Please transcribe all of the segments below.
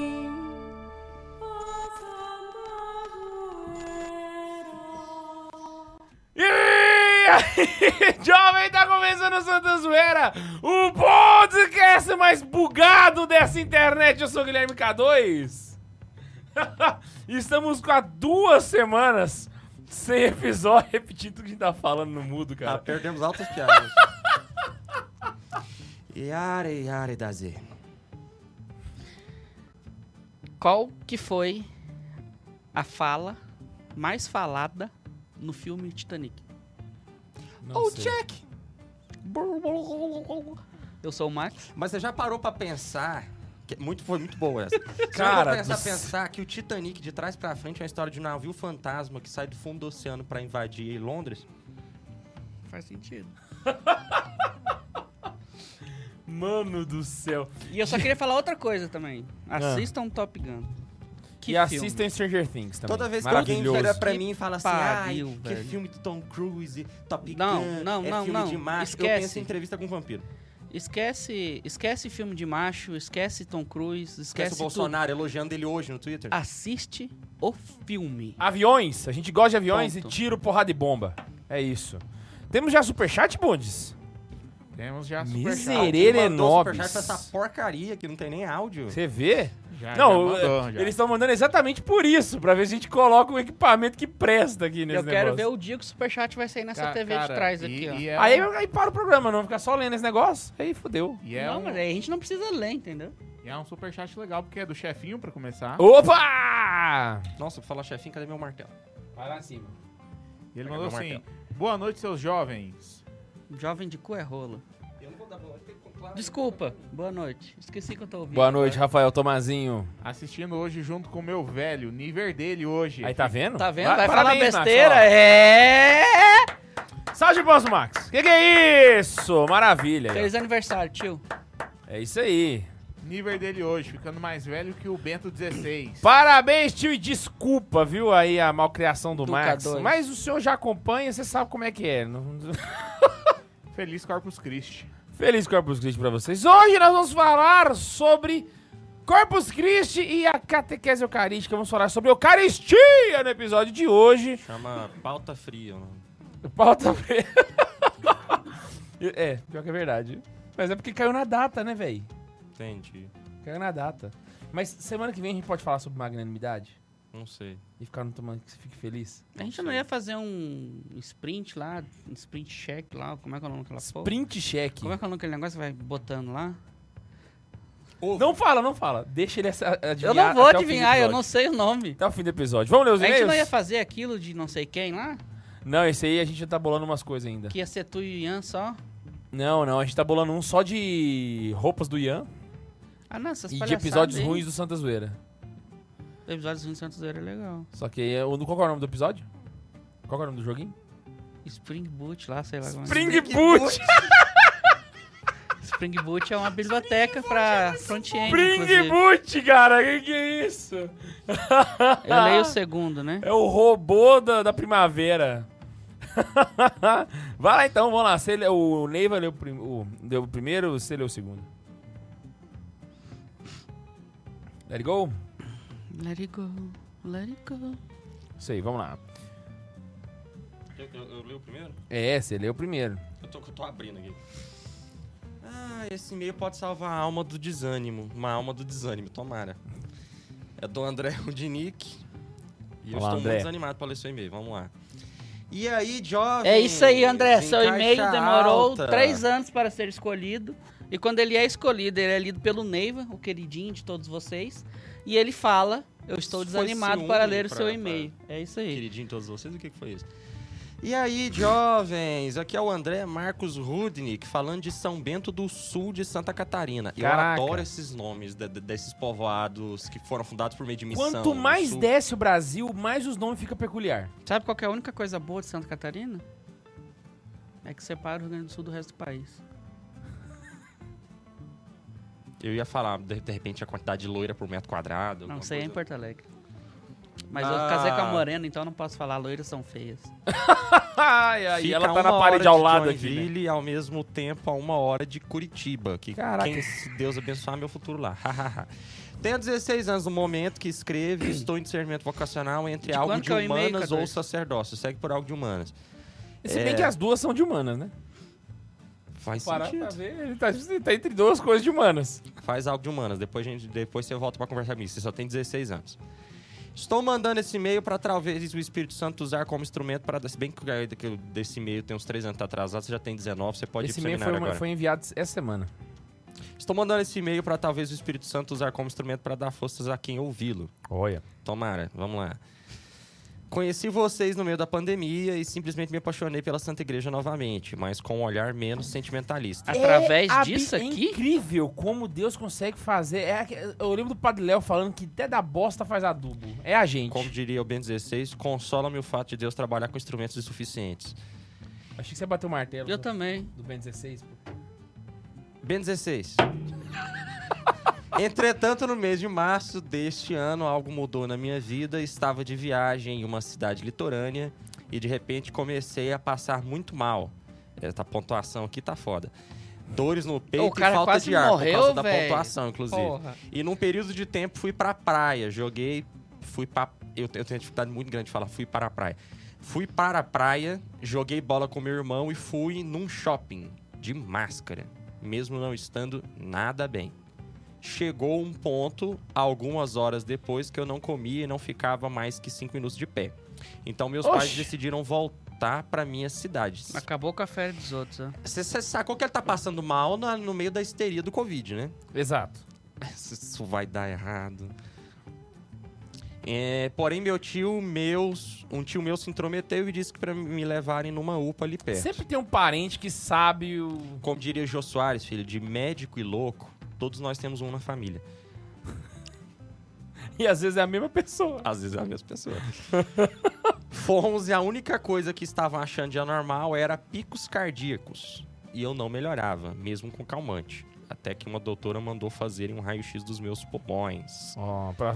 Digidin. E aí, jovem, tá começando o Santa Zoeira, o podcast mais bugado dessa internet. Eu sou o Guilherme K2. Estamos com há duas semanas sem episódio, repetindo o que a gente tá falando no mudo, Ah, cara. perdemos altas piadas. Yare, yare, da Z. Qual que foi a fala mais falada no filme Titanic? Não Oh, sei. Jack! Eu sou o Max. Mas você já parou pra pensar... que é muito, foi muito boa essa. Cara Você já parou pra do c- pensar que o Titanic, de trás pra frente, é uma história de um navio fantasma que sai do fundo do oceano pra invadir Londres? Faz sentido. Mano do céu. E eu só queria falar outra coisa também. Assistam Top Gun. Que e filme. assistam Stranger Things também. Toda vez que alguém Maravilhoso. vira pra Que mim e fala assim, pariu, ai, que velho." filme do Tom Cruise, Top Não, Gun, não, é não, filme não. de macho, eu Esquece. penso em entrevista com um vampiro. Esquece, esquece filme de macho, esquece Tom Esquece Cruise, esquece, o tudo. Ah, Bolsonaro elogiando ele hoje no Twitter. Assiste o filme. Ah, Aviões, a gente gosta de aviões Ponto. e tiro, porrada e bomba. É isso. Temos já superchat, Bundes? Temos já Misericórdia. superchat. Alguém mandou Terere superchat pra Nobis. essa porcaria que não tem nem áudio. Você vê? Ah, Já, Não, já mandou, eh, já. eles estão mandando exatamente por isso, pra ver se a gente coloca um equipamento que presta aqui nesse Eu quero ver negócio. o dia que o Superchat vai sair nessa Ca- TV cara, de trás e- aqui, ó. E é Aí, um, aí para o programa, não ficar só lendo esse negócio, aí fodeu. e é não, um, mas aí a gente não precisa ler, entendeu? e é um superchat legal, porque é do chefinho pra começar. Ah. Opa! Nossa, pra falar chefinho, cadê meu martelo? Vai lá em cima. E ele Pega mandou meu assim: Boa noite, seus jovens. Jovem de cu é rola. Eu não vou dar boa noite, Desculpa, boa noite. Esqueci que eu tô ouvindo. Boa noite, Rafael Tomazinho. Assistindo hoje junto com o meu velho, nível dele hoje. Aí tá vendo? Tá vendo? Vai, falar parabéns, Max, besteira? ó. é! Salve de palmas pro Max. Que que é isso? Maravilha. aí, ó. Feliz aniversário, tio. É isso aí. Nível dele hoje, ficando mais velho que o Bento 16. Parabéns, tio, e desculpa, viu, aí a malcriação do Max. Educadores. Mas o senhor já acompanha, você sabe como é que é. Não- Feliz Corpus Christi. Feliz Corpus Christi pra vocês. Hoje nós vamos falar sobre Corpus Christi e a catequese eucarística. Vamos falar sobre Eucaristia no episódio de hoje. Chama pauta fria. Não. Pauta pre- É, pior que é verdade. Mas é porque caiu na data, né, velho? Entendi. Caiu na data. Mas semana que vem a gente pode falar sobre magnanimidade Não sei. e ficar no tomando que você fique feliz. A gente não ia fazer um sprint lá, um sprint check lá, como é que é o nome daquela Tá porra? Print check. Como é que é o nome daquele negócio que vai botando lá? Não fala, não fala. Deixa ele essa- adivinhar. Eu não vou até o fim do adivinhar, eu episódio. não sei o nome. Até o fim do episódio. Vamos ler os A gente não ia e-mails? fazer aquilo de não sei quem lá? Não, esse aí a gente já tá bolando umas coisas ainda. Que ia ser tu e o Ian só? Não, não, a gente tá bolando um só de roupas do Ian Ah, não, essas e de palhaçadas episódios aí. ruins do Santa Zoeira. Episódios ruins do Santos era legal. Só que aí é o- qual que é o nome do episódio? Qual que é o nome do joguinho? Spring Boot lá, sei lá como é. Boot! Spring Boot é uma biblioteca pra front-end, Spring inclusive. Boot, cara! Que que é isso? Eu leio o segundo, né? É o robô da, da primavera. Vai lá então, vamos lá. Você lê- o Ney vai ler o, prim- o- deu o primeiro, você leu o segundo. Let it go? Let it go, let it go. Isso aí, vamos lá. Eu, li o primeiro? É, você leu o primeiro. Eu tô, eu tô abrindo aqui. Ah, esse e-mail pode salvar a alma do desânimo. Uma alma do desânimo, tomara. É do André Rudinick. E eu Olá, estou André. muito desanimado pra ler seu e-mail, vamos lá. E aí, jovem? É isso aí, André. Seu Em e-mail caixa demorou alta. três anos para ser escolhido. E quando ele é escolhido, ele é lido pelo Neiva, o queridinho de todos vocês. E ele fala: Eu estou Foi desanimado ciúme para ler o pra- seu e-mail. É isso aí. Queridinho de todos vocês, o que que foi isso? E aí, jovens? Aqui é o André Marcos Rudnick, falando de São Bento do Sul de Santa Catarina. Caraca. Eu adoro esses nomes de- de- desses povoados que foram fundados por meio de missão. Quanto no mais sul. desce o Brasil, mais os nomes ficam peculiar. Sabe qual que é a única coisa boa de Santa Catarina? É que separa o Rio Grande do Sul do resto do país. Eu ia falar, de, de repente, a quantidade de loira por metro quadrado. Não, alguma isso aí é em coisa. Porto Alegre. Mas eu casei com a Ah. morena, então não posso falar. Loiras são feias. Ai, ai, Fica ela tá a na uma parede hora ao de lado aqui. né? Joinville, ao mesmo tempo a uma hora de Curitiba. Que Caraca. quem, se Deus abençoar, meu futuro lá. Tenho 16 anos no momento que escrevo e estou em discernimento vocacional entre De algo quando de que é o e-mail, humanas ou Cadu? sacerdócio. Segue por algo de humanas. Se É. bem que as duas são de humanas, né? Faz Parar sentido. pra ver, ele tá, ele tá entre duas coisas de humanas. Faz algo de humanas. Depois, gente, depois você volta pra conversar comigo. Você só tem 16 anos. Estou mandando esse e-mail para talvez o Espírito Santo usar como instrumento para. Se bem que o- que o desse e-mail tem uns 3 anos atrasados, você já tem 19, você pode Esse ir pro e-mail seminário foi, uma- agora. foi enviado essa semana. Estou mandando esse e-mail para talvez o Espírito Santo usar como instrumento para dar forças a quem ouvi-lo. Olha. Tomara, vamos lá. Conheci vocês no meio da pandemia e simplesmente me apaixonei pela Santa Igreja novamente, mas com um olhar menos sentimentalista. Através disso aqui? É incrível como Deus consegue fazer. É, aque- eu lembro do Padre Léo falando que até da bosta faz adubo. É a gente. Como diria o Ben 16, consola-me o fato de Deus trabalhar com instrumentos insuficientes. Achei que você bateu o É martelo. Eu do- também. Do Ben 16. pô. Ben 16. Entretanto, no mês de março deste ano, algo mudou na minha vida. Estava de viagem em uma cidade litorânea e de repente comecei a passar muito mal. Essa pontuação aqui tá foda. Dores no peito O cara e falta quase de ar morreu, por causa véi. da pontuação, inclusive. Porra. E num período de tempo fui pra praia, joguei, fui pra. Eu, te- eu tenho uma dificuldade muito grande de falar, fui para a praia. Fui para a praia, joguei bola com meu irmão e fui num shopping de máscara, mesmo não estando nada bem. Chegou um ponto, algumas horas depois, que eu não comia e não ficava mais que cinco minutos de pé. Então meus pais Oxi. decidiram voltar pra minha cidade. Acabou com a férias dos outros, né? ó. Você sacou que ele tá passando mal na- no meio da histeria do Covid, né? Exato. Isso vai dar errado. É, porém, meu tio meu, um tio meu se intrometeu e disse que pra me levarem numa UPA ali perto. Sempre tem um parente que sabe o. Como diria Jô Soares, filho, de médico e louco, todos nós temos um na família. E às vezes é a mesma pessoa. Às vezes é a mesma pessoa. Fomos e a única coisa que estavam achando de anormal era picos cardíacos. E eu não melhorava, mesmo com calmante. Até que uma doutora mandou fazerem um raio-x dos meus pulmões. Ó, pra-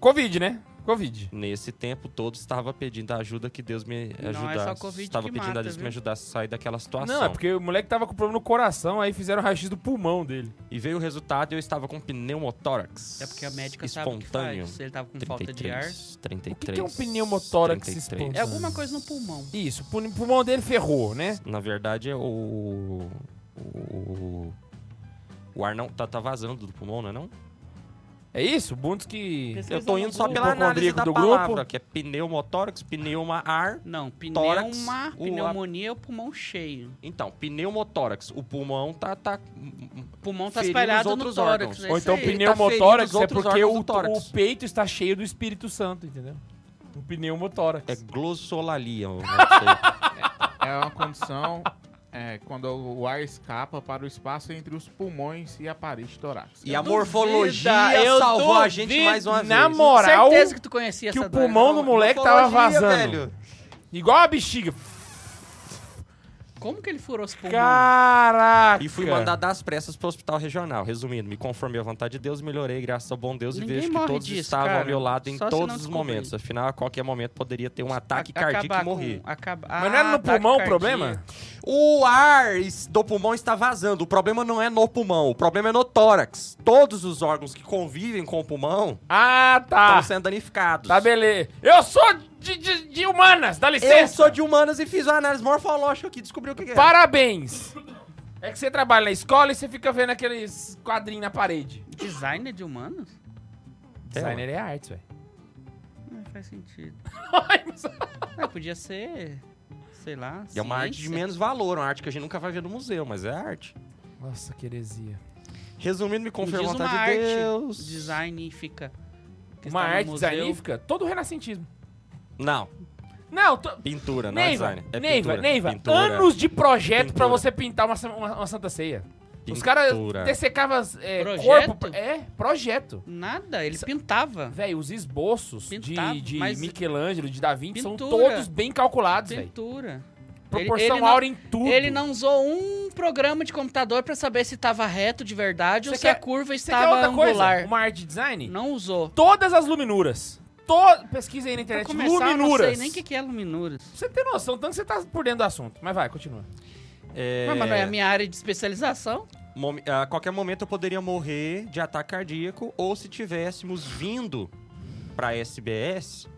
Covid, né? Covid. Nesse tempo todo estava pedindo a ajuda que Deus me Não é ajudasse. só Covid estava que pedindo mata, a Deus que viu? me ajudasse a sair daquela situação. Não, é porque o moleque tava com problema no coração, aí fizeram raio-x do pulmão dele. E veio o resultado e eu estava com pneumotórax. É porque a médica sabe o que espontâneo. faz. Ele tava com falta de ar. 33, 33. O que que é um pneumotórax 33? É alguma coisa no pulmão. Isso, o pul- pulmão dele ferrou, né? Na verdade, é o. O, o ar não tá, tá vazando do pulmão, não é não? É isso? Bundes que. Pesquisa Eu tô no indo só Google. pela análise Hipocondríaco da do palavra, grupo. que é pneumotórax, pneuma ar. Não, Tórax, pneuma, o- pneumonia é o pulmão cheio. Então, pneumotórax, o pulmão tá, tá O pulmão tá Ferir os espalhado no outros tórax. órgãos. é Ou isso então aí. pneu- pneumotórax Ele tá é ferindo os porque outros o, órgãos do tórax. o peito está cheio do Espírito Santo, entendeu? Um pneumotórax. É glossolalia. um eu não sei. É uma condição é, quando o ar escapa para o espaço entre os pulmões e a parede torácica. e a duvido, morfologia eu salvou a gente duvido, mais uma vez. na moral. Certeza que tu conhecia que essa o doença. pulmão do moleque tava Morfologia, vazando. velho. Igual a bexiga. Como que ele furou os pulmões? Caraca. E fui mandado às pressas pro hospital regional. Resumindo, me conformei à vontade de Deus, melhorei, graças ao bom Deus, Ninguém e vejo que morre todos disso, estavam ao cara. meu lado em Só se não todos os descobrir. momentos. Afinal, a qualquer momento poderia ter um ataque Acabar cardíaco e com- morrer. acaba- Mas não era Ah, tá no ataque pulmão o cardíaco. problema? O ar es- do pulmão está vazando. O problema não é no pulmão, o problema é no tórax. Todos os órgãos que convivem com o pulmão Ah, tá. estão sendo danificados. Tá beleza. Eu sou de, de- de humanas, dá licença. Eu sou de humanas e fiz uma análise morfológica aqui, descobri o que que é. Parabéns. É que você trabalha na escola e você fica vendo aqueles quadrinhos na parede. Designer é de humanos? Designer é arte, velho. Não faz sentido. Ah, podia ser, sei lá, E é uma arte de ciência. menos valor, uma arte que a gente nunca vai ver no museu, mas é arte. Nossa, que heresia. Resumindo, me Me confirma a diz uma vontade de arte Deus. designífica. que Uma está no arte museu. designífica? Todo renascentismo. Não, Não, tô... pintura, não é Neiva, design. É Neiva, pintura. Neiva, pintura, anos de projeto pra Pintura. você pintar uma, sa- uma- uma santa ceia. Os pintura. caras dessecavam é, Projeto? corpo. É, projeto. Nada, ele é pintava. Velho, os esboços de- Pintava, de, mas- Michelangelo, de Da Vinci, são Pintura. todos bem calculados, velho. Pintura. Ele- Proporção ele não- áurea em tudo. Ele não usou um programa de computador pra saber se tava reto de verdade Você ou se quer- a curva Você quer estava outra é coisa? angular. Uma arte design? Não usou. Todas as luminuras. todo. Pesquisa aí na Pra internet. começar, eu não Luminuras. sei nem o que, que é Luminuras. Você tem noção, tanto que você tá por dentro do assunto. Mas vai, continua. É, Mas, mas não é a minha área de especialização. momi- a qualquer momento eu poderia morrer de ataque cardíaco ou se tivéssemos vindo pra SBS.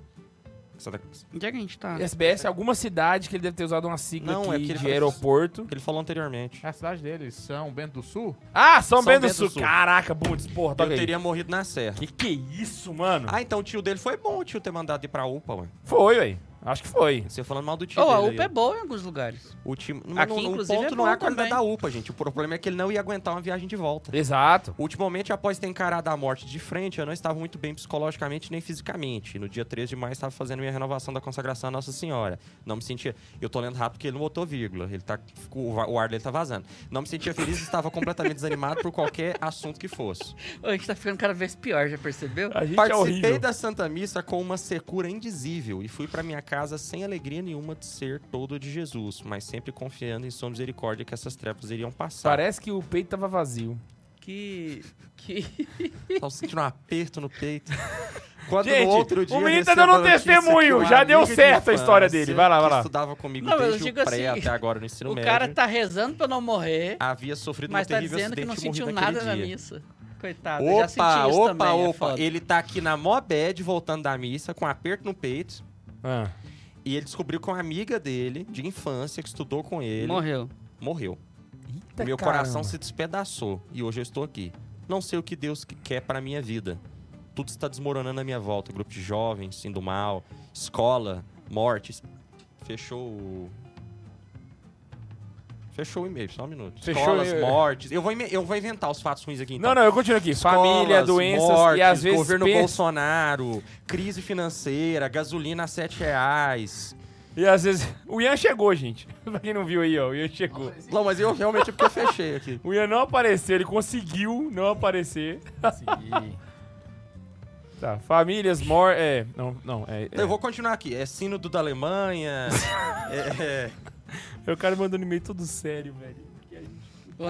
Santa- Onde é que a gente tá? SBS, alguma cidade que ele deve ter usado uma sigla Não, é aqui porque ele de fala- aeroporto. que Ele falou anteriormente. É a cidade deles, São Bento do Sul? Ah, São, São Bento do Bento do Sul. Sul. Caraca, putz, porra, Eu Ah, toca aí. teria morrido na serra. Que que é isso, mano? Ah, então o tio dele foi bom o tio ter mandado ir pra UPA, ué. Foi, ué. Acho que foi. Você falando mal do tio Oh, a dele. UPA aí, é boa em alguns lugares. ó. O time, não, Aqui, não- o inclusive, ponto é não é a bom qualidade também. da UPA, gente. O problema é que ele não ia aguentar uma viagem de volta. Exato. Ultimamente, após ter encarado a morte de frente, eu não estava muito bem psicologicamente nem fisicamente. No dia 13 de maio, estava fazendo minha renovação da consagração à Nossa Senhora. Não me sentia. Eu tô lendo rápido porque ele não botou vírgula. Ele tá... O va- o ar dele tá vazando. Não me sentia feliz e estava completamente desanimado por qualquer assunto que fosse. Ô, A gente tá ficando cada vez pior, já percebeu? A gente é Participei horrível. da Santa Missa com uma secura indizível e fui para minha casa sem alegria nenhuma de ser todo de Jesus, mas sempre confiando em sua misericórdia que essas trevas iriam passar. Parece que o peito tava vazio. Que. Que. Tava sentindo um aperto no peito. Quando Gente, no outro dia o menino tá recebo dando um a notícia testemunho, que uma já deu amiga de certo a história infância dele. Vai lá, vai que lá. estudava comigo Não, eu desde o digo pré assim, até agora no ensino O médio. cara tá rezando pra não morrer, Havia sofrido mas um tá terrível dizendo que acidente e não morrido sentiu naquele nada na dia. missa. Coitado, eu já Opa, senti isso opa, também. é opa. foda. ele tá aqui na mó bad, voltando da missa, com um aperto no peito. Ah. E ele descobriu que uma amiga dele, de infância, que estudou com ele, Morreu. morreu. Eita, Meu caramba. coração se despedaçou e hoje eu estou aqui. Não sei o que Deus que- quer para minha vida. Tudo está desmoronando à minha volta. Grupo de jovens, indo mal, escola, mortes. Fechou o... Fechou o e-mail, só um minuto. Fechou Escolas, o- mortes. Eu vou, ime- eu vou inventar os fatos ruins aqui, então. Não, não, eu continuo aqui. Família, Escolas, doenças mortes, e às vezes. Governo pe- Bolsonaro, crise financeira, gasolina a 7 reais. E às vezes. O Ian chegou, gente. pra quem não viu aí, ó. O Ian chegou. Não, mas eu realmente é porque eu fechei aqui. O Ian não apareceu, ele conseguiu não aparecer. Tá. Famílias, mor. É. Não, não. É, é. Eu vou continuar aqui. É sínodo da Alemanha. é, é, O cara mandando e-mail todo sério, velho.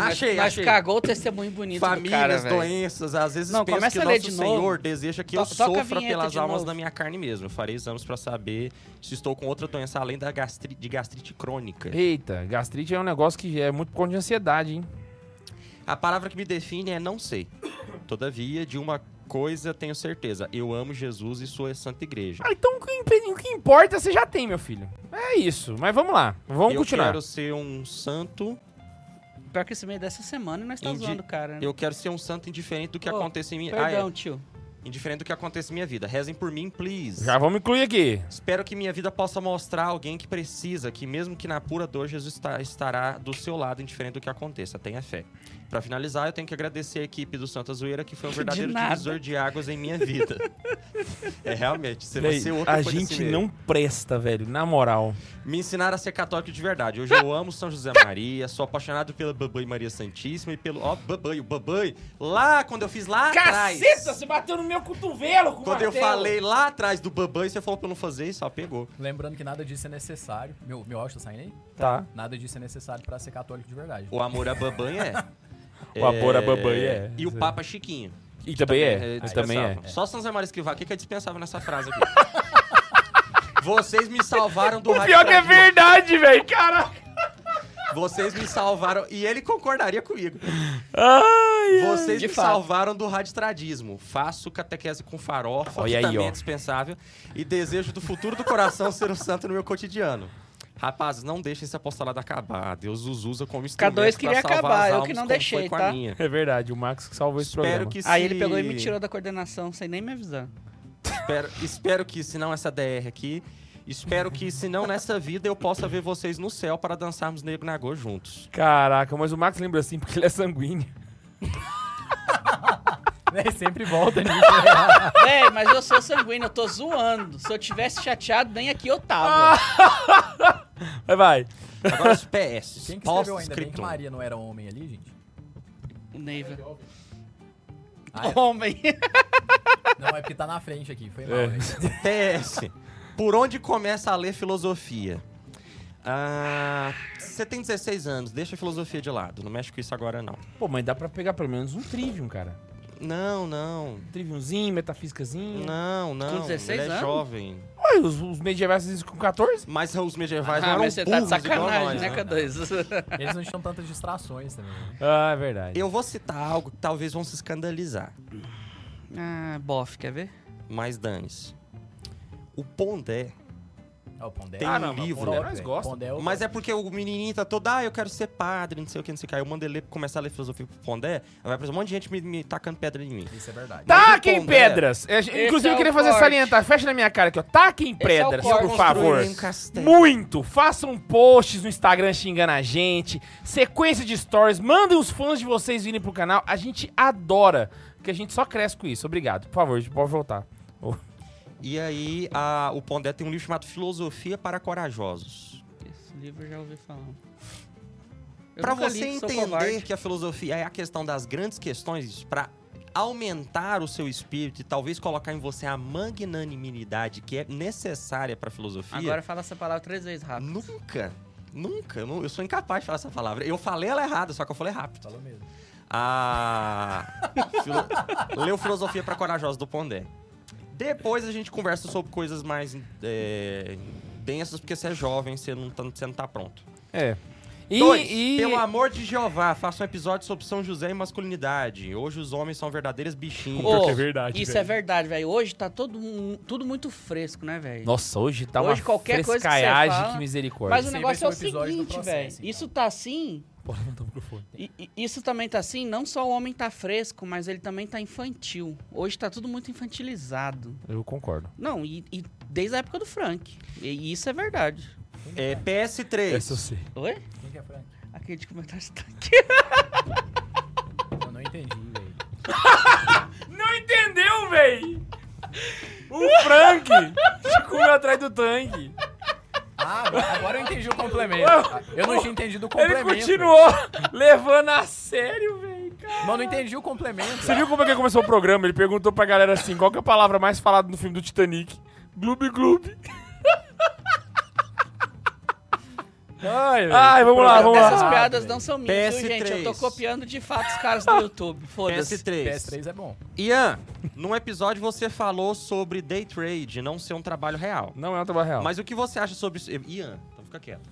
Achei, Mas achei. cagou o testemunho bonito do cara, Famílias, velho. doenças, às vezes Não, penso que começa o a ler nosso de novo. Senhor deseja que eu To- toca a sofra vinheta pelas de almas novo. da minha carne mesmo. Eu farei exames pra saber se estou com outra doença além da gastri- de gastrite crônica. Eita, gastrite é um negócio que é muito por conta de ansiedade, hein? A palavra que me define é não sei. Todavia, de uma coisa tenho certeza. Eu amo Jesus e sua santa igreja. Ah, então o que, imp- o que importa você já tem, meu filho. É isso. Mas vamos lá. Vamos eu continuar. quero ser um santo. Pior que esse meio dessa semana e nós tá Indi- zoando o cara, né? Eu quero ser um santo indiferente do que Ô, acontece em minha ah, é. Oh, Perdão, tio. Indiferente do que acontece em minha vida. Rezem por mim, please. Já vamos incluir aqui. Espero que minha vida possa mostrar a alguém que precisa, que mesmo que na pura dor, Jesus está- estará do seu lado, indiferente do que aconteça. Tenha fé. Pra finalizar, eu tenho que agradecer a equipe do Santa Zoeira, que foi um verdadeiro nada. divisor de águas em minha vida. é realmente, você vai ser outra a coisa gente assim mesmo. não presta, velho, na moral. Me ensinaram a ser católico de verdade. Hoje eu amo São José Maria, sou apaixonado pela Babãe Maria Santíssima e pelo. Ó, Babãe, o Babãe. Lá, quando eu fiz lá atrás. bateu no meu cotovelo com Quando eu falei lá atrás do Babãe, você falou pra eu não fazer e só pegou. Lembrando que nada disso é necessário. Meu, meu áudio tá saindo aí? Tá. Nada disso é necessário pra ser católico de verdade. O amor à babanha é. O amor à babanha é. E o Papa Chiquinho. E também É, é. Também dispensável. é. Só São Zé Maria Escrivá, que que é dispensável nessa frase aqui? Vocês me salvaram do O rádio pior que é Brasil. verdade, velho, cara. Vocês me salvaram. E ele concordaria comigo. Ai, Vocês De me fato. salvaram do radistradismo. Faço catequese com farofa, Olha que aí, também ó. é dispensável. E desejo do futuro do coração ser um santo no meu cotidiano. Rapazes, não deixem esse apostolado acabar. Deus os usa como instrumento K2 pra queria salvar acabar, as eu almas, que não como deixei, foi com tá? a minha. é verdade, o Max que salvou esse Espero programa. que Aí se- ele pegou e me tirou da coordenação sem nem me avisar. Espero, espero que, se não essa DR aqui, espero que, se não nessa vida, eu possa ver vocês no céu para dançarmos Nego Nagô juntos. Caraca, mas o Max lembra assim porque ele é sanguíneo. Né? Sempre volta nisso. né? Véi, mas eu sou sanguíneo, eu tô zoando. Se eu tivesse chateado, nem aqui eu tava. Ah! Vai, vai. Agora os PS. Quem que post escreveu ainda bem que scriptum. Maria não era homem ali, gente? O Neiva. Ah, é. Homem. Não, é porque tá na frente aqui. Foi mal, É. velho. PS. Por onde começa a ler filosofia? Ah, Você tem 16 anos, deixa a filosofia de lado. Não mexe com isso agora, não. Pô, mas dá pra pegar pelo menos um trivium, cara. Não, não. Triviumzinho, metafísicazinho. Não, não. Com 16 ele é anos? jovem. Ué, os, os medievais fazem isso com 14? Mas os medievais não Ah, eram mas você tá de burros igual sacanagem, nós, né, né? K2? Eles não tinham tantas distrações também. né? Ah, é verdade. Eu vou citar algo que talvez vão se escandalizar, ah, bof, quer ver? mas dane-se. O é, Pondé, Ó, É, o Pondé. Tem Ah, não, um mas livro, Pondé né? nós gosta. Pondé o- mas é porque o menininho tá todo, ah, eu quero ser padre, não sei o que, não sei o que. Aí eu mandei ele começar a ler filosofia pro Pondé, aí vai aparecer um monte de gente me, me tacando pedra em mim. Isso é verdade. Taquem Mas o Pondé- pedras! É, inclusive, é eu o queria fazer corte. salientar. Fecha na minha cara aqui, ó. Taquem é o pedras, corte. por favor. Construir um castelo. Muito! Façam posts no Instagram xingando a gente, sequência de stories, mandem os fãs de vocês virem pro canal. A gente adora, porque a gente só cresce com isso. Obrigado. Por favor, pode voltar. E aí, a- o Pondé tem um livro chamado Filosofia para Corajosos. Esse livro eu já ouvi falar. Eu Para nunca você li, sou entender covarde. que a filosofia é a questão das grandes questões, para aumentar o seu espírito e talvez colocar em você a magnanimidade que é necessária para filosofia. Agora fala essa palavra três vezes rápido. Nunca, nunca, eu não- eu sou incapaz de falar essa palavra. Eu falei ela errada, só que eu falei rápido. Falou mesmo. Ah, filo... leu Filosofia para Corajosos do Pondé. Depois a gente conversa sobre coisas mais é, densas, porque você é jovem, você não tá, você não tá pronto. É. E, Dois, e- pelo amor de Jeová, faça um episódio sobre São José e masculinidade. Hoje os homens são verdadeiros bichinhos. Ô, é verdade, Isso velho. é verdade, velho. Hoje tá todo mu- tudo muito fresco, né, velho? Nossa, hoje tá Hoje uma qualquer coisa que você frescaiagem fala- que misericórdia. Mas o Esse aí negócio é o vai ser um episódio do seguinte, processo, velho. então. Isso tá assim. Bora levantar o microfone. e- e- Isso também tá assim. Não só o homem tá fresco, mas ele também tá infantil. Hoje tá tudo muito infantilizado. Eu concordo. Não, e, e desde a época do Frank. E, e isso é verdade. É PS3. Essa eu sei. Oi? Quem que é Frank? Aquele de comentários tá aqui. Eu não entendi, velho. Não entendeu, véi! O Frank ficou atrás do tanque. Ah, agora- agora eu entendi o complemento. Eu não tinha entendido o Ele complemento. continuou levando a sério, véi. cara. Mas eu não entendi o complemento. Você viu como é que começou o programa? Ele perguntou pra galera assim, qual que é a palavra mais falada no filme do Titanic? Gloob gloob. Ai, velho. Ai, vamos lá, Ah, vamos Essas lá. piadas não são minhas, viu, PS3. gente? Eu tô copiando de fato os caras do YouTube. Foda-se. PS3. PS3 é bom. Ian, num episódio você falou sobre day trade não ser um trabalho real. Não é um trabalho real. Mas o que você acha sobre isso? Ian, então fica quieto.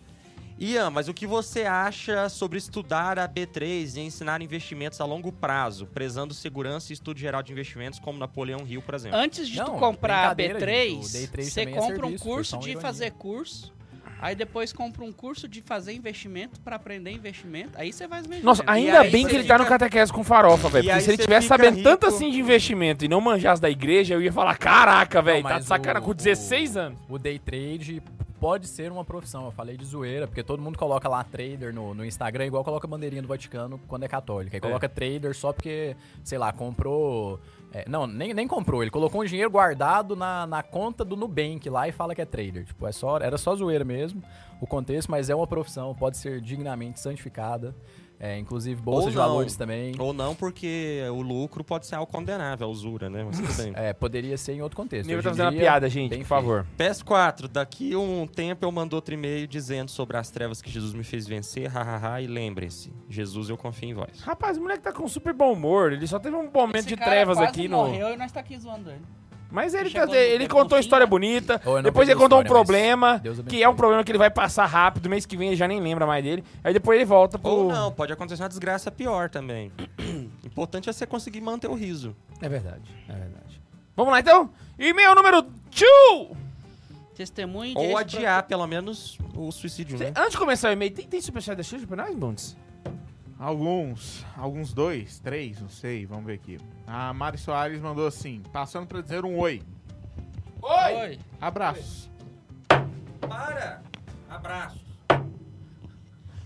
Ian, mas o que você acha sobre estudar a B3 e ensinar investimentos a longo prazo, prezando segurança e estudo geral de investimentos, como Napoleão Hill, por exemplo? Antes de tu Não, comprar a brincadeira, B3, gente. O Day Trade você também é compra um serviço, foi só curso uma de ironia. fazer curso. Aí depois compra um curso de fazer investimento pra aprender investimento. Aí você faz mesmo. Nossa, entendeu? ainda aí bem você que ele tá fica- no catequese com farofa, velho. E Porque aí se ele você tivesse fica sabendo tanto rico. assim de investimento e não manjasse da igreja, eu ia falar, caraca, velho, Não, tá mas de sacana o- com 16 o- anos. O day trade pode ser uma profissão. Eu falei de zoeira, porque todo mundo coloca lá trader no, no Instagram, igual coloca a bandeirinha do Vaticano quando é católica. Aí coloca trader só porque, sei lá, comprou. é, não, nem, nem comprou. Ele colocou um dinheiro guardado na, na conta do Nubank lá e fala que é trader. Tipo, é só, era só zoeira mesmo o contexto, mas é uma profissão, pode ser dignamente santificada. É, inclusive, bolsa Ou de não. valores também. Ou não, porque o lucro pode ser algo condenável, a usura, né? Mas tudo bem. É, poderia ser em outro contexto. Nível Hoje tá em fazendo uma dia, piada, gente, bem por feito. favor. PS4, daqui um tempo eu mando outro e-mail dizendo sobre as trevas que Jesus me fez vencer, hahaha, e lembrem-se, Jesus eu confio em vós. Rapaz, o moleque tá com super bom humor. Ele só teve um momento Esse de cara trevas quase aqui no. morreu e nós tá aqui zoando ele. Mas ele, Chegou tá- no- ele no contou fim, uma história né? bonita. Ou eu não Depois contei ele contou um história, mas problema, Deus abençoe. que é um problema que ele vai passar rápido. Mês que vem ele já nem lembra mais dele. Aí depois ele volta pro. Ou não, pode acontecer uma desgraça pior também. Importante é você conseguir manter o riso. É verdade, é verdade. Vamos lá então? E-mail número 2! Uhum. Testemunho de Ou ex- adiar, pelo menos, o suicídio, né? Antes de começar o e-mail, tem, tem superchat da Xuxa pra nós, Bundes? Alguns, alguns dois, três, não sei, vamos ver aqui. A Mari Soares mandou assim, passando pra dizer um oi. Oi. Abraço. Para! Abraços.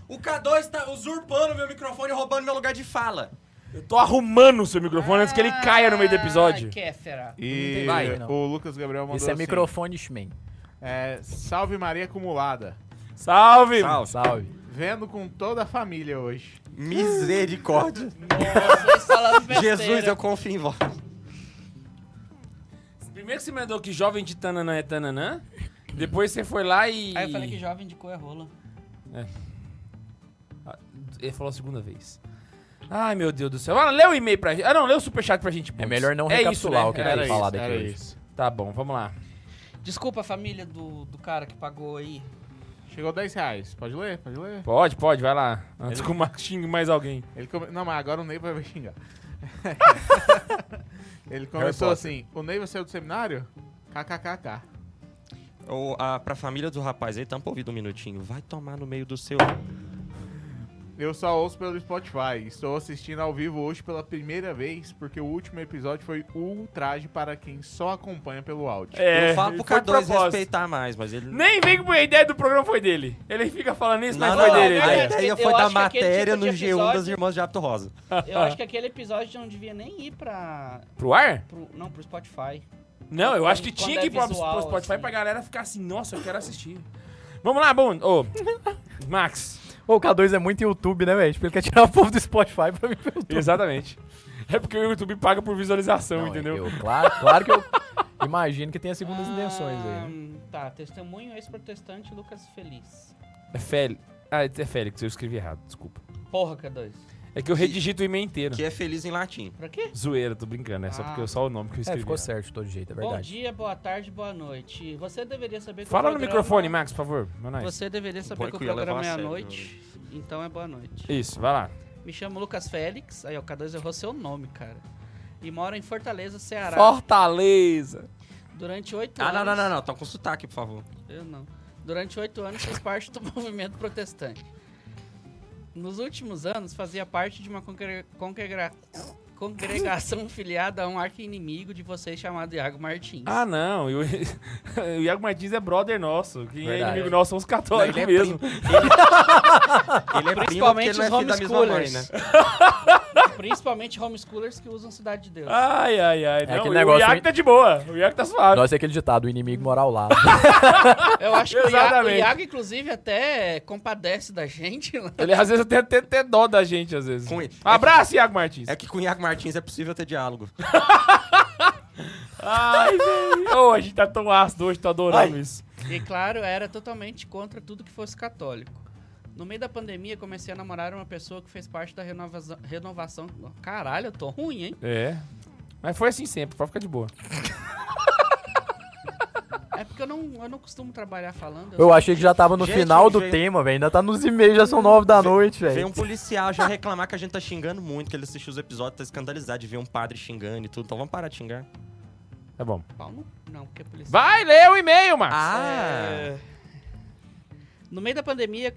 O K2 tá usurpando meu microfone e roubando meu lugar de fala. Eu tô arrumando o seu microfone antes que ele caia no meio do episódio. Ai, Kéfera. E Vai, não. o Lucas Gabriel mandou Isso é assim, microfone Schmen. é, salve Maria acumulada. Salve! Salve. Salve. Vendo com toda a família hoje. Misericórdia. Vocês falando besteira. Jesus, eu confio em vós. Primeiro que você mandou que jovem de Tananã é Tananã. Depois você foi lá e. Aí eu falei que jovem de cor é rola. Ele falou a segunda vez. Ai, meu Deus do céu. Ah, lê o e-mail pra gente. Ah, não, lê o superchat pra gente. É Bundes. melhor não É isso, recapitular né? o que Era tem isso. falado aqui Era hoje. isso. Tá bom, vamos lá. Desculpa a família do, do cara que pagou aí. Chegou 10 reais. Pode ler, pode ler. Pode, pode, vai lá. Antes que o Marcos xingue mais alguém. Ele come... Não, mas agora o Ney vai me xingar. Ele Harry começou Potter. assim: o Ney vai saiu do seminário? KKKK. Ou a, pra família do rapaz aí, tampa o ouvido um minutinho. Vai tomar no meio do seu. Eu só ouço pelo Spotify. Estou assistindo ao vivo hoje pela primeira vez, porque o último episódio foi ultraje para quem só acompanha pelo áudio. É. É, eu falo pro foi de K2 propósito. respeitar mais, mas ele. Nem vem com a ideia do programa foi dele. Ele fica falando isso, mas Não, foi não, dele. é a né? verdade. ideia Eu foi da acho que aquele matéria tipo no de G1 das episódio- Irmãs de Apto Rosa. Eu acho que aquele episódio não devia nem ir pra. Pro ar? Pro, não, pro Spotify. Não, eu acho que Quando tinha é que ir pro, visual, pro Spotify assim. pra galera ficar assim, nossa, eu quero assistir. Vamos lá, Bund. Ô, Max. Ô, o K2 é muito YouTube, né, velho? Tipo, ele quer tirar o povo do Spotify pra mim. Exatamente. É porque o YouTube paga por visualização, entendeu? é Eu, claro, claro que eu imagino que tem as segundas Ah, intenções aí. Tá, testemunho ex-protestante Lucas Feliz. É Félix. Ah, é Félix, eu escrevi errado, desculpa. Porra, K2. É que eu redigito o e-mail inteiro. Que é feliz em latim. Pra quê? Zoeira, tô brincando, é só Ah. porque é só o nome que eu É, escrevi. ficou errado. certo de todo jeito, é Bom verdade. dia, boa tarde, boa noite. Você deveria saber que Fala o no programa- microfone, Max, por favor. Meu nome. Você deveria saber Põe que o que eu ia programa levar é a à sério, noite. Então é boa noite. Isso, vai lá. Me chamo Lucas Félix. Aí, ó, K2 errou seu nome, cara. E moro em Fortaleza, Ceará. Fortaleza. Durante oito Ah, anos. não, não, não, não. Tá com sotaque, por favor. Eu não. Durante oito anos fiz parte do movimento protestante. Nos últimos anos fazia parte de uma congre- congrega- congregação filiada a um arqui-inimigo de vocês chamado Iago Martins. Ah, não. e O, o Iago Martins é brother nosso. Quem é Verdade. inimigo nosso são os Não, católicos ele é mesmo. primo. Ele é primo porque Principalmente ele não é os filho da mesma mãe, homeschoolers. né? Principalmente homeschoolers que usam Cidade de Deus. Ah, Ai, ai, ai. não, aquele o negócio, Iago hein? tá de boa. O Iago tá suave. Nossa, é aquele ditado, o inimigo moral lá. Eu acho que o Iago, o Exatamente. Iago, inclusive, até compadece da gente né? lá. Ele às vezes até até até dó da gente, às vezes. Com ele. Abraço, Iago Martins. É que com o Iago Martins é possível ter diálogo. Ai, velho. Ô, a gente tá tão ácido hoje, tô adorando isso. E claro, era totalmente contra tudo que fosse católico. No meio da pandemia, comecei a namorar uma pessoa que fez parte da renovação. renovação. Caralho, eu tô ruim, hein? É. Mas foi assim sempre, pode ficar de boa. É porque eu não, eu não costumo trabalhar falando. Eu achei que já tava no Gente, final do veio- tema, velho. Ainda tá nos e-mails, já são nove da noite, Vem velho. um policial já reclamar que a gente tá xingando muito, que ele assistiu os episódios, tá escandalizado de ver um padre xingando e tudo. Então vamos parar de xingar. Tá bom. Pau no- Não, porque é policial. Vai ler o e-mail, Max. é. Ah! No meio da pandemia,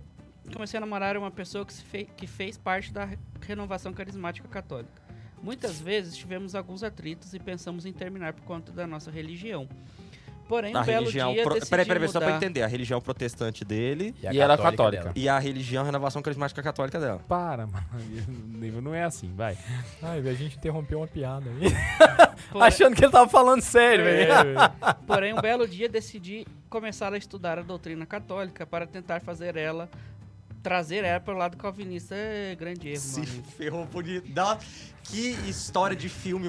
comecei a namorar uma pessoa que, se fe- que fez parte da re- renovação carismática católica. Muitas vezes tivemos alguns atritos e pensamos em terminar por conta da nossa religião. Porém, um A belo religião. dia Pro... decidi Peraí, peraí, peraí, só pra mudar. entender. A religião protestante dele E ela é católica. dela. e a religião a renovação carismática católica dela. Para, mano. Nível não é assim, vai. Ai, velho, a gente interrompeu uma piada aí. Porém- Achando que ele tava falando sério, É. velho. Porém, um belo dia decidi começar a estudar a doutrina católica para tentar fazer ela, trazer ela para o lado calvinista. É grande erro, Se mano. ferrou bonito. Dá- Que história de filme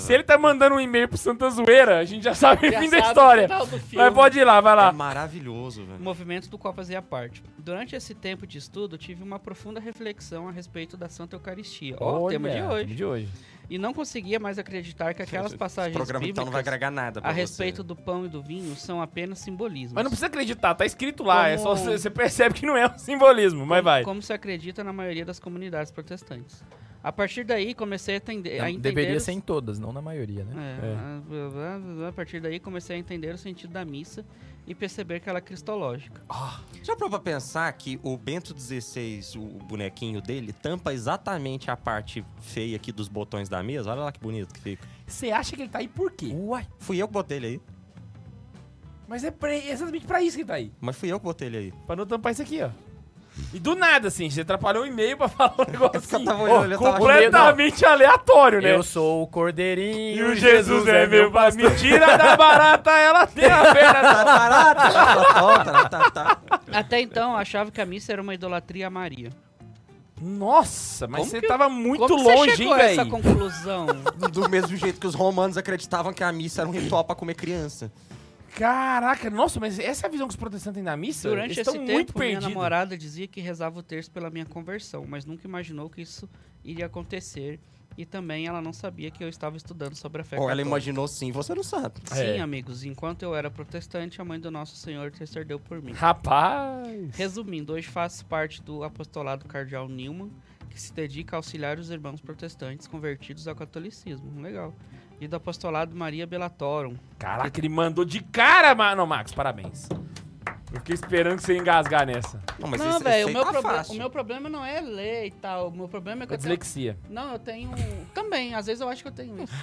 Se velho. ele tá mandando um e-mail pro Santa Zoeira, a gente já sabe tá o Já fim da sabe o história. final do filme. Mas pode ir lá, vai É lá. maravilhoso, velho. Movimento do qual fazia parte. Durante esse tempo de estudo, tive uma profunda reflexão a respeito da Santa Eucaristia. Ó, o tema de Olha, hoje. tema É, de hoje. E não conseguia mais acreditar que aquelas Esse passagens programa bíblicas então não vai agregar nada pra a você. respeito do pão e do vinho são apenas simbolismos. Mas não precisa acreditar, tá escrito lá. É só Como- você você percebe que não é um simbolismo, mas vai. Como se acredita na maioria das comunidades protestantes. A partir daí, comecei a, É, tender, a entender... Deveria os- ser em todas, não na maioria, né? É, a- blá, blá, blá, blá. A partir daí comecei a entender o sentido da missa e perceber que ela é cristológica. Já parou pra pensar que o Bento XVI, o bonequinho dele, tampa exatamente a parte feia aqui dos botões da mesa? Olha lá que bonito que fica. Você acha que ele tá aí por quê? Uai. Fui eu que botei ele aí. Mas é pra- é exatamente pra isso que ele tá aí. Mas fui eu que botei ele aí. Pra não tampar isso aqui, ó. E do nada, assim, você atrapalhou o e-mail pra falar um negócio porque eu assim, tava olhando, eu tava completamente aleatório, né? Eu sou É. o cordeirinho. E o Jesus é meu pastor. Me tira da barata, ela tem a perna. Tá barato! tá, tá, tá, tá. Até então, achava que a missa era uma idolatria a Maria. Nossa, mas Como você que- tava muito Como que você longe, hein, chegou a essa velho? conclusão? Do mesmo jeito que os romanos acreditavam que a missa era um ritual pra comer criança. Caraca, nossa, mas essa é a visão que os protestantes têm da missa? Durante Eles esse estão muito tempo, minha perdidos. namorada dizia que rezava o terço pela minha conversão, mas nunca imaginou que isso iria acontecer. E também ela não sabia que eu estava estudando sobre a fé Ou ela católica. imaginou sim, você não sabe. Sim, É. amigos, enquanto eu era protestante, a mãe do nosso Senhor intercedeu por mim. Rapaz. Resumindo, hoje faço parte do apostolado cardeal Newman, que se dedica a auxiliar os irmãos protestantes convertidos ao catolicismo. Legal. E do apostolado Maria Belatorum. Caraca, ele mandou de cara, mano. Max, parabéns. Eu fiquei esperando que você ia engasgar nessa. Não, mas não, esse- velho, esse o, aí meu tá proble- fácil. o meu problema não é ler e tal. O meu problema é que É eu tenho... dislexia. Não, eu tenho... um- Também, às vezes eu acho que eu tenho isso.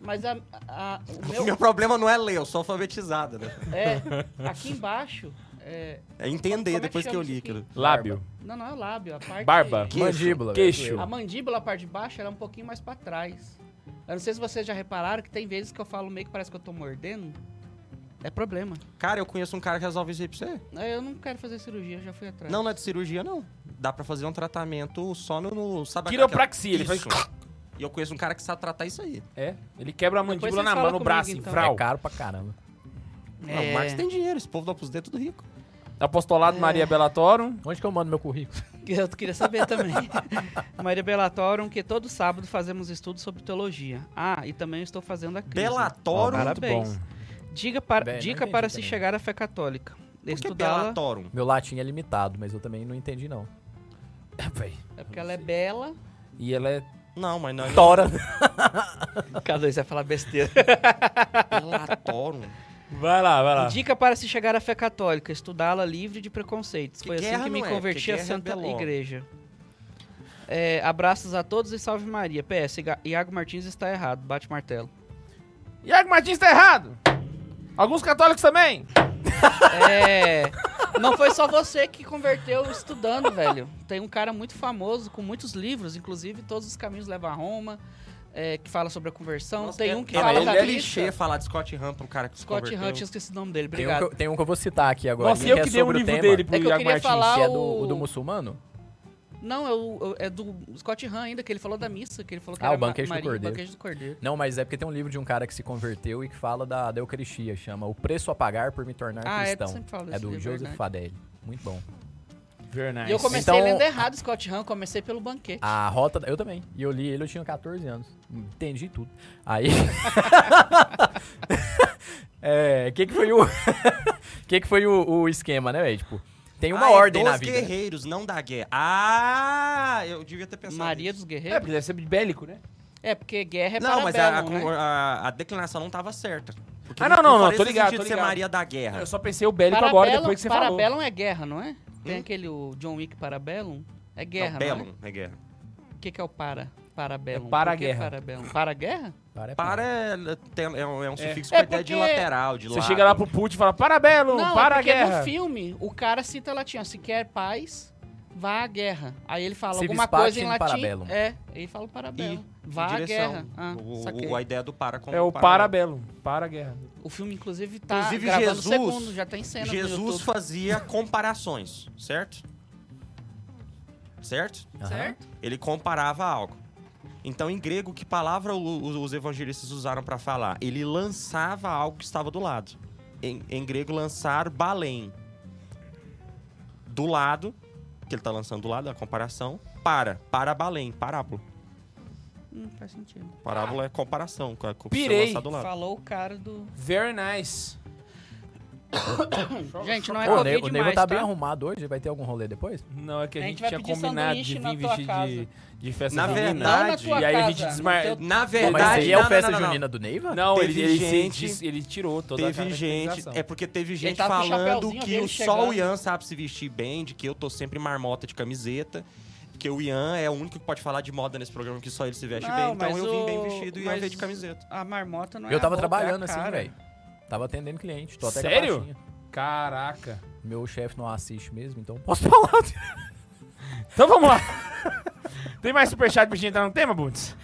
Mas a, a- o Meu... meu... problema não é ler, eu sou alfabetizado, né? É, aqui embaixo... É, É entender Como é que depois que, chama eu isso li aqui? aquilo. Lábio. não, não é o lábio, a parte... Barba. Queixo. Mandíbula. Queixo. velho. A mandíbula, a parte de baixo, ela é um pouquinho mais pra trás. Eu não sei se vocês já repararam que tem vezes que eu falo meio que parece que eu tô mordendo. É problema. Cara, eu conheço um cara que resolve isso aí pra você. É, Eu não quero fazer cirurgia, eu já fui atrás. Não, não é de cirurgia, não. Dá pra fazer um tratamento só no... no sabe aquela- é- Quiropraxia. Ele faz... Isso. E eu conheço um cara que sabe tratar isso aí. É, ele quebra a Depois mandíbula vocês na mão, no falam comigo, braço, em então. frau. É caro pra caramba. Não, É. o Marcos tem dinheiro, esse povo dá pros dedos tudo rico. Apostolado Maria Belatorum. Onde que eu mando meu currículo? Eu queria saber também. Maria Belatorum, que todo sábado fazemos estudos sobre teologia. Ah, e também eu estou fazendo a crise. Belatorum? Parabéns. Diga para, Bem, não dica entendi para se também. chegar à fé católica. Por que Estudá-la Belatorum? Meu latim é limitado, mas eu também não entendi, não. um é porque ela é bela. E ela é... Não, mas não é Tora. Cada dois vai falar besteira. é Belatorum. Vai lá, vai Ah. lá. Dica para se chegar à fé católica, estudá-la livre de preconceitos. Que Foi assim guerra que me não é, converti porque à guerra é Santa belong. Igreja. É, abraços a todos e salve Maria. PS, Iga- Iago Martins está errado, bate martelo. Iago Martins tá errado. Alguns católicos também. É, não foi só você que converteu estudando, velho. Tem um cara muito famoso com muitos livros, inclusive Todos os Caminhos Levam a Roma, é, que fala sobre a conversão. Nossa, Tem é- um que é, fala mas da é missa. clichê falar de Scott Ham pra um cara que se Scott converteu. Hunt, é eu esqueci o nome dele, Tem um, que obrigado. eu, tem um que eu vou citar aqui agora. Nossa, que eu é que dei o sobre livro tema, dele É pro que eu Iago queria Martins. falar Que é o- do, o do muçulmano? Não, é, o- o- é do Scott Han ainda, que ele falou da missa, que ele falou que Ah, era o Banquete Ma- do Maria, Cordeiro. Banquete do Cordeiro. Não, mas é porque tem um livro de um cara que se converteu e que fala da, da Eucaristia, chama O Preço a Pagar por Me Tornar Ah, é, tu Cristão. sempre fala É desse do livro, Joseph verdade. Fadelli. Muito bom. Verdade. E eu comecei Então- lendo errado Scott Han, comecei pelo banquete. A rota. da- Eu também. E eu li ele, eu tinha 14 anos. Entendi tudo. Aí. é. O que, que foi o. O que, que foi o, o esquema, né, velho? Tipo, tem uma Ah, é ordem dos na vida. né? guerreiros, não da guerra. Ah, eu devia ter pensado Maria nisso. dos É, Guerreiros? porque deve ser bélico, né? É, porque guerra é Não, para mas a, a, Bellum, né? a- a declinação não tava certa. Porque Ah, não, não, não, faria tô esse ligado, sentido tô ser ligado. Maria da Guerra. É. Eu só pensei o bélico Parabellum- agora, depois que você falou. Parabellum é guerra, não é? Tem Hum? aquele o John Wick Parabellum. É não, guerra, não, Bellum é guerra. é? O que, que é o para? Parabellum. É para Por que guerra. Parabellum? Para guerra? Para. é Para para. é, tem- é um, é um sufixo É com a ideia de porque lateral, de Você lado. chega lá pro Putin e fala, parabelo, não, para é a porque guerra. no filme o cara cita latim, ó, se quer paz, vá à guerra. Aí ele fala Civis alguma coisa pacem em latim. Parabellum. É, aí fala o Parabellum. E Vá à direção. guerra. Ah, O- o- saquei. a ideia do para como É o parabelo, para a guerra. O filme, inclusive, tá Inclusive, gravando Jesus- segundo, já tem cena no Jesus YouTube. fazia comparações, certo? Certo? Certo? Ele comparava algo. Então, em grego, que palavra o- o- os evangelistas usaram para falar? Ele lançava algo que estava do lado. Em, em grego, lançar balém. Do lado, que ele tá lançando do lado, é a comparação, para. Para balém, parábola. Hum, faz sentido. Parábola é comparação com a com o que você Pirei. lançar do lado. Falou o cara do... Very nice. Gente, não é Pô, o Covid Nego, o Nego mais, tá bem arrumado hoje, vai ter algum rolê depois? Não, é que a, A gente, gente vai tinha pedir combinado de sanduíche na vir tua vestir de, de festa Na junina. verdade, Não na tua né? e aí a casa, gente no desmar... teu- Na Pô, mas tá verdade, aí é não, o Festa não, não, não. Junina do Neiva? Não, Teve ele, gente- ele, se- ele tirou toda a Teve gente, caracterização. é porque teve gente tava com o falando chapéuzinho que dele o só o chegando. Ian sabe se vestir bem, de que eu tô sempre marmota de camiseta, que o Ian é o único que pode falar de moda nesse programa, que só ele se veste Não, bem, então mas eu vim bem o- vestido e o Ian mas veio de camiseta. A marmota não é Eu tava a roupa, é a trabalhando assim, cara. velho. Tava atendendo cliente, tô até Sério? com a caixinha. Caraca. Meu chefe não assiste mesmo, então posso falar. Então vamos lá. Tem mais superchat pra gente entrar no tema, Bundes?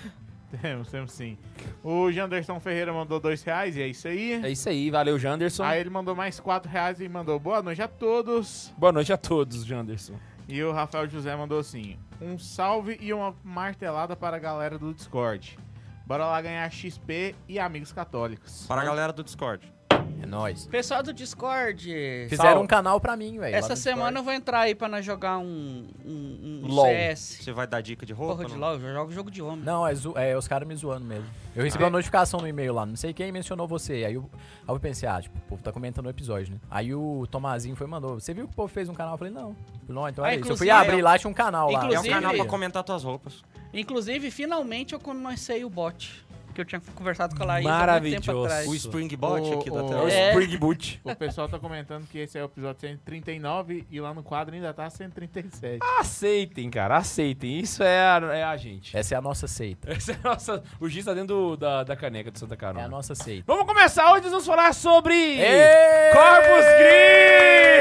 Temos, temos sim. O Janderson Ferreira mandou dois reais e é isso aí. É isso aí, valeu, Janderson. Aí ele mandou mais quatro reais e mandou boa noite a todos. Boa noite a todos, Janderson. E o Rafael José mandou assim: um salve e uma martelada para a galera do Discord. Bora lá ganhar XP e amigos católicos. Para a galera do Discord. É nóis. Pessoal do Discord. Fizeram Sal. um canal pra mim, velho. lá Essa no semana eu Discord. vou entrar aí pra nós jogar um, um, um LOL. CS. Você vai dar dica de roupa? Porra de não? LOL, eu Ah, é? jogo jogo de homem. Não, é, zo- é os caras me zoando mesmo. Eu recebi uma notificação no e-mail lá, não sei quem mencionou você. Aí eu, aí eu pensei, ah, tipo, o povo tá comentando o episódio, né? Aí o Tomazinho foi e mandou, você viu que o povo fez um canal? Eu falei, não. Eu falei, não, então é Ah, isso. Eu fui inclusive- abrir lá, tinha um canal lá. É um Inclusive- canal pra comentar tuas roupas. Inclusive, finalmente eu comecei o bot. Que eu tinha conversado com a Laís há muito tempo Maravilhoso. atrás. O Springbot O- aqui o- da É. o tela. Spring Boot. O pessoal tá comentando que esse é o episódio 139 e lá no quadro ainda tá 137. Aceitem, cara, aceitem. Isso é a, é a gente. Essa é a nossa seita. Essa é a nossa. O giz tá dentro do- da, da caneca de Santa É Carona. a nossa seita. Vamos começar hoje, nós vamos falar sobre. Ê! Corpus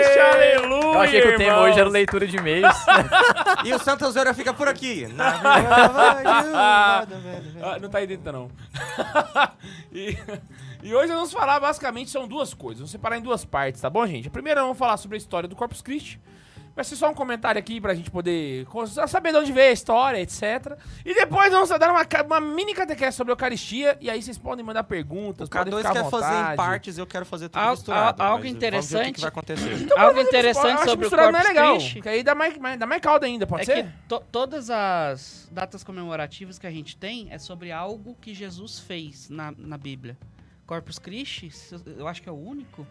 Christi! Aleluia! Eu achei que o tema irmãos. hoje era leitura de e-mails. E o Santa Zora fica por aqui. Na- Ah, não tá aí dentro, não. e, e hoje nós vamos falar, basicamente, são duas coisas. Vamos separar em duas partes, tá bom, gente? A primeira, nós vamos falar sobre a história do Corpus Christi. Vai ser só um comentário aqui pra gente poder cons- saber de onde veio a história, etc. E depois nós vamos dar uma, ca- uma mini catequese sobre a Eucaristia. E aí vocês podem mandar perguntas, O K2 podem ficar à quer fazer em vontade. partes, eu quero fazer tudo Al- misturado. al- mas Vamos algo ver o interessante. que que vai acontecer. Então, Algo vamos fazer interessante misturado. Eu acho sobre o misturado é mais Corpus legal, Christi. Que aí dá mais, mais- dá mais caldo ainda, pode é ser? que to- todas as datas comemorativas que a gente tem é sobre algo que Jesus fez na, na Bíblia. Corpus Christi, se eu- eu acho que é o único,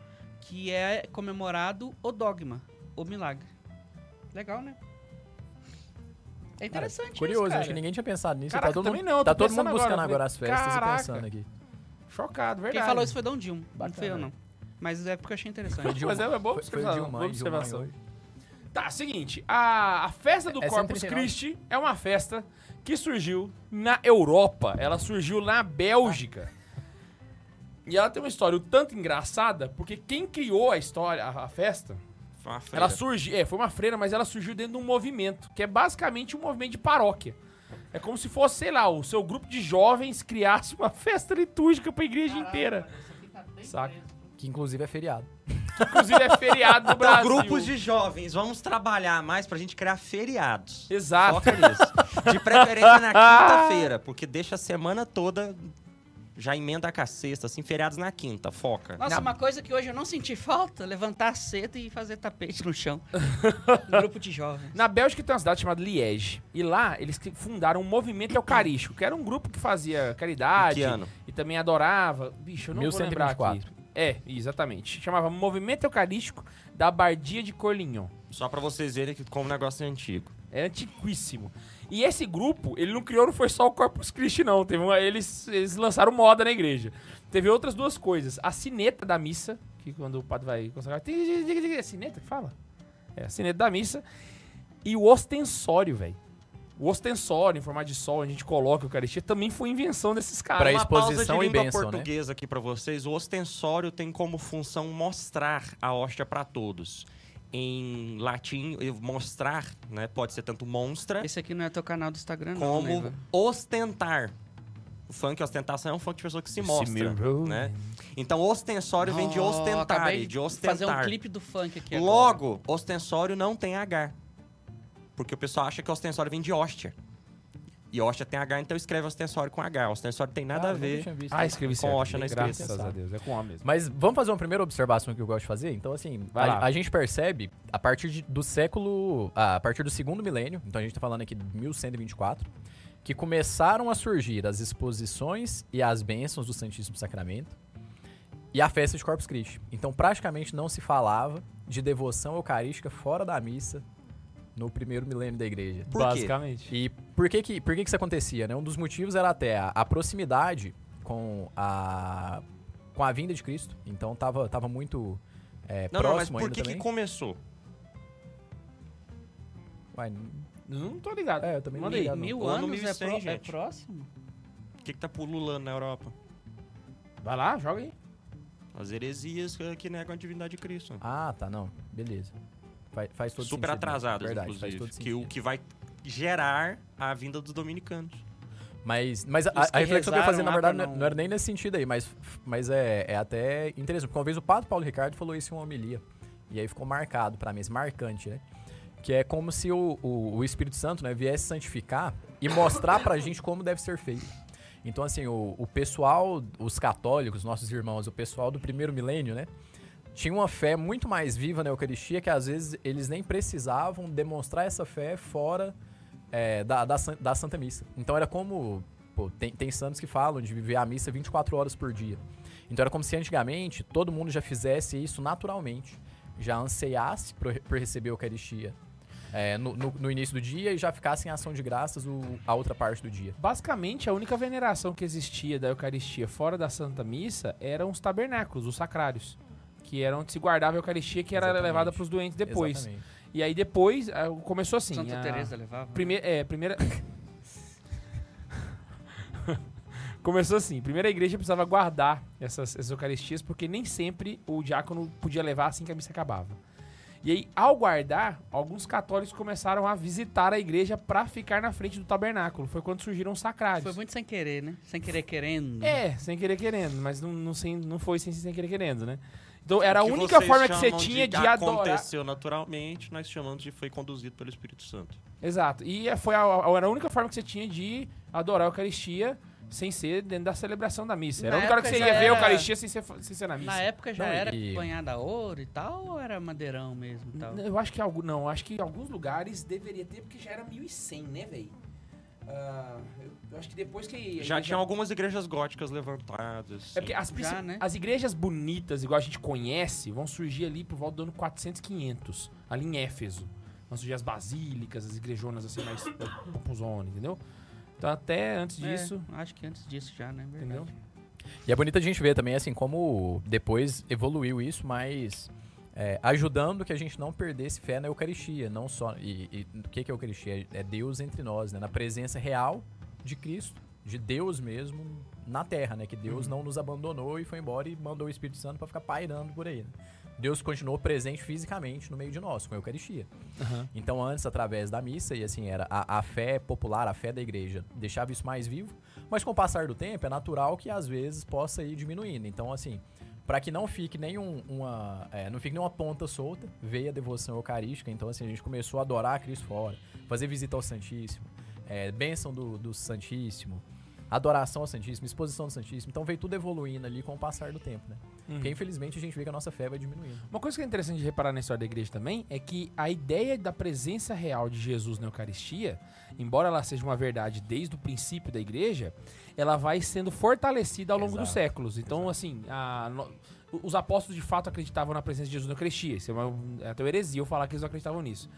que é comemorado o dogma, o milagre. Legal, né? É interessante Curioso, isso, cara. acho que ninguém tinha pensado nisso. Caraca, tá todo também mundo, não, eu tô tá todo mundo pensando buscando agora, agora, eu falei, as festas caraca. e pensando aqui. Chocado, verdade. Quem falou isso foi Dom Dilma, Bacana. não foi eu não. Mas é porque eu achei Foi interessante. de Mas é, é boa foi- foi observação, de uma, boa de uma observação. hoje. Tá, seguinte, a, a festa do É Corpus 139. Christi é uma festa que surgiu na Europa, ela surgiu na Bélgica. E ela tem uma história um tanto engraçada, porque quem criou a história, a, a festa, Foi uma ela freira. surgiu, é, foi uma freira, mas ela surgiu dentro de um movimento, que é basicamente um movimento de paróquia. É como se fosse, sei lá, o seu grupo de jovens criasse uma festa litúrgica pra igreja inteira. Saca? Que inclusive é feriado. Inclusive é feriado no Então, Brasil. grupos de jovens, vamos trabalhar mais pra gente criar feriados. Exato. Ah! Foca nisso. De preferência na quinta-feira, porque deixa a semana toda já emenda com a sexta, assim, feriados na quinta, foca. Nossa, uma coisa que hoje eu não senti falta, levantar cedo e fazer tapete no chão. Grupo de jovens. Na Bélgica tem uma cidade chamada Liège. E lá eles cri- fundaram um movimento eucarístico, que era um grupo que fazia caridade Que ano? e também adorava. Bicho, eu não vou lembrar 1124. aqui. É, exatamente. Chamava Movimento Eucarístico da Bardia de Corlignon. Só pra vocês verem que como o negócio é antigo. É antiquíssimo. E esse grupo, ele não criou, não foi só o Corpus Christi, não. Teve uma- eles, eles lançaram moda na igreja. Teve outras duas coisas. A sineta da missa, que quando o padre vai consagrar... tem- tem- tem- tem- É sineta que fala? É, a sineta da missa. E o ostensório, velho. O ostensório, em formato de sol, onde a gente coloca o Eucaristia, também foi invenção desses caras. Pra uma exposição pausa de e língua bênção, né? portuguesa aqui pra vocês. O ostensório tem como função mostrar a hóstia pra todos. Em latim, eu- mostrar, né, pode ser tanto monstra Esse aqui não é teu canal do Instagram, não, né, como Ivan? ostentar. O funk ostentação é um funk de pessoa que se mostra, mirrou, né? Então, ostensório vem de Ó, ostentar, acabei de Fazer um ostentar. clipe do funk aqui agora. Logo, ostensório não tem H. Porque o pessoal acha que ostensório vem de hóstia. E hóstia tem H, então escreve ostensório com H. Ostensório tem nada a Ah, eu nunca ver. tinha visto Ah, isso. escrevi Com certo. Osha na escrita, Graças a sabe? Deus, é com A mesmo. Mas vamos fazer uma primeira observação que eu gosto de fazer? Então, assim, Vai lá. a, a gente percebe, a partir de- do século... ah, A partir do segundo milênio, então a gente tá falando aqui de 1124, que começaram a surgir as exposições e as bênçãos do Santíssimo Sacramento e a festa de Corpus Christi. Então, praticamente não se falava de devoção eucarística fora da missa no primeiro milênio da igreja. Por quê? Basicamente. E por que que, por que que isso acontecia, né? Um dos motivos era até a, a proximidade com a com a vinda de Cristo. Então tava, tava muito é, Não, não, mas próximo por ainda que, que também. começou? Uai, n- Não tô ligado. É, eu também não Manda aí. ligado. Mil O ano anos 1100, é, pro- é gente. próximo? O que, que tá pululando na Europa? Vai lá, joga aí. As heresias que- que negam a divindade de Cristo. ah, tá, não. Beleza. Faz, faz todo Super sentido, né? atrasadas, Verdade, inclusive. Faz todo que o sentido. que vai gerar a vinda dos dominicanos. Mas, mas a, Os que a reflexão que eu ia fazer, rezaram na lá verdade, pra não... não- era nem nesse sentido aí, mas, mas é, é até interessante. Porque uma vez o Padre Paulo Ricardo falou isso em uma homilia. E aí ficou marcado pra mim, esse marcante, né? Que é como se o, o, o Espírito Santo né, viesse santificar e mostrar pra gente como deve ser feito. Então, assim, o, o pessoal, os católicos, nossos irmãos, o pessoal do primeiro milênio, né? Tinha uma fé muito mais viva na Eucaristia que às vezes eles nem precisavam demonstrar essa fé fora é, da, da, san- da Santa Missa. Então era como. pô, tem, tem santos que falam de viver a missa 24 horas por dia. Então era como se antigamente todo mundo já fizesse isso naturalmente. Já anseiasse por, por receber a Eucaristia é, no, no- no início do dia e já ficasse em ação de graças o- a outra parte do dia. Basicamente, a única veneração que existia da Eucaristia fora da Santa Missa eram os tabernáculos, os sacrários. Que eram onde se guardava a Eucaristia, que era Exatamente. levada para os doentes depois. Exatamente. E aí depois, ah, começou assim. Santa a- Teresa levava? né? Primeira, é, primeira. Começou assim: primeiro a igreja precisava guardar essas, essas Eucaristias, porque nem sempre o diácono podia levar assim que a missa acabava. E aí, ao guardar, alguns católicos começaram a visitar a igreja pra ficar na frente do tabernáculo. Foi quando surgiram os sacrários. Foi muito sem querer, né? Sem querer querendo. É, sem querer querendo, mas não, não, sem, não foi sem, sem querer querendo, né? Então era a O que única vocês forma que você chamam tinha de, adorar. aconteceu naturalmente, nós chamamos de foi conduzido pelo Espírito Santo. Exato. E é- foi a, a- era a única forma que você tinha de adorar a Eucaristia sem ser dentro da celebração da missa. Era Na a única hora que época você ia ver já a era- Eucaristia sem ser, sem ser na missa. Na época já Não, era e- banhada a ouro e tal, ou era madeirão mesmo e tal? Eu acho que algo não, acho que em alguns lugares deveria ter porque já era 1100, né, velho? eu, acho que depois que Já tinha algumas igrejas góticas levantadas. É porque as, princi- Já, né? as igrejas bonitas, igual a gente conhece, vão surgir ali por volta do ano 400, 500, ali em Éfeso. Vão surgir as basílicas, as igrejonas assim mais popuzonas, entendeu? Então até antes É, disso, acho que antes disso já, né? Verdade. entendeu? E é bonito a gente ver também, assim, como depois evoluiu isso, mas é, ajudando que a gente não perdesse fé na Eucaristia, não só. E, e o que que é Eucaristia? É Deus entre nós, né? Na presença real de Cristo, de Deus mesmo na Terra, né? Que Deus não nos abandonou e foi embora e mandou o Espírito Santo pra ficar pairando por aí. Né? Deus continuou presente fisicamente no meio de nós, com a Eucaristia. Então, antes, através da missa, e assim, era a, a fé popular, a fé da igreja, deixava isso mais vivo. Mas com o passar do tempo, é natural que às vezes possa ir diminuindo. Então, assim, para que não fique nenhum, uma, é, não fique nenhuma ponta solta, veio a devoção eucarística. Então, assim, a gente começou a adorar a Cristo fora, fazer visita ao Santíssimo, é, bênção do, do Santíssimo, adoração ao Santíssimo, exposição do Santíssimo. Então, veio tudo evoluindo ali com o passar do tempo, né? Porque, infelizmente, a gente vê que a nossa fé vai diminuindo. Uma coisa que é interessante de reparar na história da igreja também é que a ideia da presença real de Jesus na Eucaristia, embora ela seja uma verdade desde o princípio da igreja, ela vai sendo fortalecida ao longo dos Exato, séculos. Então, assim, a- no- os apóstolos de fato acreditavam na presença de Jesus na Eucaristia. Isso é, uma, é até uma heresia eu falar que eles não acreditavam nisso.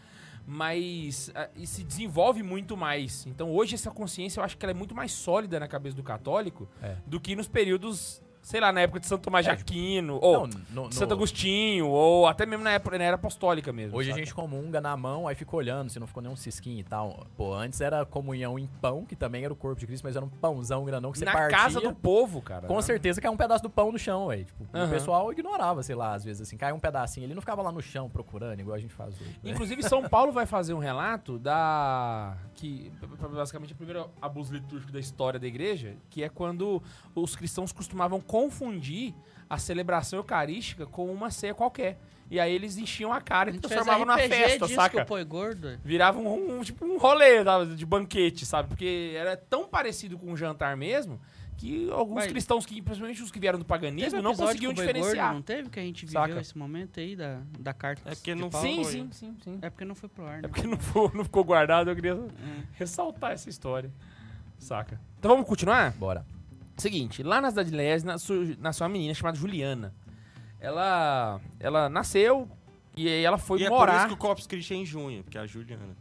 Mas ah, e se desenvolve muito mais. Então, hoje, essa consciência eu acho que ela é muito mais sólida na cabeça do católico É. do que nos períodos, sei lá, na época de Santo Tomás de É, Aquino. ou- Não, no- no- de Santo Agostinho, ou até mesmo na época, na era apostólica mesmo. Hoje a saca? gente comunga na mão, aí fica olhando se não ficou nenhum cisquinho e tal. Pô, antes era comunhão em pão, que também era o corpo de Cristo, mas era um pãozão grandão que você Na partia. casa do povo, cara. Com né? certeza caiu um pedaço do pão no chão, aí. Tipo, Aham. O pessoal ignorava, sei lá, às vezes assim, caiu um pedacinho. Ele não ficava lá no chão procurando, igual a gente faz hoje. né? Inclusive, São Paulo vai fazer um relato da. que basicamente é o primeiro abuso litúrgico da história da igreja, que é quando os cristãos costumavam confundir a celebração eucarística com uma ceia qualquer. E aí eles enchiam a cara A e gente fez transformavam na RPG festa, disso saca? que o Poi Gordo. Virava um, um- tipo um rolê sabe, de banquete, sabe? Porque era tão parecido com um jantar mesmo que alguns Ué, cristãos, que, principalmente os que vieram do paganismo, um não episódio conseguiam com o Boi Gordo, diferenciar. não teve que a gente viveu Saca? esse momento aí da, da carta. É porque de não- Paulo? Sim, Tipo, Sim, foi. sim, sim, sim. É porque não foi pro ar, É né? porque não, ficou- não ficou guardado, eu queria ressaltar essa história. Saca? Então vamos continuar? Bora. Seguinte, lá na cidade de Lésio nasceu nasceu uma menina chamada Juliana. Ela, ela nasceu e aí ela foi e é por morar. isso que o Corpus Christi é em junho, porque é a Juliana.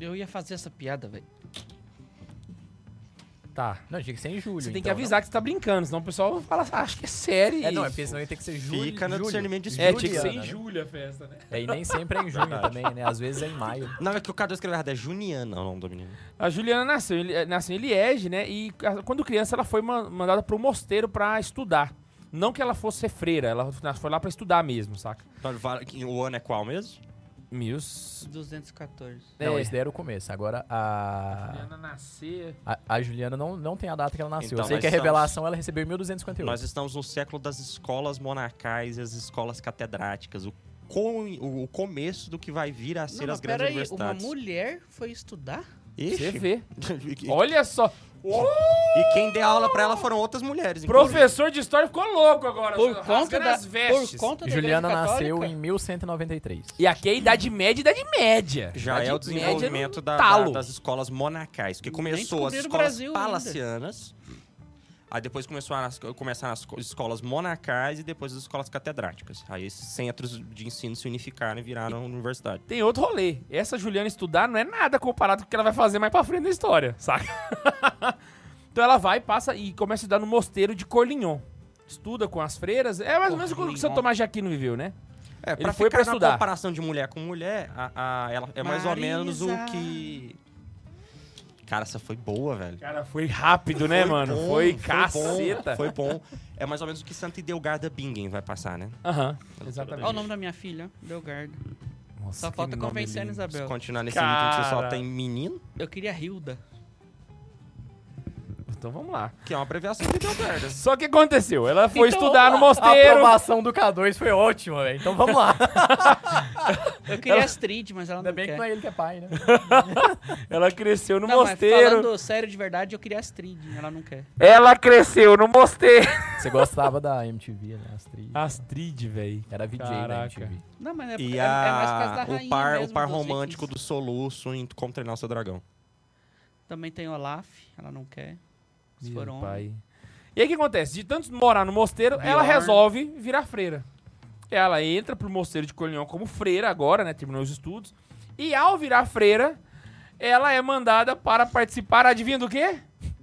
Eu ia fazer essa piada, velho. Tá. Não, tinha que ser em julho. Você tem que então, avisar que você tá brincando, senão o pessoal fala, "Ah, acho que é sério. Não. É, não, é isso." porque senão ia ter que ser julho. Fica no julho. discernimento de É, espírito. tinha que ser em Juliana, né? julho a festa, né? É, e nem sempre é em junho também, né? Às vezes é em maio. Não, é que o Cadu escreveu errado, é Juniana o nome da menina. A Juliana nasceu, em Li- nasceu em Liege, né? E a- quando criança ela foi ma- mandada pro mosteiro pra estudar. Não que ela fosse ser freira, ela foi lá pra estudar mesmo, saca? Então, vale- O ano é qual mesmo? Mills. 214. Não, É. esse daí era o começo. Agora a. Juliana nascer. A, a Juliana não, não tem a data que ela nasceu. Então, Eu sei nós que a estamos- revelação ela recebeu em 1258. Nós estamos no século das escolas monacais e as escolas catedráticas. O, com- o- o começo do que vai vir a ser não, as mas grandes peraí, uma universidades. mulher foi estudar? Você Ixi. vê. E- Olha só. E quem deu aula pra ela foram outras mulheres. inclusive. Professor de história ficou louco agora. Por conta, rasgando da, as vestes. por conta da Juliana Igreja Católica, nasceu em 1193. E aqui é idade média, idade média. Já Idade é média o no um desenvolvimento da- da- talo. das escolas monacais, porque tá Nem começou as descobriram o escolas Brasil ainda. palacianas, aí depois começou as, começaram as co- escolas monacais e depois as escolas catedráticas. Aí esses centros de ensino se unificaram e viraram universidade. Tem outro rolê. Essa Juliana estudar não é nada comparado com o que ela vai fazer mais pra frente na história, saca? então ela vai, passa e começa a estudar no mosteiro de Corlignon. Estuda com as freiras. É mais ou menos o que o Corlignon. Santo Tomás de Aquino viveu, né? É, Ele pra foi ficar pra na estudar. comparação de mulher com mulher, a- a- ela é mais ou menos o Marisa. que... Cara, essa foi boa, velho. Cara, foi rápido, né, Foi mano? bom, foi bom, caceta. Foi bom. É mais ou menos o que Santa Idelgarda Bingen vai passar, né? Aham, Olha o exatamente. nome da minha filha, Belgardo. Nossa, Só falta convencer a Ana Se Isabel. continuar nesse Cara. ritmo que você só tem menino, Eu queria Hilda. Então vamos lá. que é uma abreviação de Idelgarda. Só que aconteceu, ela foi Então, estudar no A mosteiro. aprovação do K2 foi ótima, velho. Então vamos lá. Eu queria Astrid, mas ela Ainda não bem quer. que não é ele que é pai, né? Ela cresceu no Não, mas mosteiro. falando sério de verdade, eu queria Astrid, ela não quer. Ela cresceu no mosteiro. Você gostava da MTV, né? Astrid. Astrid, velho. Era VJ Ah, Caraca. da MTV. Não, mas é, E é- é a, mais por causa da rainha o par, mesmo, o par dos romântico vikings. do soluço em Como Treinar o Seu Dragão. Também tem Olaf, ela não quer. Se for homem. E aí o que acontece? De tanto morar no mosteiro, ela Bjorn. resolve virar freira. Ela entra pro mosteiro de Colignon como freira agora, né? Terminou os estudos. E ao virar freira, ela é mandada para participar, adivinha do quê?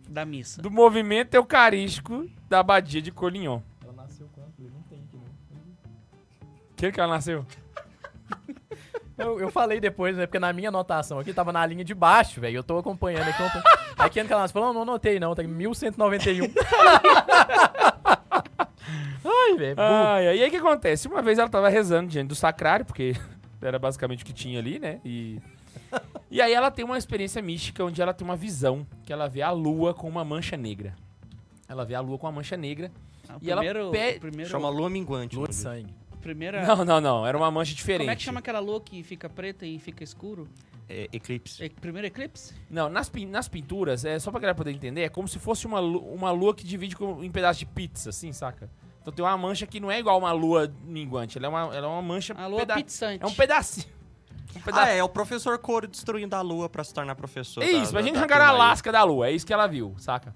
Da missa. Do movimento eucarístico da abadia de Colignon. Ela nasceu quando? Não tem aqui, né? não. Quem que ela nasceu? Eu, eu falei depois, né? Porque na minha anotação aqui tava na linha de baixo, velho. Eu tô acompanhando aqui. eu tô- Aí Kenan Calas falou, não, não anotei não. Tá aqui 1191. Ai, velho. é burro. Ah, e aí o que acontece? Uma vez ela tava rezando diante do sacrário, porque era basicamente o que tinha ali, né? E, e aí ela tem uma experiência mística onde ela tem uma visão, que ela vê a lua com uma mancha negra. Ela vê a lua com uma mancha negra. Ah, o E ela primeiro, pe- o primeiro, Chama Lua Minguante. Lua mano. de sangue. primeira, Não, não, não. Era uma mancha É. Como é diferente. que chama aquela lua que fica preta e fica escuro? É, eclipse. E- Primeiro eclipse? Não, nas, pin- nas pinturas, é só pra galera poder entender, é como se fosse uma, lu- uma lua que divide com- em pedaços de pizza, assim, saca? Então tem uma mancha que não é igual uma lua minguante, ela é uma, ela é uma mancha... A lua peda- pizzante. É um pedacinho. Um peda- Ah, é, é o professor Coro destruindo a Lua pra se tornar professor. É isso, mas a da, da- gente da arrancar a turma aí. lasca da lua, é isso que ela viu, saca?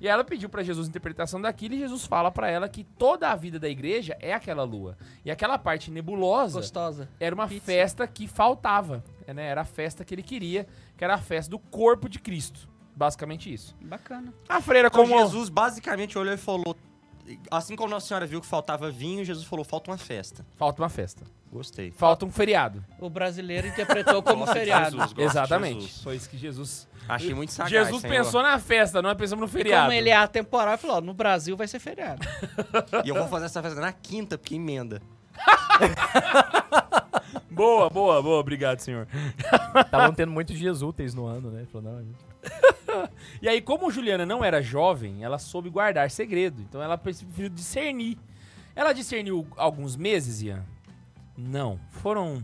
E aí ela pediu pra Jesus a interpretação daquilo e Jesus fala pra ela que toda a vida da igreja é aquela lua. E aquela parte nebulosa Gostosa. era uma Pizza. festa que faltava, né? Era a festa que ele queria, que era a festa do corpo de Cristo. Basicamente isso. Bacana. A freira Então É como Jesus basicamente olhou e falou... Assim como Nossa Senhora viu que faltava vinho, Jesus falou, falta uma festa. falta uma festa. Gostei. Falta um feriado. O brasileiro interpretou como Gosto de feriado. Jesus, gosto de Exatamente. Jesus. Foi isso que Jesus. Achei muito sagaz, Jesus Senhor. pensou na festa, não pensamos no E feriado. como ele é atemporal, ele falou, ó, no Brasil vai ser feriado. E eu vou fazer essa festa na quinta, porque emenda. Tá Boa, boa, boa, obrigado, senhor. Estavam tendo muitos dias úteis no ano, né? Ele Falou, não, gente. E aí, como Juliana não era jovem, ela soube guardar segredo. Então ela preferiu discernir. Ela discerniu alguns meses, Ian? Não. Foram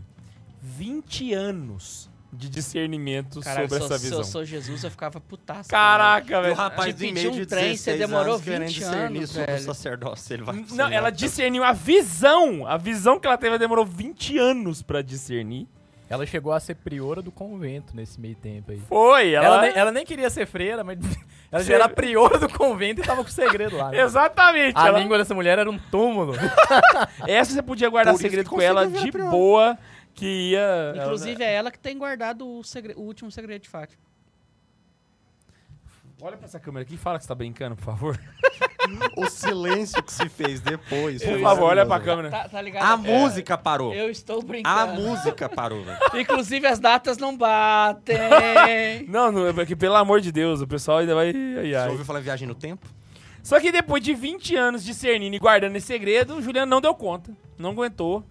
20 anos de discernimento Caralho, sobre se, eu- essa se visão. eu sou Jesus, eu ficava putaço. Caraca, E o velho. rapaz Te do pedi e-mail um de trem, você 16 demorou anos querendo 20 discernir anos, sobre o velho. sacerdócio. Ele vai Não, discernir ela até- discerniu a visão. A visão que ela teve, ela demorou 20 anos pra discernir. Ela chegou a ser priora do convento nesse meio tempo aí. Foi, Ela, ela. nem, ela nem queria ser freira, mas ela Você- já era priora do convento e tava com segredo lá. né? Exatamente. A ela- língua dessa mulher era um túmulo. Essa você podia guardar Por isso segredo que com ela conseguiu de virar pra ela. boa, que ia. Inclusive, é ela que tem guardado o, segre- o último segredo de Fátima. Olha pra essa câmera aqui e fala que você tá brincando, por favor. O silêncio que se fez depois. Por foi favor, olha pra maravilhoso. câmera. Tá, tá ligado? A É, música parou. Eu estou A brincando. música parou, velho. Inclusive, as datas não batem. Não, não, é porque, pelo amor de Deus, o pessoal ainda vai. Ai, Você ai. ouviu falar em Viagem no Tempo? Só que depois de 20 anos discernindo e guardando esse segredo, o Juliano não deu conta. Não aguentou.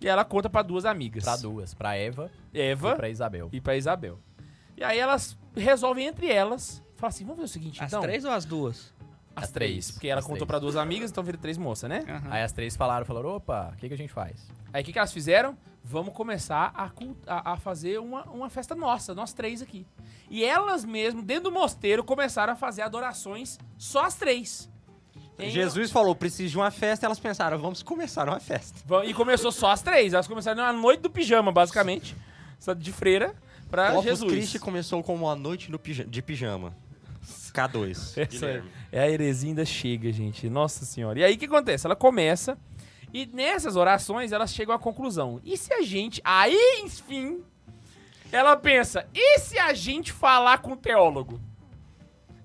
E ela conta pra duas amigas. pra duas, pra Eva Eva e pra Isabel. e pra Isabel. E aí elas resolvem entre elas. Fala assim, vamos ver o seguinte, As então. três ou as duas? As três. Porque ela As contou três. pra duas amigas, então vira três moças, né? Aham. Aí as três falaram, falaram, opa, o que, que a gente faz? Aí o que, que elas fizeram? vamos começar a, cult- a- a fazer uma, uma festa nossa, nós três aqui. E elas mesmo, dentro do mosteiro, começaram a fazer adorações só as três. Tem- Jesus falou, preciso de uma festa. Elas pensaram, vamos começar uma festa. Va- E começou só as três. Elas começaram na noite do pijama, basicamente. Só de freira pra Corpus Ah, Jesus. Christi começou com uma noite no pija- de pijama. K2. Essa é, Guilherme. é a heresia ainda chega, gente. Nossa senhora. E aí o que acontece? Ela começa e nessas orações elas chegam à conclusão. E se a gente. Aí, enfim, ela pensa: e se a gente falar com o teólogo?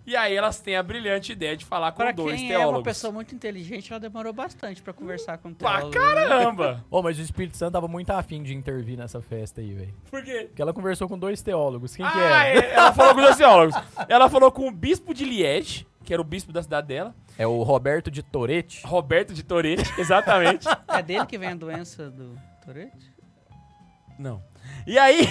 E aí elas têm a brilhante ideia de falar com Pra dois quem é teólogos. uma pessoa muito inteligente, ela demorou bastante pra conversar com o Pra teólogo. né? caramba! Ô, mas o Espírito Santo tava muito afim de intervir nessa festa aí, velho. Por quê? Porque ela conversou com dois teólogos. Quem que Ah, é? é, ela falou com os teólogos. Ela falou com o bispo de Liege, que era o bispo da cidade dela, É o Roberto de Torete. Roberto de Torete, exatamente. É dele que vem a doença do Tourette? Não. E aí,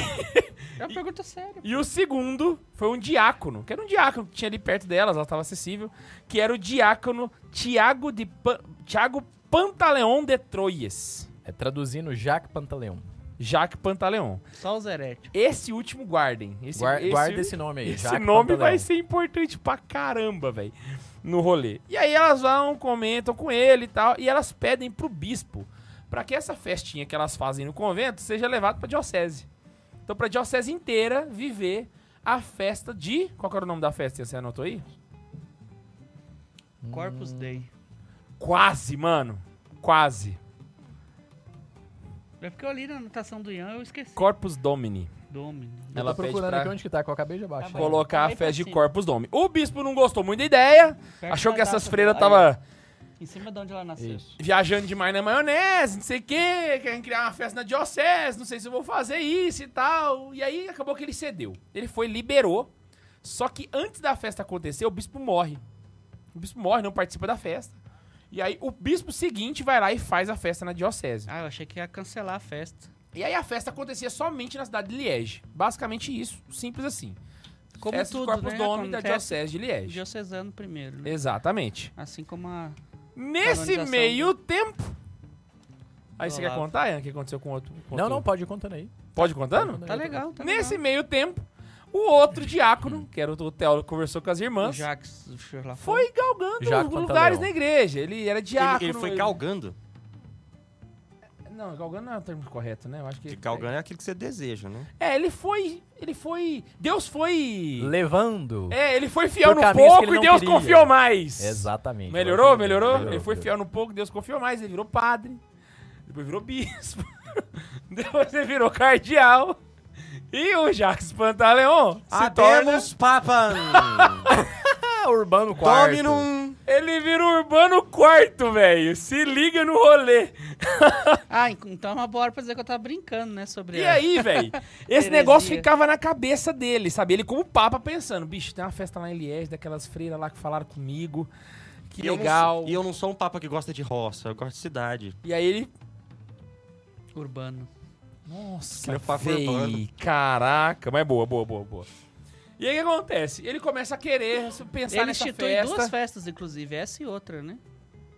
É uma pergunta séria. E o segundo foi um diácono, que era um diácono que tinha ali perto delas, ela estava acessível, que era o diácono Tiago de Pan- Tiago Pantaleon de Troyes. É traduzindo Jacques Pantaleão. Jacques Pantaleon. Só o Zerete. Esse último guardem. Esse, Guar- esse, guarda esse nome aí, tá Esse Jacques nome Pantaleão. vai ser importante pra caramba, velho, no rolê. E aí elas vão, comentam com ele e tal, e elas pedem pro bispo pra que essa festinha que elas fazem no convento seja levada pra diocese. Então pra diocese inteira viver a festa de... Qual que era o nome da festa? Você anotou aí? Corpus Dei. Quase, mano. Quase. É porque eu li na anotação do Ian, eu esqueci. Corpus Domini. Domínio. Eu Ela tô pede procurando pra- aqui onde que tá, que eu acabei de Tá baixar. bom. Colocar a Vai pra festa de cima. Corpus Domini. O bispo não gostou muito da ideia. achou que essas freiras tava... Em cima de onde ela nasceu. Isso. viajando demais na maionese, não sei o quê, querem criar uma festa na diocese, não sei se eu vou fazer isso e tal. E aí acabou que ele cedeu. Ele foi, liberou. Só que antes da festa acontecer, o bispo morre. O bispo morre, não participa da festa. E aí o bispo seguinte vai lá e faz a festa na diocese. Ah, eu achei que ia cancelar a festa. E aí a festa acontecia somente na cidade de Liege. Basicamente isso, simples assim. Como festa tudo, de Corpus né? Domini da Acontece diocese de Liege. Diocesano primeiro, né? Exatamente. Assim como a... Nesse Canonização meio tempo... Aí do você quer Olavo. contar, Ian, o que aconteceu com outro? com Não, outro- não, pode ir contando aí. Pode ir contando? Pode Tá legal, tá Nesse legal. meio tempo, o outro diácono, que era o teólogo que conversou com as O irmãs, Jacques, o Xerlafão. foi galgando Jacques lugares Pantaleão. na igreja. Ele era diácono. Ele, ele foi galgando. Não, galgando não é o termo correto, né? Eu acho que... Que galgando é aquilo que você deseja, né? É, ele foi... Ele foi... Deus foi... Levando. É, ele foi fiel Por no caminhos que pouco ele e não Deus queria. confiou mais. Exatamente. Melhorou, melhorou? Ele foi fiel no pouco, Deus confiou mais. Ele virou padre. Depois virou bispo. depois ele virou cardeal. E o Jacques Pantaleon se torna... um Habemus Papam! Ah, Urbano quarto. Dominum! Ele vira o Urbano Quarto, velho. Se liga no rolê. Ah, en- então é uma boa hora pra dizer que eu tava brincando, né? Sobre E É. a- aí, velho? Esse Heresia. negócio ficava na cabeça dele, sabe? Ele como papa pensando, bicho, tem uma festa lá em Liege, daquelas freiras lá que falaram comigo. Que E eu não legal. sou- E eu não sou um papa que gosta de roça, eu gosto de cidade. E aí ele... Urbano. Nossa, Queria papo véi, urbano. caraca. Mas boa, boa, boa, boa. E aí o que acontece? Ele começa a querer pensar ele nessa institui festa. duas festas, inclusive, essa e outra, né?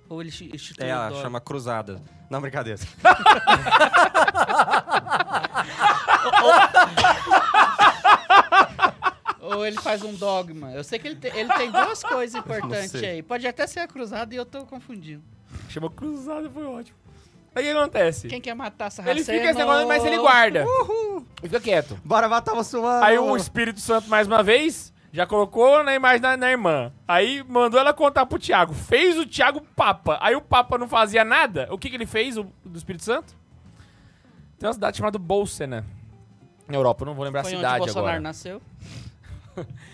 Ou ele chi- institui É, o a Dó- chama cruzada. Não, brincadeira. Ou ele faz um dogma. Eu sei que ele, te- ele tem duas coisas importantes Não sei. aí. Pode até ser a cruzada e eu tô confundindo. Chamou cruzada, foi ótimo. Aí o que acontece? Quem quer matar essa Ele fica esse negócio, mas ele guarda. E fica quieto. Bora matar o suando. Aí o Espírito Santo, mais uma vez, já colocou na imagem da, na irmã. Aí mandou ela contar pro Tiago. Fez o Tiago Papa. Aí o Papa não fazia nada. O que, que ele fez, o, do Espírito Santo? Tem uma cidade chamada Bolsena. Na Europa, eu não vou lembrar Foi a onde cidade Bolsonaro agora. nasceu.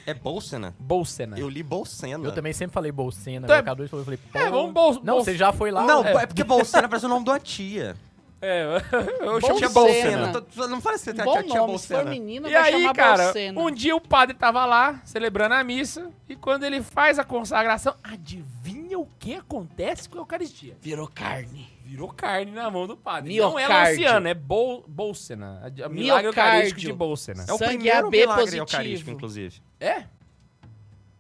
É Bolsena? Bolsena. Eu li Bolsena. Eu também sempre falei Bolsena. Então é- Então, K2 falou, eu falei, pô. É, vamos Bol... Não, Bol- você já foi lá. Não, É. é. porque Bolsena parece o nome de uma tia. É, eu chamo Bolsena. de Bolsena. Eu tô- Não fala que você tem Um Bom a tia nome, se for Bolsena. menina, E vai aí, chamar cara, Bolsena. um dia o padre tava lá, celebrando a missa, e quando ele faz a consagração, adivinha o que acontece com a Eucaristia? Virou carne. Virou carne na mão do padre. Não é Miocárdio. Luciano, é Bol Bolsena. A- a Milagre Miocárdio. eucarístico de Bolsena. É o Sangue primeiro AB milagre positivo. eucarístico, inclusive. É?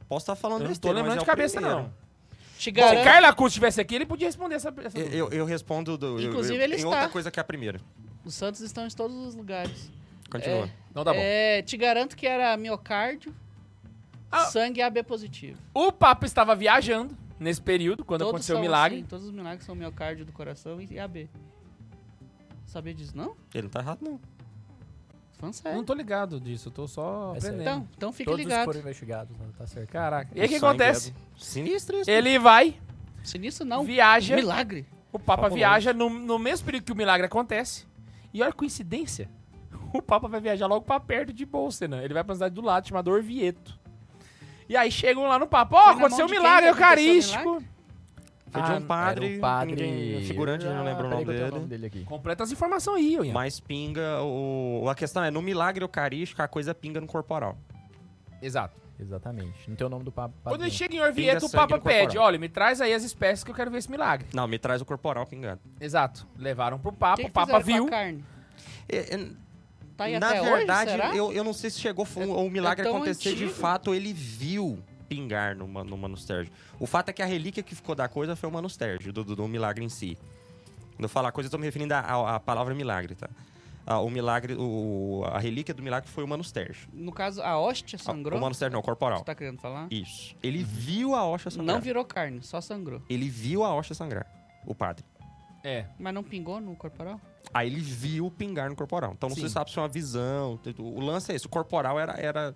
Posso estar Eu falando não tô besteira, mas lembrando de é o cabeça, primeiro. não. Te Bom, se garanto. Carla Cruz estivesse aqui, ele podia responder essa, essa Eu, eu- eu respondo do. eu- Inclusive, eu, ele tem está. outra coisa que é a primeira. Os santos estão em todos os lugares. Continua. Então tá bom. É, te garanto que era miocárdio, Ah. sangue AB positivo. O Papa estava viajando nesse período, quando Todos aconteceu o são milagre. assim, todos os milagres são miocárdio do coração e AB. Sabia disso, não? Ele não tá errado, não. Fã Não sério. tô ligado disso, eu tô só É sério. aprendendo. Então, então fique Todos ligado. foram investigados, né? Tá certo. Caraca. E aí o que O sangue acontece? é Sinistro isso. Ele vai, Se nisso não, viaja, milagre. o Papa Fabuloso. viaja no, no mesmo período que o milagre acontece. E olha que coincidência, o Papa vai viajar logo pra perto de Bolsena. Ele vai pra uma cidade do lado, chamada Orvieto. E aí chegam lá no Papa, ó, Foi na aconteceu mão um de quem milagre que aconteceu o eucarístico. Foi de Ah, um padre. Era o padre... um ninguém- figurante, Ah, não lembro o peraí nome que eu tenho dele. aqui. Completa as informações aí, Ian. Mas pinga o. A questão é, no milagre eucarístico, a coisa pinga no corporal. Exato. Exatamente. Não tem o nome do papo. Quando ele padre, chega em Orvieto, Pinga o Papa sangue no pede, corporal. olha, me traz aí as espécies que eu quero ver esse milagre. Não, me traz o corporal pingando. Exato. Levaram pro O Papa, que o que fizeram Papa com a viu. carne? É, é, Tá aí Na até verdade, hoje, será? eu, eu não sei se chegou fu- É- o milagre é tão acontecer de antigo. fato, ele viu pingar no, ma- no Manustérgio. O fato é que a relíquia que ficou da coisa foi o Manustérgio, do, do, do milagre em si. Quando eu falar coisa, eu tô me referindo à- à à palavra milagre, tá? Ah, o milagre, o, a relíquia do milagre foi o Manustérgio. No caso, a hóstia Ah, sangrou. O Manustérgio não, o corporal. Você tá querendo falar? Isso. Ele viu a hoxa sangrar. Não virou carne, só sangrou. Ele viu a hoxa sangrar, o padre. É. Mas não pingou no corporal? Aí ele viu pingar no corporal. Então não Sim. se sabe se é uma visão. O lance é isso. O corporal era, era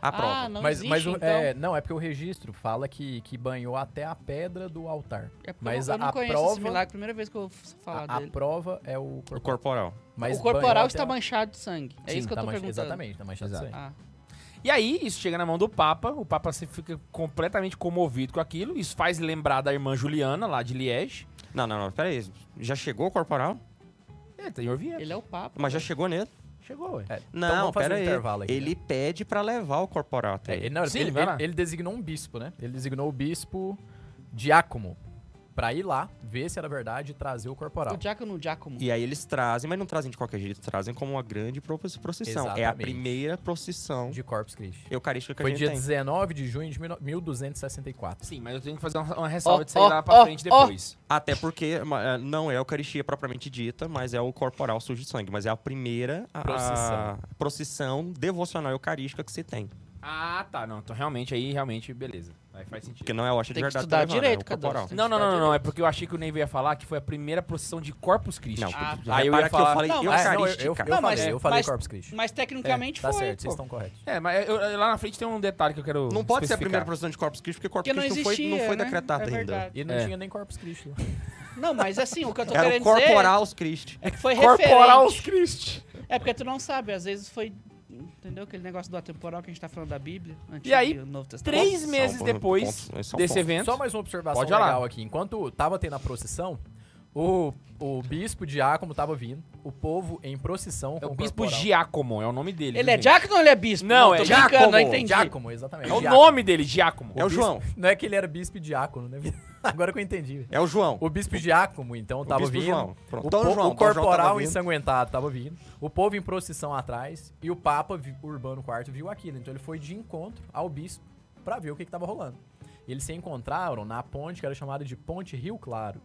a prova. Ah, não mas, existe, mas o- então. é, não, é porque o registro fala que, que banhou até a pedra do altar. É porque mas eu, eu a não conheço prova- esse milagre, primeira vez que eu vou falar A, a dele. prova é o O corporal. corporal. Mas o banhou corporal até está a- manchado de sangue. É Sim, isso que eu tá tô mancha- perguntando. Exatamente, tá manchado de Exato. sangue. Ah, E aí, isso chega na mão do Papa, o Papa se fica completamente comovido com aquilo, isso faz lembrar da irmã Juliana, lá de Liege. Não, não, não. Pera aí. Já chegou o corporal? É, tem Orvieto. ele é o papo. Mas já chegou nele? Chegou, Ah, ué. É, então Não, vamos fazer pera um aí. intervalo aqui, ele pede pra levar o corporal até. É, ele. ele, não, Sim, ele, vai lá. ele- ele designou um bispo, né? Ele designou o bispo Diácomo pra ir lá, ver se era verdade e trazer o O corporal. Diácono, o Diácomo. E aí eles trazem, mas não trazem de qualquer jeito, trazem como uma grande pro- procissão. É a Exatamente. primeira procissão De Corpus Christi. eucarística que Foi a gente dia tem. 19 de junho de 19- 1264. Sim, mas eu tenho que fazer uma, uma ressalva Ó, de sair ó, lá pra ó, frente ó. depois. Até porque ma- eh, não é a eucaristia propriamente dita, mas é o corporal sujo de sangue. Mas é a primeira a- Procissão. a procissão devocional eucarística que se tem. Ah, tá, não. Então realmente aí, realmente, beleza. Aí faz sentido. Porque não é a hoxa de Tem que verdade. estudar tá levando, direito, é o corporal. Cadu. Não, não, não, não, não, é porque eu achei que o Ney ia falar que foi a primeira procissão de Corpus Christi. Não, Ah, ah, aí eu eu ia que eu falar- falei Não, mas- Ah, não, eu, eucarística. eu, eu Não, mas- é, falei, eu falei mas- Corpus Christi. Mas tecnicamente Tá foi, certo, pô. vocês estão corretos. É, mas eu- eu- lá na frente tem um detalhe que eu quero Não pode ser a primeira especificar. procissão de Corpus Christi, porque Corpus Porque não Christi não, existia, foi, não foi né? decretado É ainda. verdade. E não É. tinha nem Corpus Christi lá. Não, mas assim, o que eu tô Era o querendo Corporal Christi. dizer é que foi Corporal referente. Christi. É porque tu não sabe, às vezes foi... Entendeu? Aquele negócio do atemporal que a gente tá falando da Bíblia. Antigo aí, o Novo Testamento. Três São meses pontos- depois pontos- são desse pontos. evento... Só mais uma observação Pode ir lá. legal aqui. Enquanto tava tendo a procissão, o, o bispo Diácomo tava vindo, o povo em procissão É com o bispo um corporal. Giacomo, é o nome dele. Ele viu, é gente? Diácono ou ele é bispo? Não, é tô brincando, não Giacomo, entendi. Giacomo, exatamente. É o Giacomo. nome dele, Giacomo. É o bispo- João. Não é que ele era bispo e diácono, né? Agora que eu entendi. É o João. O bispo diácono, então, tava bispo vindo. João. Pronto. O, Então, po- João, o então, João corporal tava vindo. ensanguentado tava vindo. O povo em procissão atrás. E o Papa vi- Urbano IV viu aquilo. Então ele foi de encontro ao bispo pra ver o que, que tava rolando. Eles se encontraram na ponte que era chamada de Ponte Rio Claro.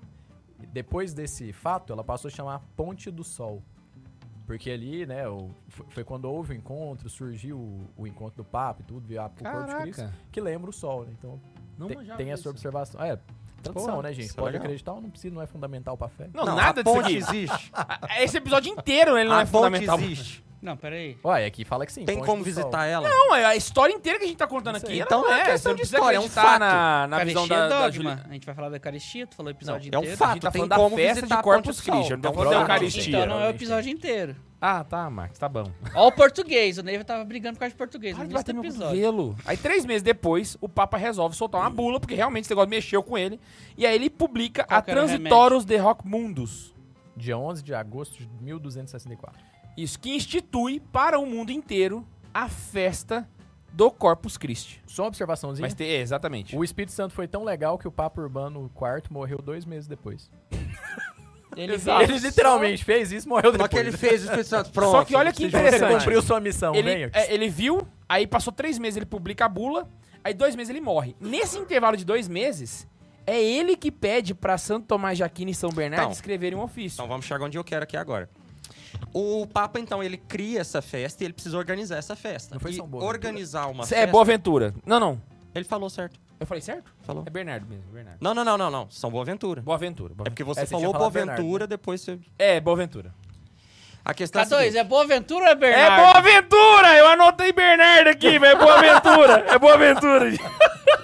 E Depois desse fato, ela passou a chamar Ponte do Sol. Porque ali, né, o- foi- foi quando houve o encontro, surgiu o, o encontro do Papa e tudo, veio a- o corpo de Cristo, Caraca. que lembra o Sol, né? Então Não tem, manjava tem essa disso. observação. É, tradição, Porra, né, gente? isso é Pode legal. acreditar ou não precisa, não é fundamental pra fé. Não, Não, nada a disso ponte aqui. existe. Esse episódio inteiro ele não a é ponte fundamental. existe. Não, peraí. Ué, aqui fala que sim. Tem Ponte como do Sol. visitar ela? Não, é a história inteira que a gente tá contando Isso aqui. aí. ela Então, não não é é, questão você não de precisa história, é um acreditar fato. na, na Eucaristia visão da, da é Juli- dogma. A gente vai falar da Eucaristia, tu falou o episódio Não, é um inteiro. fato. A gente tá tem falando da como festa visitar de a Corpus Ponte do Sol. Christi, eu não tô Então, falando da vamos lá. Eucaristia. Então não é o episódio inteiro. Ah, tá, Max, tá bom. Ó o português, o Neiva tava brigando por causa de português no Para de bater início do meu um episódio. cabelo. Aí, três meses depois, o Papa resolve soltar uma bula, porque realmente esse negócio mexeu com ele. E aí ele publica Qual a que era o Transitoros de Rock Mundus. Dia 11 de agosto de 1264. Isso que institui para o mundo inteiro a festa do Corpus Christi. Só uma observaçãozinha. Mas tem, é, exatamente. O Espírito Santo foi tão legal que o Papa Urbano IV morreu dois meses depois. Ele Exato. veio Ele literalmente fez isso e morreu Só depois. que ele fez o Espírito Santo. Pronto. Só que olha que Você interessante. cumpriu sua missão, ele, venha. é, ele viu, aí passou três meses, ele publica a bula, aí dois meses ele morre. Nesse intervalo de dois meses, é ele que pede pra Santo Tomás de Aquino e São Bernardo Então. escreverem um ofício. Então vamos chegar onde eu quero aqui agora. O Papa, então, ele cria essa festa e ele precisa organizar essa festa. Não foi e São Boaventura? organizar uma Cê festa... É Boaventura. Não, não. Ele falou certo. Eu falei certo? Falou. É Bernardo mesmo, Bernardo. Não, não, não, não, não. São Boaventura. Boaventura. É Boaventura. porque você É, você falou tinha falado Boaventura, Bernardo, depois você... É, Boaventura. A questão é a K2, seguinte, é Boaventura ou tá é assim. É Bernardo? Boaventura! Eu anotei Bernardo aqui, mas é Boaventura. É Boaventura.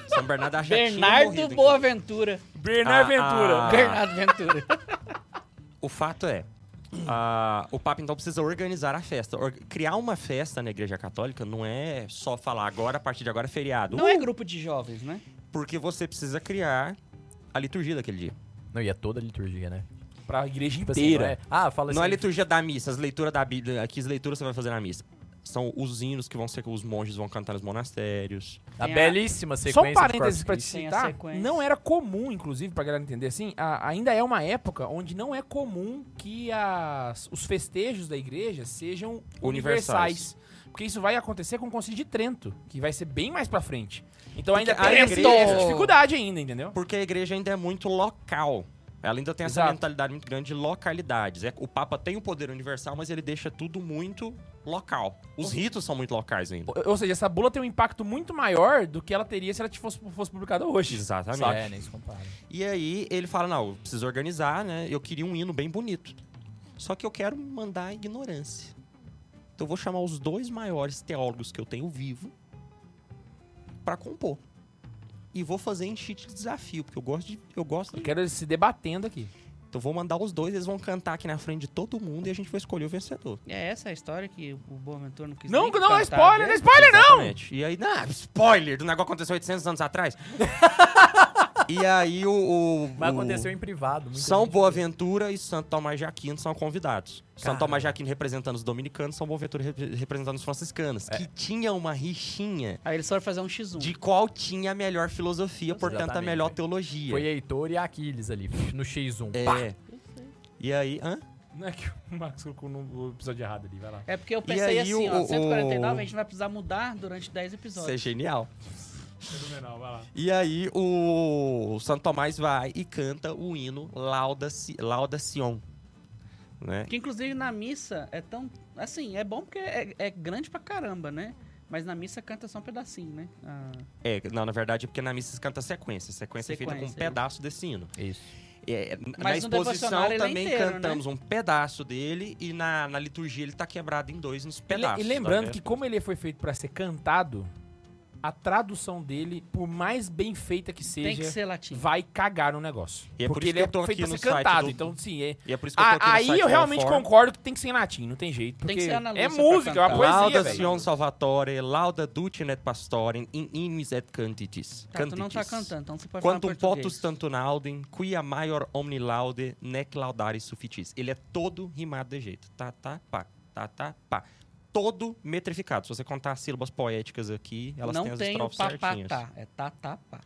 São Bernardo já tinha morrido, é então. Bernardo inclusive. Boaventura. Bernardo Ah, Ventura. ah. Bernardo Ventura. Uh. O fato é, ah, o Papa então precisa organizar a festa. Or- criar uma festa na Igreja Católica não é só falar agora, a partir de agora é feriado. Não é grupo de jovens, né? Porque você precisa criar a liturgia daquele dia. Não, e é toda a liturgia, né? Pra igreja Tipo assim, não inteira. é- ah, fala assim. Não é a liturgia da missa, as leituras da Bíblia, aqui as leituras você vai fazer na missa. São os hinos que vão ser que os monges vão cantar nos monastérios. A Tem a- belíssima Só sequência. um parênteses pra te Christi. Tem a citar, sequência. não era comum, inclusive, pra galera entender assim, a- ainda é uma época onde não é comum que as- os festejos da igreja sejam universais. Universais. Porque isso vai acontecer com o Concílio de Trento, que vai ser bem mais pra frente. Então ainda Porque a tem igreja- essa dificuldade ainda, entendeu? Porque a igreja ainda é muito local. Ela ainda tem essa Exato. mentalidade muito grande de localidades. É, o Papa tem o poder universal, mas ele deixa tudo muito local. Os ritos são muito locais ainda. Ou- Ou seja, essa bula tem um impacto muito maior do que ela teria se ela te fosse, fosse publicada hoje. Exatamente. É, nem se compara. E aí ele fala: não, eu preciso organizar, né? Eu queria um hino bem bonito. Só que eu quero mandar a ignorância. Então eu vou chamar os dois maiores teólogos que eu tenho vivo pra compor. E vou fazer em cheat de desafio, porque eu gosto de. Eu gosto Eu de... quero eles se debatendo aqui. Então eu vou mandar os dois, eles vão cantar aqui na frente de todo mundo e a gente vai escolher o vencedor. É essa a história que o Boaventura não quis Não, nem não é cantar, spoiler, não né? é spoiler, não! Exatamente. E aí, não, spoiler do negócio que aconteceu 800 anos atrás. e aí o. o- Mas o- aconteceu em privado. muita São gente- Boaventura e Santo Tomás de Aquino são convidados. Caramba. Santo Tomás de Aquino representando os dominicanos, São Boaventura repre- representando os franciscanos, É. que tinha uma rixinha Aí eles foram fazer um X1. de qual tinha a melhor filosofia, portanto a Exatamente. melhor teologia. Foi Heitor e Aquiles ali, no X1. é. Pá. E aí, hã? Não é que o Max colocou no episódio errado ali, vai lá. É porque eu pensei aí assim, o- ó, o- 149 a gente vai precisar mudar durante 10 Isso é episódios. genial. Fenomenal, vai lá. E aí o Santo Tomás vai e canta o hino Lauda, Si- Lauda Sion. Né? Que inclusive na missa é tão. Assim, é bom porque é, é grande pra caramba, né? Mas na missa canta só um pedacinho, né? Ah, É, não, na verdade é porque na missa se canta sequência. Sequência, é feita com um Sequência, né? pedaço desse hino. Isso. É, n- na Mas no exposição devocionário ele é também inteiro, cantamos um pedaço dele e na, na liturgia ele tá quebrado em dois nos E le- pedaços. E lembrando tá que vendo? como ele foi feito pra ser cantado, a tradução dele, por mais bem feita que tem seja, que ser assim. latim. vai cagar no negócio. E é por porque isso ele que é eu tô feito aqui pra no ser site cantado, do- então sim, é. E é por isso que eu Ah, coloquei no aí site eu do realmente Alfor, concordo que tem que ser em latim, não tem jeito. Tem Porque que ser Ana é Lúcia pra música, é uma cantar. poesia, Lauda velho. Sion Salvatore, lauda Dulcine et Pastorem, in inis et cantitis. Tá, tu não tá Cantitis. cantando, então você pode Quantum falar português. potus tanto naudem, quia maior omni laude, nec laudare suffitis. Ele é todo rimado de jeito. Tá, tá, pá. Tá, tá, pá. Todo metrificado. Se você contar as sílabas poéticas aqui, elas Não têm as tem o estrofes certinhas. papatá, é tatapá.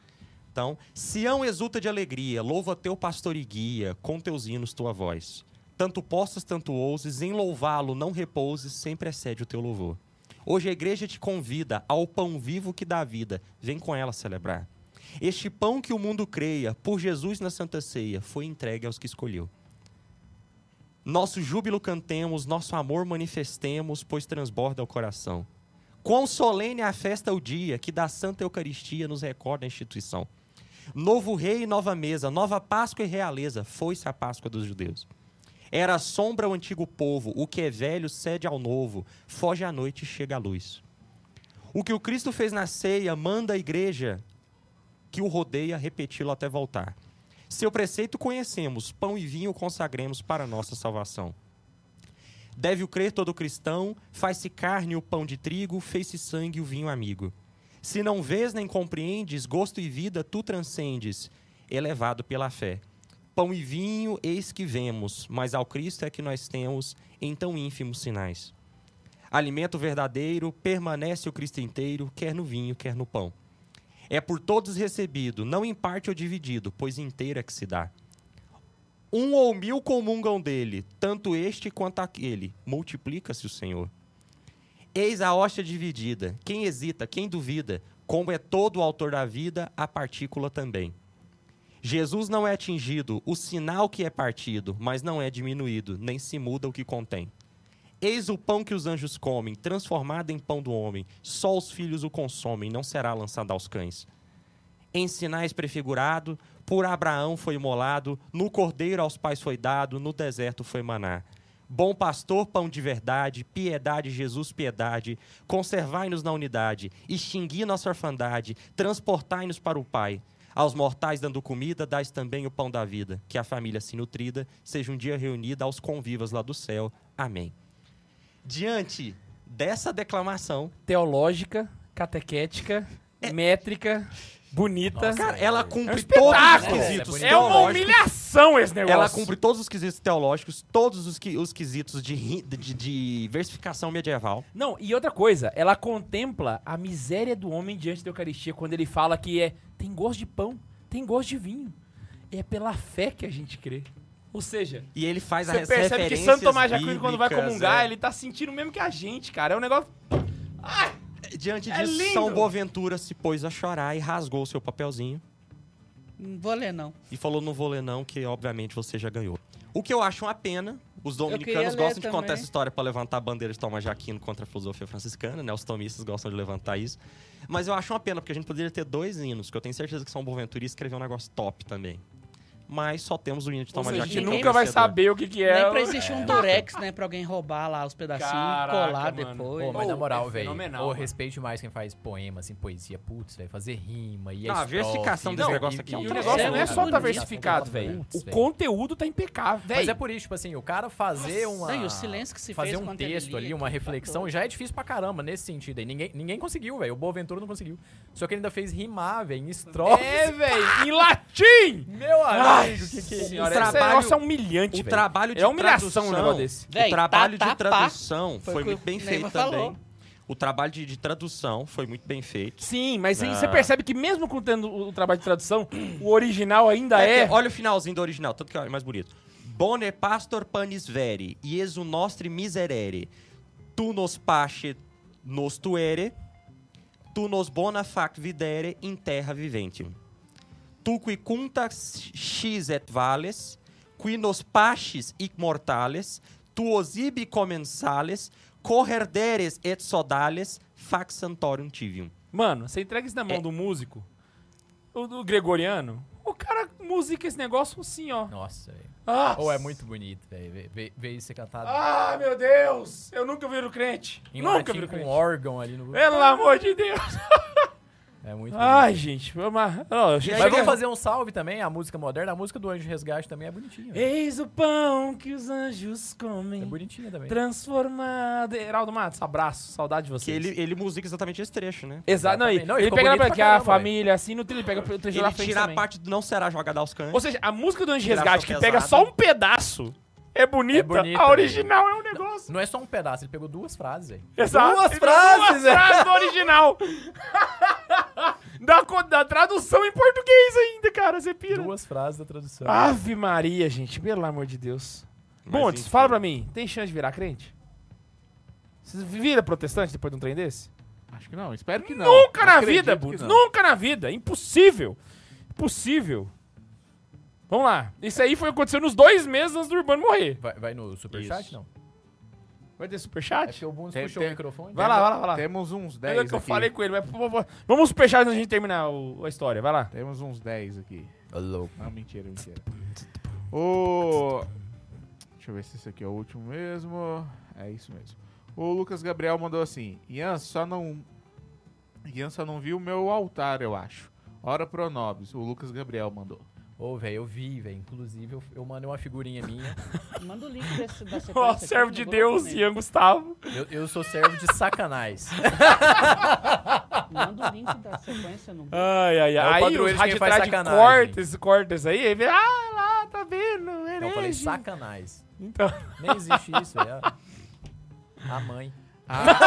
Então, Sião exulta de alegria, louva teu pastor e guia, com teus hinos tua voz. Tanto postas, tanto ouses, em louvá-lo não repouses, sempre excede o teu louvor. Hoje a igreja te convida ao pão vivo que dá vida, vem com ela celebrar. Este pão que o mundo creia, por Jesus na Santa Ceia, foi entregue aos que escolheu. Nosso júbilo cantemos, nosso amor manifestemos, pois transborda o coração. Quão solene é a festa o dia que da Santa Eucaristia nos recorda a instituição. Novo rei e nova mesa, nova Páscoa e realeza, foi-se a Páscoa dos judeus. Era sombra o antigo povo, o que é velho cede ao novo, foge à noite e chega à luz. O que o Cristo fez na ceia, manda a igreja que o rodeia repeti-lo até voltar. Seu preceito conhecemos, pão e vinho consagremos para a nossa salvação. Deve o crer todo cristão, faz-se carne o pão de trigo, fez-se sangue o vinho amigo. Se não vês nem compreendes, gosto e vida tu transcendes, elevado pela fé. Pão e vinho eis que vemos, mas ao Cristo é que nós temos em tão ínfimos sinais. Alimento verdadeiro, permanece o Cristo inteiro, quer no vinho, quer no pão. É por todos recebido, não em parte ou dividido, pois inteiro é que se dá. Um ou mil comungam dele, tanto este quanto aquele. Multiplica-se o Senhor. Eis a hóstia dividida. Quem hesita, quem duvida, como é todo o autor da vida, a partícula também. Jesus não é atingido, o sinal que é partido, mas não é diminuído, nem se muda o que contém. Eis o pão que os anjos comem, transformado em pão do homem. Só os filhos o consomem, não será lançado aos cães. Em sinais prefigurado, por Abraão foi imolado, no cordeiro aos pais foi dado, no deserto foi maná. Bom pastor, pão de verdade, piedade, Jesus, piedade, conservai-nos na unidade, extingui nossa orfandade, transportai-nos para o Pai. Aos mortais dando comida, dais também o pão da vida, que a família se nutrida, seja um dia reunida aos convivas lá do céu. Amém. Diante dessa declamação, Teológica, catequética, métrica, bonita. É um cara, ela cumpre É. todos os é um espetáculo! quesitos É uma teológicos. humilhação esse negócio. Ela cumpre todos os quesitos teológicos, todos os, que, os quesitos de, ri- de, de versificação medieval. Não, e outra coisa, ela contempla a miséria do homem diante da Eucaristia quando ele fala que é tem gosto de pão, tem gosto de vinho. É pela fé que a gente crê. Ou seja, E ele faz Você as percebe que referências Santo Tomás de Aquino, quando vai bíblicas, comungar, é. ele tá sentindo o mesmo que a gente, cara. É um negócio. Diante É disso, lindo! São Boaventura se pôs a chorar e rasgou seu papelzinho. Não vou ler, não. e falou não vou ler não, que obviamente você já ganhou. O que eu acho uma pena, os queria dominicanos ler gostam de contar também. essa história pra levantar a bandeira de Thomas de Aquino contra a filosofia franciscana, né? Os tomistas gostam de levantar isso. Mas eu acho uma pena, porque a gente poderia ter dois hinos, que eu tenho certeza que São Boaventura escreveu um negócio top também. Mas só temos o hino de Ou Thomas seja, de a gente Aquino. que é nunca vai vencedor. saber o que, que é. Nem pra existir um durex, né? Pra alguém roubar lá os pedacinhos, Caraca, colar mano. depois. Pô, mas Ô, na é moral, velho. fenomenal, Ô, mano. respeite mais quem faz poema, assim, poesia. Putz, velho, fazer rima e Não, a estrofe, versificação desse e- negócio e- aqui e é um E o Puta, negócio é né? não é muito só tá bonito. versificado, velho. Putz, O conteúdo tá impecável, Mas é velho. por isso, tipo assim, o cara fazer uma. e o silêncio que se Fazer fez um quando ele texto lia, ali, que uma reflexão, fator. já é difícil pra caramba nesse sentido aí. Ninguém, ninguém conseguiu, velho. O Boaventura não conseguiu. Só que ele ainda fez rimar, velho, em estrofes. É, velho. Em latim! Meu amigo, que que é isso? Senhora, esse trabalho- negócio é humilhante, O velho. trabalho de É humilhação um tradução, negócio desse. Véi, o trabalho tá, de tá, pá. tradução Foi foi, o que muito o bem Neiva feito falou. também. O trabalho de- de tradução foi muito bem feito. Sim, mas aí Ah. você percebe que mesmo contendo o trabalho de tradução, o original ainda é. porque Olha o finalzinho do original, tanto que é mais bonito. Bone pastor panis veri, Iesu nostri miserere, tu nos pace nos tuere, tu nos bona fac videre in terra viventium. Tu qui cunta x et vales, qui nos paces ic mortales, tu osibi comensales, correrderes et sodales, fac santorum tivium. Mano, você entrega isso na mão É. do músico, o do gregoriano, o cara musica esse negócio assim, ó. Nossa, velho. Ah, Ou é muito bonito, velho. Ver- Ver ver isso ser cantado Ah, meu Deus! Eu nunca viro crente. em nunca latim viro com um crente. órgão ali no. Pelo amor de Deus! É muito Ai, gente, foi uma... Ó, chega- Mas vamos fazer um salve também, a música moderna. A música do Anjo Resgate também é bonitinha. velho. Eis o pão que os anjos comem, É bonitinha também. transformado... Heraldo Matos, abraço, saudade de vocês. Que ele, ele musica exatamente esse trecho, né? Exato, não, ele, Exatamente. Não, e ele ficou pega na bonito pra plaquinha, a caramba, família, assim, no ele pega o trecho lá Ele frente tira a também. parte do não será jogada aos cães. Ou seja, a música do Anjo Tiração Resgate, que pesada. pega só um pedaço, é bonita. É bonita, a original é um negócio. Não é só um pedaço, ele pegou duas frases, velho. Exato. Duas Ele pegou frases, Duas velho. frases do original. da, co- da tradução em português ainda, cara. Você pira. Duas frases da tradução. Ave Maria, gente. Pelo amor de Deus. Mas, Montes, enfim. fala pra mim. Tem chance de virar crente? Você vira protestante depois de um trem desse? Acho que não, espero que não. Nunca na Acredito vida, que Bundes. não. Nunca na vida. Impossível. Impossível. Vamos lá. Isso aí foi aconteceu nos dois meses antes do Urbano morrer. Vai, vai no superchat, Isso. não? Vai ter É um superchat? porque o Bundes Tem- puxou tem- o microfone. Vai lá, vai lá, vai lá. Temos uns É 10 o aqui. que eu falei com ele, mas por favor, vamos superchat antes da gente terminar o- a história, vai lá. Temos uns 10 aqui. Ô, louco. Não, mentira, mentira. O... Deixa eu ver se esse aqui é o último mesmo. É isso mesmo. O Lucas Gabriel mandou assim: Ian só não. Ian só não viu o meu altar, eu acho. Ora pro Nobis. O Lucas Gabriel mandou. Ô, velho, eu vi, velho. Inclusive, eu, eu mandei uma figurinha minha. Manda o link desse, da sequência. Ó, aqui, servo eu de vou Deus, também. Ian Gustavo. Eu, eu sou servo de sacanais. Manda o link da sequência no grupo. Ai, ai, É o ai. Aí padroeiro os de quem faz radiotrade sacanagem. corta, esse- corta isso aí, aí vira, ah, lá, tá vendo, Não, eu É um falei herege. sacanais. Então, Nem existe isso, velho. A mãe. Ah,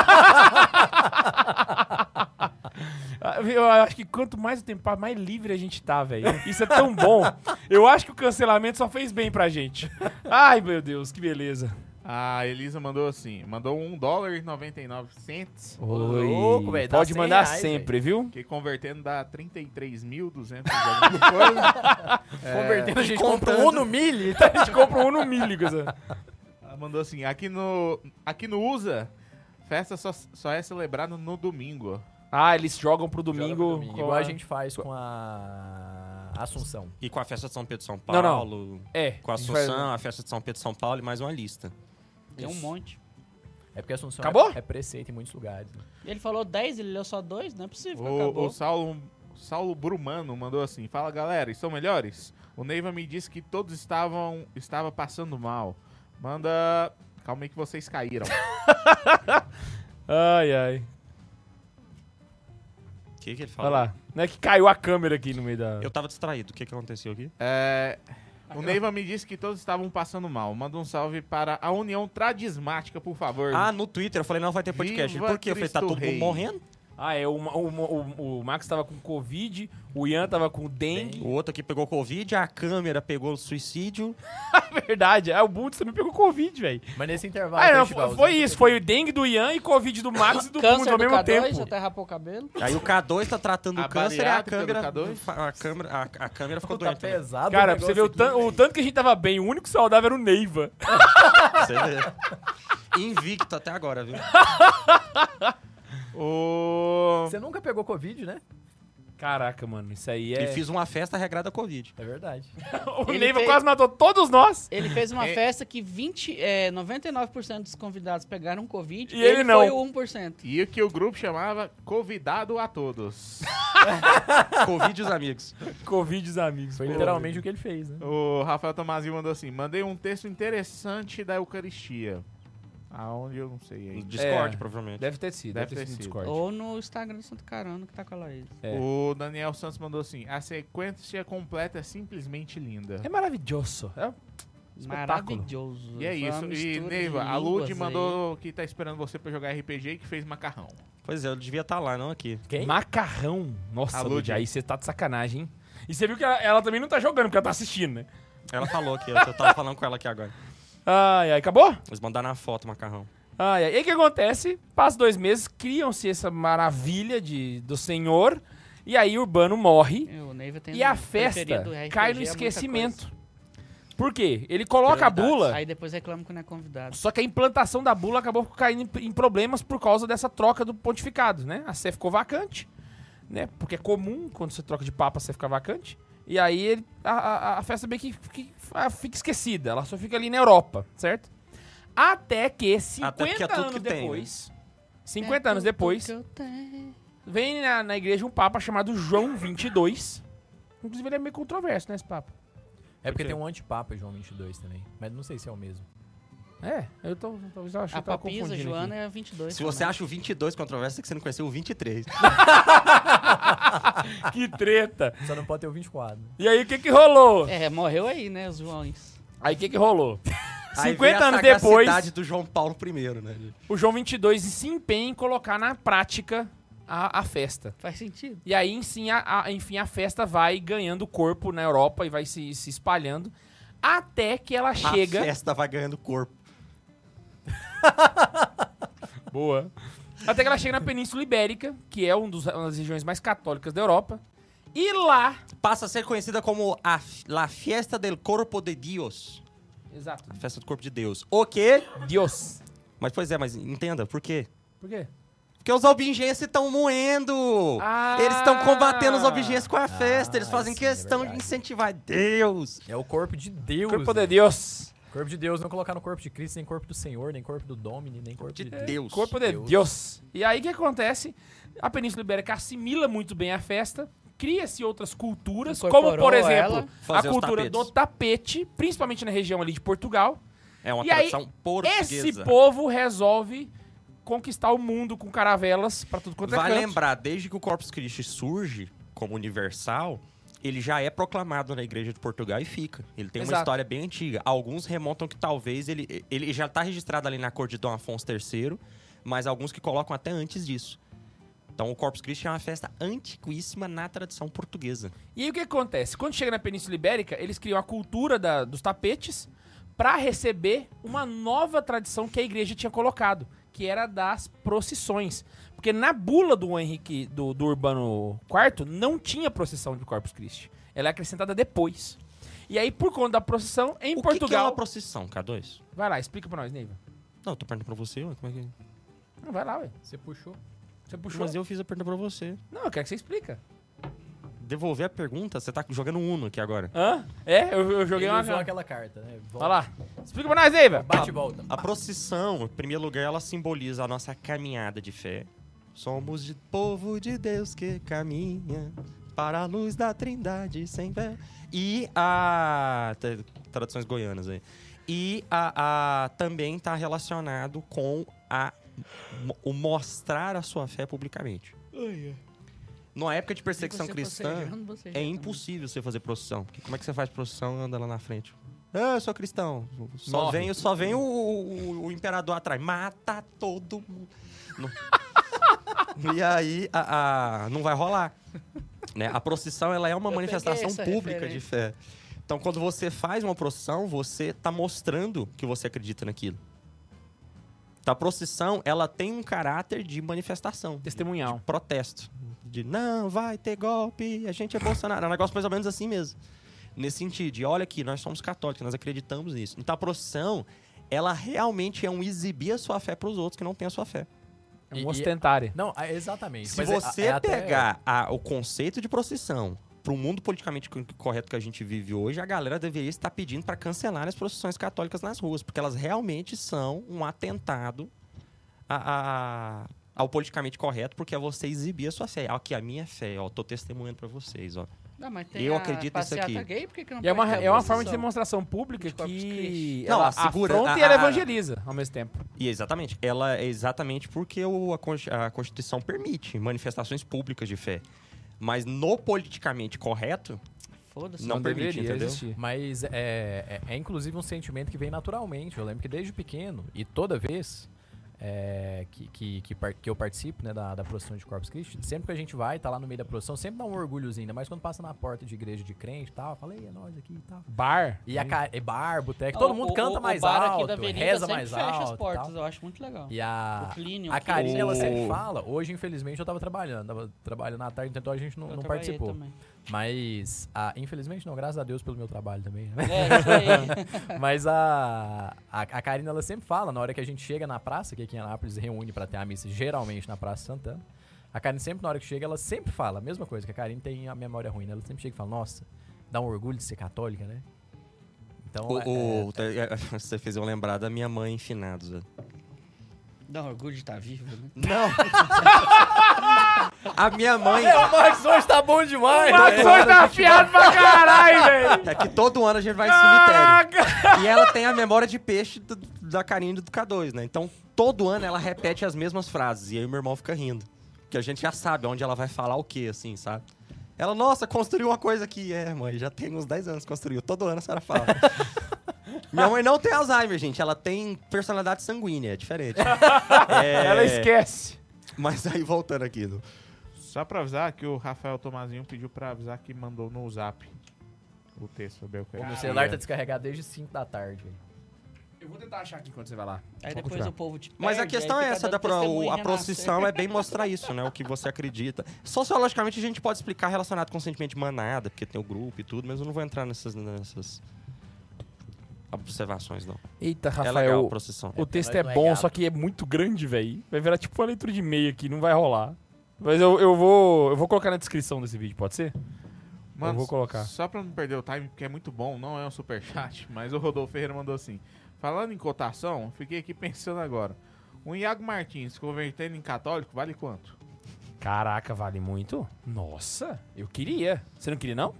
eu acho que quanto mais o tempo passa, mais livre a gente tá, velho. Isso é tão bom. Eu acho que o cancelamento só fez bem pra gente. Ai, meu Deus, que beleza. A Elisa mandou assim: mandou 1 dólar e 99 cents. Ô, louco, velho, dá Pode 100 mandar reais, sempre, viu? Que convertendo dá 33.200 e alguma coisa. Convertendo, a gente contando. então compra um no milho. A gente compra um no milho, coisa. Ela mandou assim, aqui no, aqui no USA, festa só, só é celebrada no domingo. Ah, eles jogam pro Joga pro domingo. com Igual a gente faz com a Assunção. E com a festa de São Pedro e São Não, não. Paulo, É. com a gente faz- Assunção, a festa de São Pedro e São Paulo e mais uma lista. Tem um monte. É porque Assunção Acabou? É, é preceito em muitos lugares. né? Ele falou 10, ele leu só 2? Não é possível, O, acabou. o Saulo, Saulo Brumano mandou assim, fala galera, estão melhores? O Neiva me disse que todos estavam estava passando mal. Manda... Calma aí que vocês caíram. Ai, ai. O que, que ele Olha falou? lá. Não é que caiu a câmera aqui no meio da. Eu tava distraído. O que, que aconteceu aqui? É, o Neiva me disse que todos estavam passando mal. Manda um salve para a União Tradismática, por favor. Ah, no Twitter. Eu falei, não, vai ter podcast. Viva Por quê? Eu falei, tá Cristo todo mundo Rei. morrendo? Ah, é. O, Ma- o, Ma- o, o Max tava com Covid, o Ian tava com dengue. O outro aqui pegou Covid, a câmera pegou o suicídio. É verdade. Ah, o Bundes também pegou Covid, velho. Mas nesse intervalo. Ah, não, festivalzinho, foi, foi isso. Foi o dengue do Ian e Covid do Max e do Bundes Câncer ao do mesmo K2, tempo. já tá rapou o cabelo. Aí o K2 tá tratando A o câncer e a bariátrica do câmera. K2? A câmera, a, a câmera ficou Tá doente. né? pesado. Cara, o pra você ver o, negócio tan- aqui, o velho. tanto que a gente tava bem, o único saudável era o Neiva. Você vê. Invicto até agora, viu? O... Você nunca pegou Covid, né? Caraca, mano, isso aí é. E fiz uma festa regrada Covid. É verdade. O Ele Neiva fez- quase matou todos nós. Ele fez uma É. festa que 20, é, 99% dos convidados pegaram Covid E ele não. foi o 1%. E o que o grupo chamava Convidado a Todos. Covid e os amigos. Covid os amigos. Foi pô. literalmente o que ele fez, né? O Rafael Tomazinho mandou assim: mandei um texto interessante da Eucaristia. Aonde eu não sei No ainda. Discord, É. provavelmente. Deve ter sido, deve, ter sido Discord. Ou no Instagram do Santo Carona, que tá com a Laís. É. O Daniel Santos mandou assim: a sequência completa é simplesmente linda. É maravilhoso. É Espetáculo. Maravilhoso. E é Foi uma isso. E mistura de Neiva, a Lud línguas mandou que tá esperando você pra jogar RPG e que fez macarrão. Pois é, eu devia estar lá, não aqui. Quem? macarrão. Nossa, Alô, Lud, Diego. aí você tá de sacanagem, hein? E você viu que ela, ela também não tá jogando, porque ela tá assistindo, né? Ela falou que eu eu tava falando com ela aqui agora. Ai, ai, acabou? Eles mandaram a foto, macarrão. Ai, ai. E aí o que acontece? Passa dois meses, criam-se essa maravilha de, do senhor, e aí Urbano morre. aí. O Neiva tem E a um festa preferido, RPG cai é no muita esquecimento. coisa. Por quê? Ele coloca a bula, Aí depois reclama que não é convidado. só que a implantação da bula acabou caindo em- em problemas por causa dessa troca do pontificado, né? A Sé ficou vacante, né? Porque é comum quando você troca de papa, a Sé ficar vacante. E aí ele- a, a- a festa meio que, que- ah, fica esquecida, ela só fica ali na Europa, certo? Até que 50 Até porque é tudo anos que tem, né? depois... 50 anos É tudo depois, que eu tenho. Vem na, na igreja um papa chamado João 22. Inclusive, ele é meio controverso, né, esse papa? É porque quê? tem um antipapa João 22 também. Mas não sei se é o mesmo. É, eu tô, talvez eu acho que A eu tava papisa, confundindo Joana, aqui. é 22. Se você também. acha o 22 controverso, é que você não conheceu o 23. é Que treta! Só não pode ter o 24. né? E aí, o que que rolou? É, morreu aí, né, os Joões. Aí, o que que rolou? Aí 50 vem a anos depois, sagacidade do João Paulo I, né? o João 22 se empenha em colocar na prática a, a festa. Faz sentido. E aí, sim, a, a- enfim, a festa vai ganhando corpo na Europa e vai se, se espalhando. Até que ela Tá chega. A festa vai ganhando corpo. Boa. Até que ela chega na Península Ibérica, que é um dos- uma das regiões mais católicas da Europa. E lá. Passa a ser conhecida como a f- La Fiesta del Corpo de Dios. Exato. A festa do corpo de Deus. O quê? Dios. Mas, pois é, mas entenda, por quê? Por quê? Porque os albingenses estão moendo. Ah. Eles estão combatendo os albingenses com a festa. Eles aí fazem sim, é questão de verdade. incentivar Deus. É o corpo de Deus. Corpo né? de Deus. Corpo de Deus, não colocar no corpo de Cristo, nem corpo do Senhor, nem corpo do Domini, nem corpo de, De Deus. Deus. Corpo de Deus. Deus. E aí o que acontece? A Península Ibérica assimila muito bem a festa, cria-se outras culturas, Incorporou como por exemplo ela. a Fazer os cultura do tapetes. tapete, principalmente na região ali de Portugal. É uma E aí, tradição portuguesa. Esse povo resolve conquistar o mundo com caravelas pra tudo quanto é Vai canto. lembrar, desde que o Corpus Christi surge como universal, ele já é proclamado na Igreja de Portugal e fica. Ele tem uma Exato. história bem antiga. Alguns remontam que talvez ele, ele já está registrado ali na cor de Dom Afonso III, mas alguns que colocam até antes disso. Então o Corpus Christi é uma festa antiquíssima na tradição portuguesa. E aí o que acontece? Quando chega na Península Ibérica, eles criam a cultura da- dos tapetes pra receber uma nova tradição que a igreja tinha colocado, que era das procissões. Porque na bula do Henrique do, do Urbano IV não tinha procissão de Corpus Christi. Ela é acrescentada depois. E aí, por conta da procissão, em o que que é Portugal. uma procissão, K2? Vai lá, explica pra nós, Neiva. Não, eu tô perguntando pra você, ué, como é que... é? Não, vai lá, ué. Você puxou? Você puxou. Mas eu fiz a pergunta pra você. Não, eu quero que você explica. Devolver a pergunta, você tá jogando Uno aqui agora. Hã? É, eu, eu joguei Ele uma. usou Vai aquela carta, né? Volta, lá. Explica pra nós, Neiva. Bate e volta. A procissão, em primeiro lugar, ela simboliza a nossa caminhada de fé. Somos de povo de Deus que caminha para a luz da trindade sem véu. E a... tra- Traduções goianas aí. E a, a- também está relacionado com a, o mostrar a sua fé publicamente. Na época de perseguição cristã, É impossível você fazer procissão. Porque como é que você faz procissão e anda lá na frente? Ah, eu sou cristão. Só Morre. vem, só vem o, o- o imperador atrás. Mata todo mundo. No- e aí, a- a- não vai rolar. Né? A procissão ela é uma Eu manifestação peguei essa pública de fé. Então, quando você faz uma procissão, você está mostrando que você acredita naquilo. Então, a procissão ela tem um caráter de manifestação Testemunhal. protesto. De não, vai ter golpe, a gente é Bolsonaro. É um negócio mais ou menos assim mesmo. Nesse sentido, de olha aqui, nós somos católicos, nós acreditamos nisso. Então a procissão, ela realmente é um exibir a sua fé para os outros que não têm a sua fé. É um E- e- ostentário. Não, é exatamente. Se mas é- você é até- pegar a- o conceito de procissão para o mundo politicamente co- correto que a gente vive hoje, a galera deveria estar pedindo para cancelar as procissões católicas nas ruas, porque elas realmente são um atentado a- a- ao politicamente correto, porque é você exibir a sua fé. Aqui, a minha fé, ó, tô testemunhando para vocês, ó. Não, mas tem Eu a acredito nisso passeata aqui. Gay, por que que não E é uma, pode ter é uma procissão? forma de demonstração pública De Corpus que Christi. ela Não, segura- afronta e a- ela a- evangeliza ao mesmo tempo. E exatamente, ela é exatamente porque o- a, Con- a Constituição permite manifestações públicas de fé. Mas no politicamente correto, Foda-se. Não permite, entendeu? existir. Mas é, é, é inclusive um sentimento que vem naturalmente. Eu lembro que desde pequeno, e toda vez é, que, que, que, par- que eu participo né, da, da procissão de Corpus Christi, sempre que a gente vai, tá lá no meio da procissão, sempre dá um orgulhozinho, ainda mais quando passa na porta de igreja de crente e tal, fala, ei, é nós aqui e tal. Bar. E a ca- e bar, boteca, Ah, todo o- mundo o- canta o mais bar aqui alto, da avenida reza sempre mais fecha alto. as e portas, tal. eu acho muito legal. E a, O Plínio, é a o Karine, ela O- sempre fala. Hoje, infelizmente, eu tava trabalhando. Tava trabalhando à tarde, então a gente não, Eu não trabalhei participou. também. Mas, ah, infelizmente não, graças a Deus pelo meu trabalho também. né? É, isso aí. Mas a, a, a Karina, ela sempre fala, na hora que a gente chega na praça, que aqui em Anápolis reúne pra ter a missa, geralmente na Praça Santana, a Karine sempre, na hora que chega, ela sempre fala a mesma coisa, que a Karine tem a memória ruim, né? Ela sempre chega e fala, nossa, dá um orgulho de ser católica, né? Então, o- é- o- você fez eu lembrar da minha mãe em finados. né? Dá um orgulho de estar vivo, né? Não! a minha mãe. Max hoje tá bom demais! Mas foi tá afiado pra caralho, velho! É que todo ano a gente vai no cemitério. Caraca! E ela tem a memória de peixe do- da Karine do K2, né? Então todo ano ela repete as mesmas frases. E aí o meu irmão fica rindo. Porque a gente já sabe onde ela vai falar o quê, assim, sabe? Ela, nossa, construiu uma coisa aqui. É, mãe, já tem uns 10 anos que construiu. Todo ano a senhora fala. Minha mãe não tem Alzheimer, gente. Ela tem personalidade sanguínea, é diferente. É, Ela esquece. Mas aí, voltando aqui. no- Só pra avisar que o Rafael Tomazinho pediu pra avisar que mandou no zap o texto sobre o que O meu celular tá descarregado desde 5 da tarde, velho. Eu vou tentar achar aqui enquanto você vai lá. Vamos Aí depois continuar. o povo te perde, Mas a aí questão é fica essa, tá dando da pro- testemunha a na procissão é bem mostrar isso, né? O que você acredita. Sociologicamente a gente pode explicar relacionado com o sentimento de manada, porque tem o grupo e tudo, mas eu não vou entrar nessas, nessas observações, não. Eita, é legal a Rafael. procissão. O texto é nós não é bom, gado. só que é muito grande, velho. Vai virar tipo uma leitura de e-mail aqui, não vai rolar. Mas eu, eu vou. Eu vou colocar na descrição desse vídeo, pode ser? Eu vou colocar. Só pra não perder o time, porque é muito bom, não é um superchat, mas o Rodolfo Ferreira mandou assim. Falando em cotação, fiquei aqui pensando agora. Um Iago Martins convertendo em católico vale quanto? Caraca, vale muito? Nossa, eu queria. Você não queria, não?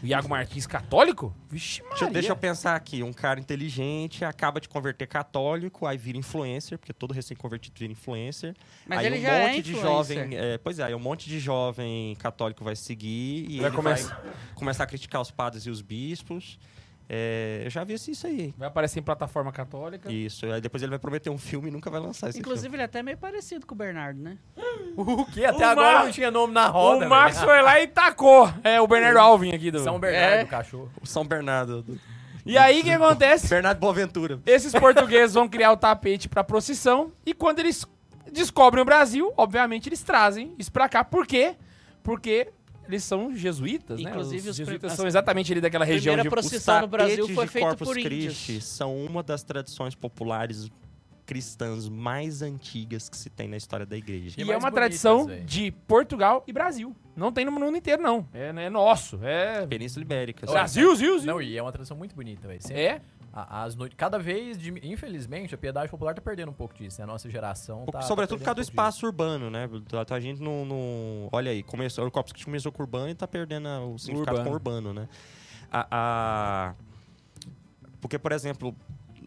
O Iago Martins católico? Vixe, Deixa, Maria. eu- deixa eu pensar aqui, um cara inteligente acaba de converter católico, aí vira influencer, porque todo recém-convertido vira influencer. Mas aí ele um já é monte de influencer. jovem. é, pois é, aí um monte de jovem católico vai seguir e Vai ele começar- vai começar a criticar os padres e os bispos. É, eu já vi isso aí. Vai aparecer em plataforma católica. Isso, aí depois ele vai prometer um filme e nunca vai lançar esse Inclusive, ele é até meio parecido com o Bernardo, né? O que? Até O agora Mar- não tinha nome na roda, o Max velho. É foi lá e tacou. É, o Bernardo Alvin aqui do. São Bernardo, É. do cachorro. filme. São Bernardo. do- E aí o que acontece? Bernardo Boaventura. Esses portugueses vão criar o tapete pra procissão e quando eles descobrem o Brasil, obviamente eles trazem isso pra cá. Por quê? Porque eles são jesuítas, Inclusive, né? Os os prim- jesuítas as- são exatamente ali daquela região primeira de process- Os procissão no Brasil tapetes foi de feito Corpus por índios. Christi são uma das tradições populares cristãs mais antigas que se tem na história da igreja. E E é mais uma bonitas, tradição véi. de Portugal e Brasil. Não tem no mundo inteiro, não. É, é nosso. É Península Ibérica. sabe? Brasil, Zil, Zil. Não, e é uma tradição muito bonita, velho. Sempre É. A- As noite- Cada vez, de- infelizmente, a piedade popular tá perdendo um pouco disso, né? A nossa geração tá. tá Sobretudo por causa perdendo do um pouco espaço urbano, né? Tá- tá A gente não. não- Olha aí, começou, o Corpus Christi começou com urbano e tá perdendo a- o significado Urbano. com urbano, né? A, a- Porque, por exemplo,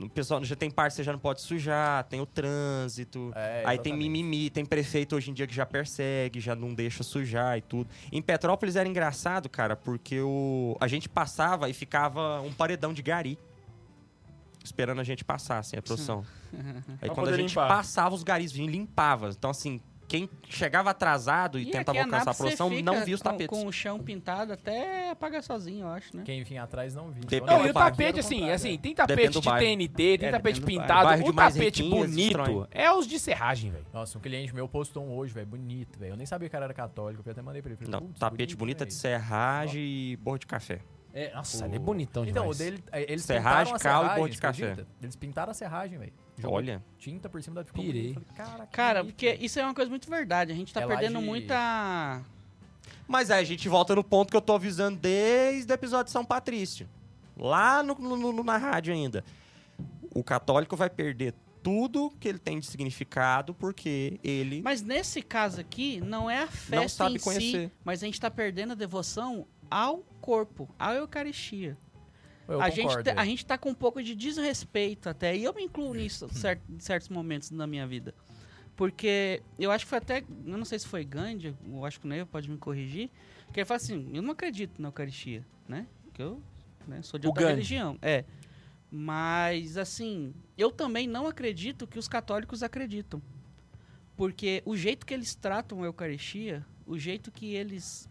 o pessoal já tem parte que você já não pode sujar, tem o trânsito. disso. É, Aí tem exatamente. mimimi, tem prefeito hoje em dia que já persegue, já não deixa sujar e tudo. Em Petrópolis era engraçado, cara, porque o... a gente passava e ficava um paredão de gari. Esperando a gente passar, assim, a procissão. Aí Pra quando a poder gente limpar. passava, os garis vinham e limpavam. Então, assim, quem chegava atrasado e, E tentava aqui alcançar a Anápolis você procissão não fica via os com- tapetes. Com, o chão pintado até apagar sozinho, eu acho, né? Quem vinha atrás não viu. Depende Não, Pelo e o bairro. tapete, assim, assim, tem tapete Depende do de bairro. TNT, tem É, tapete depende do bairro. pintado, Bairro de o mais tapete riquinhos bonito destrói. é os de serragem, velho. Nossa, um cliente meu postou um hoje, velho, bonito, velho. Eu nem sabia que o cara era católico, eu até mandei pra ele. Falei, Não, "Putz, tapete bonito é de véi." serragem e borra de café. É, nossa, O- ele é bonitão demais. Então, o dele. eh, Eles Serragem, pintaram cal a e serragem, borra de você café. acredita? Eles pintaram a serragem, velho. Jogou Olha, Tinta por cima da ficou Pirei. bonito. Eu Falei, cara, que Cara, bonito, porque velho." isso é uma coisa muito verdade. A gente tá É laje- perdendo muita. Mas aí a gente volta no ponto que eu tô avisando desde o episódio de São Patrício. Lá no, no- no- na rádio ainda. O católico vai perder tudo que ele tem de significado porque ele Mas nesse caso aqui, não é a festa sabe em conhecer. si, mas a gente tá perdendo a devoção ao corpo, à Eucaristia. Eu a, concordo, gente tá, velho. a gente tá com um pouco de desrespeito até, e eu me incluo nisso cer- em certos momentos na minha vida. Porque eu acho que foi até, eu não sei se foi Gandhi, eu acho que o Ney pode me corrigir, que ele fala assim, eu não acredito na Eucaristia, né? Que eu né, sou de O outra Gandhi. religião, é. Mas, assim, eu também não acredito que os católicos acreditam. Porque o jeito que eles tratam a Eucaristia, o jeito que eles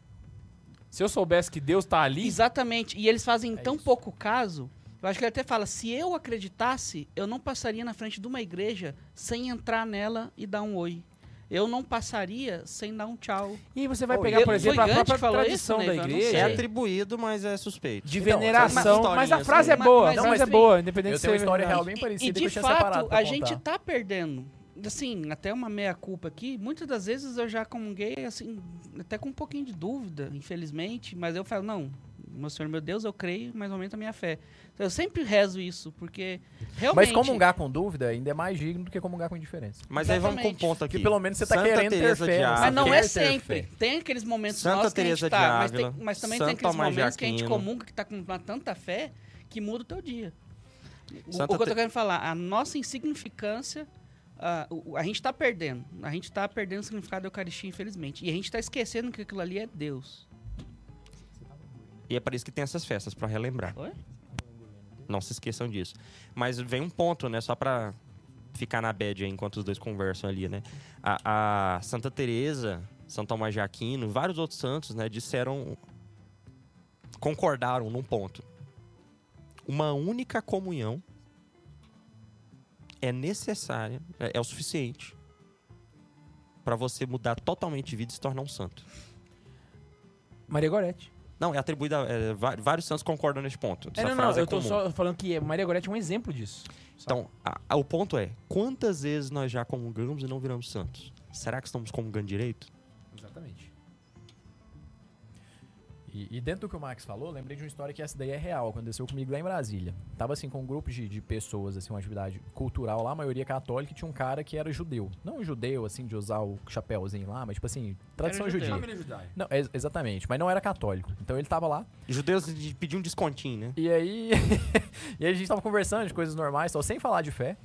Se eu soubesse que Deus tá ali, Exatamente. E eles fazem É tão isso. pouco caso. Eu acho que ele até fala: se eu acreditasse, eu não passaria na frente de uma igreja sem entrar nela e dar um oi. Eu não passaria sem dar um tchau. e aí você vai Oh, pegar, eu- por foi exemplo, a Gandhi própria que falou tradição isso, né, da Ivan? Eu não é igreja sei. atribuido, mas é suspeito. de Então, veneração. essas Mas a historinhas, frase é assim. boa, Mas- a mas frase é tem- boa, independente Eu de tenho uma ser história real verdade. bem E- parecida e que de eu tinha fato, separado pra a gente contar. tá perdendo. Assim, até uma meia-culpa aqui. Muitas das vezes eu já comunguei, assim, até com um pouquinho de dúvida, infelizmente. Mas eu falo: não, meu Senhor, meu Deus, eu creio, mas aumenta a minha fé. Eu sempre rezo isso, porque realmente. Mas comungar com dúvida ainda é mais digno do que comungar com indiferença. Mas aí vamos com um Exatamente. ponto aqui. Porque pelo menos você tá Santa querendo Teresa ter fé. de né? Ávila. Mas não é Quer ter sempre. fé. Tem aqueles momentos Ah, Santa nossos que a Teresa gente de tá. Mas, tem- Ávila, mas também Santo tem aqueles Tomás de momentos que a gente Aquino. comunga, que tá com tanta fé, que muda o teu dia. O- Santa o que eu Te- tô querendo falar, a nossa insignificância. ah, o- o- a gente tá perdendo. A gente tá perdendo o significado da Eucaristia, infelizmente. E a gente tá esquecendo que aquilo ali é Deus. E é para isso que tem essas festas, para relembrar. Oi? Não se esqueçam disso. Mas vem um ponto, né? Só para ficar na bad aí enquanto os dois conversam ali, né? A, a Santa Teresa, São Tomás de Aquino, vários outros santos, né? Disseram... Concordaram num ponto. Uma única comunhão é necessária, é, é o suficiente para você mudar totalmente de vida e se tornar um santo. Maria Gorete. Não, é atribuída. é, va- vários santos concordam nesse ponto. É, Essa não, não, frase é eu tô comum. só falando que Maria Gorete é um exemplo disso. Então, a- a- o ponto é: quantas vezes nós já comungamos e não viramos santos? Será que estamos comungando direito? Exatamente. E, e dentro do que o Max falou, eu lembrei de uma história que essa daí é real, aconteceu comigo lá em Brasília. Tava assim com um grupo de, de pessoas, assim, uma atividade cultural lá, a maioria católica, e tinha um cara que era judeu. Não um judeu, assim, de usar o chapéuzinho lá, mas tipo assim, tradição judeu. judia. Não, ex- exatamente, mas não era católico. Então ele tava lá, E Judeus de- pediam um descontinho, né? e aí, e aí a gente tava conversando de coisas normais, tal, sem falar de fé.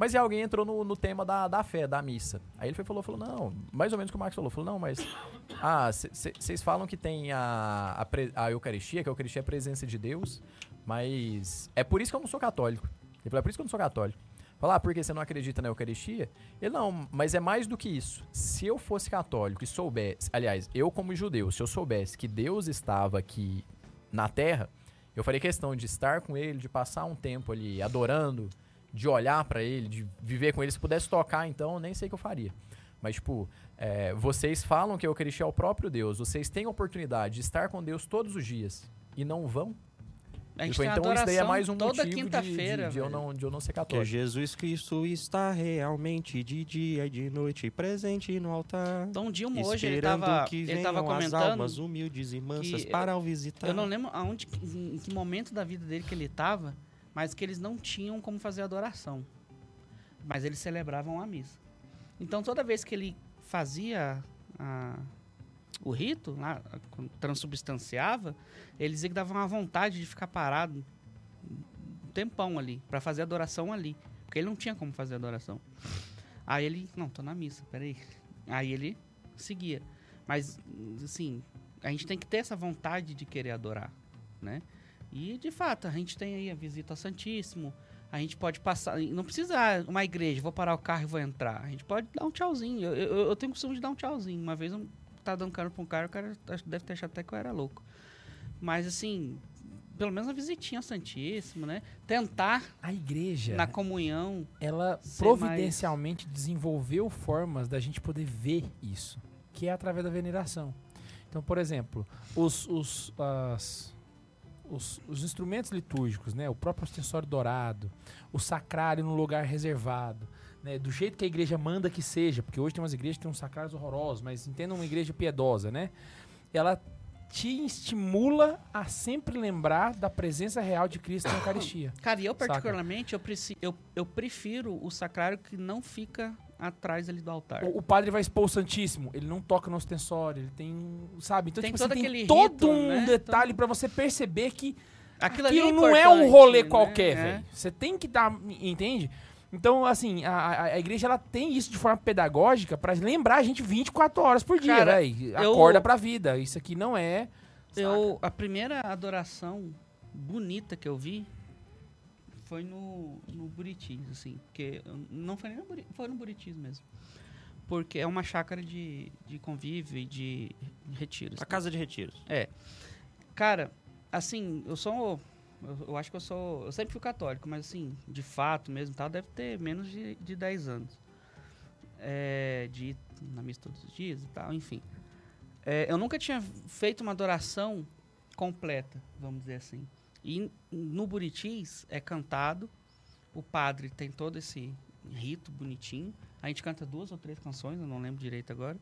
Mas aí alguém entrou no, no tema da, da fé, da missa. Aí ele foi, falou, falou, não, mais ou menos o que o Max falou. Falou, não, mas... Ah, vocês falam que tem a, a, pre- a Eucaristia, que a Eucaristia é a presença de Deus, mas é por isso que eu não sou católico. Ele falou, é por isso que eu não sou católico. Falar, ah, por que você não acredita na Eucaristia? Ele, não, mas é mais do que isso. Se eu fosse católico e soubesse... Aliás, eu como judeu, se eu soubesse que Deus estava aqui na Terra, eu faria questão de estar com ele, de passar um tempo ali adorando, de olhar pra ele, de viver com ele. Se pudesse tocar, então, nem sei o que eu faria. Mas, tipo, é, vocês falam que a Eucaristia é o próprio Deus. Vocês têm a oportunidade de estar com Deus todos os dias e não vão? A gente Tipo, tem então, isso adoração daí é mais um toda motivo de- quinta-feira. de, de eu velho. não, de eu não ser Que católico. Jesus Cristo está realmente de dia e de noite presente no altar. Então, um dia um hoje ele Esperando tava, que ele venham tava as almas comentando. humildes e mansas que- para o visitar. Eu não lembro aonde, em que momento da vida dele que ele tava, mas que eles não tinham como fazer adoração. Mas eles celebravam a missa. Então toda vez que ele fazia a- o rito, lá, quando transubstanciava, eles é que davam a vontade de ficar parado um tempão ali, pra fazer adoração ali. Porque ele não tinha como fazer adoração. Aí ele, não, tô na missa, peraí. Aí ele seguia. Mas, assim, a gente tem que ter essa vontade de querer adorar, né? E, de fato, a gente tem aí a visita ao Santíssimo, a gente pode passar... Não precisa ah, uma igreja, vou parar o carro e vou entrar. A gente pode dar um tchauzinho. Eu, eu, eu tenho costume de dar um tchauzinho. Uma vez eu tava dando caro pra um cara, o cara ach- deve ter achado até que eu era louco. Mas, assim, pelo menos uma visitinha ao Santíssimo, né? Tentar, A igreja, na comunhão... ela ser providencialmente desenvolveu formas da gente poder ver isso, que é através da veneração. Então, por exemplo, os, os, as- os, os instrumentos litúrgicos, né? O próprio ostensório dourado, o sacrário no lugar reservado, né? Do jeito que a igreja manda que seja, porque hoje tem umas igrejas que tem uns sacrários horrorosos, mas entenda uma igreja piedosa, né? Ela te estimula a sempre lembrar da presença real de Cristo na Eucaristia. Cara, e eu Saca? particularmente, eu, preci- eu, eu prefiro o sacrário que não fica atrás ali do altar. O, o padre vai expor o Santíssimo, ele não toca no ostensório, ele tem, sabe? Então, Tem tipo, você todo tem aquele todo rito, um né? detalhe Todo- pra você perceber que Aquilo, ali aquilo é não é um importante, rolê né? qualquer, É. velho. Você tem que dar, entende? Então, assim, a, a, a igreja ela tem isso de forma pedagógica pra lembrar a gente 24 horas por dia, Cara, velho. eu- Acorda pra vida. Isso aqui não é. Eu, a primeira adoração bonita que eu vi foi no, no Buritis, assim. Porque eu- não foi nem no Buritis, foi no Buritis mesmo. Porque é uma chácara de, de convívio e de retiros. A casa de retiros. Cara, assim, eu sou. Eu, eu acho que eu sou. Eu sempre fui católico, mas assim, de fato mesmo e tal, deve ter menos de, de 10 anos. É, de ir na missa todos os dias e tal, enfim. É, eu nunca tinha feito uma adoração completa, vamos dizer assim. E no Buritis é cantado, o padre tem todo esse rito bonitinho. A gente canta duas ou três canções, eu não lembro direito agora.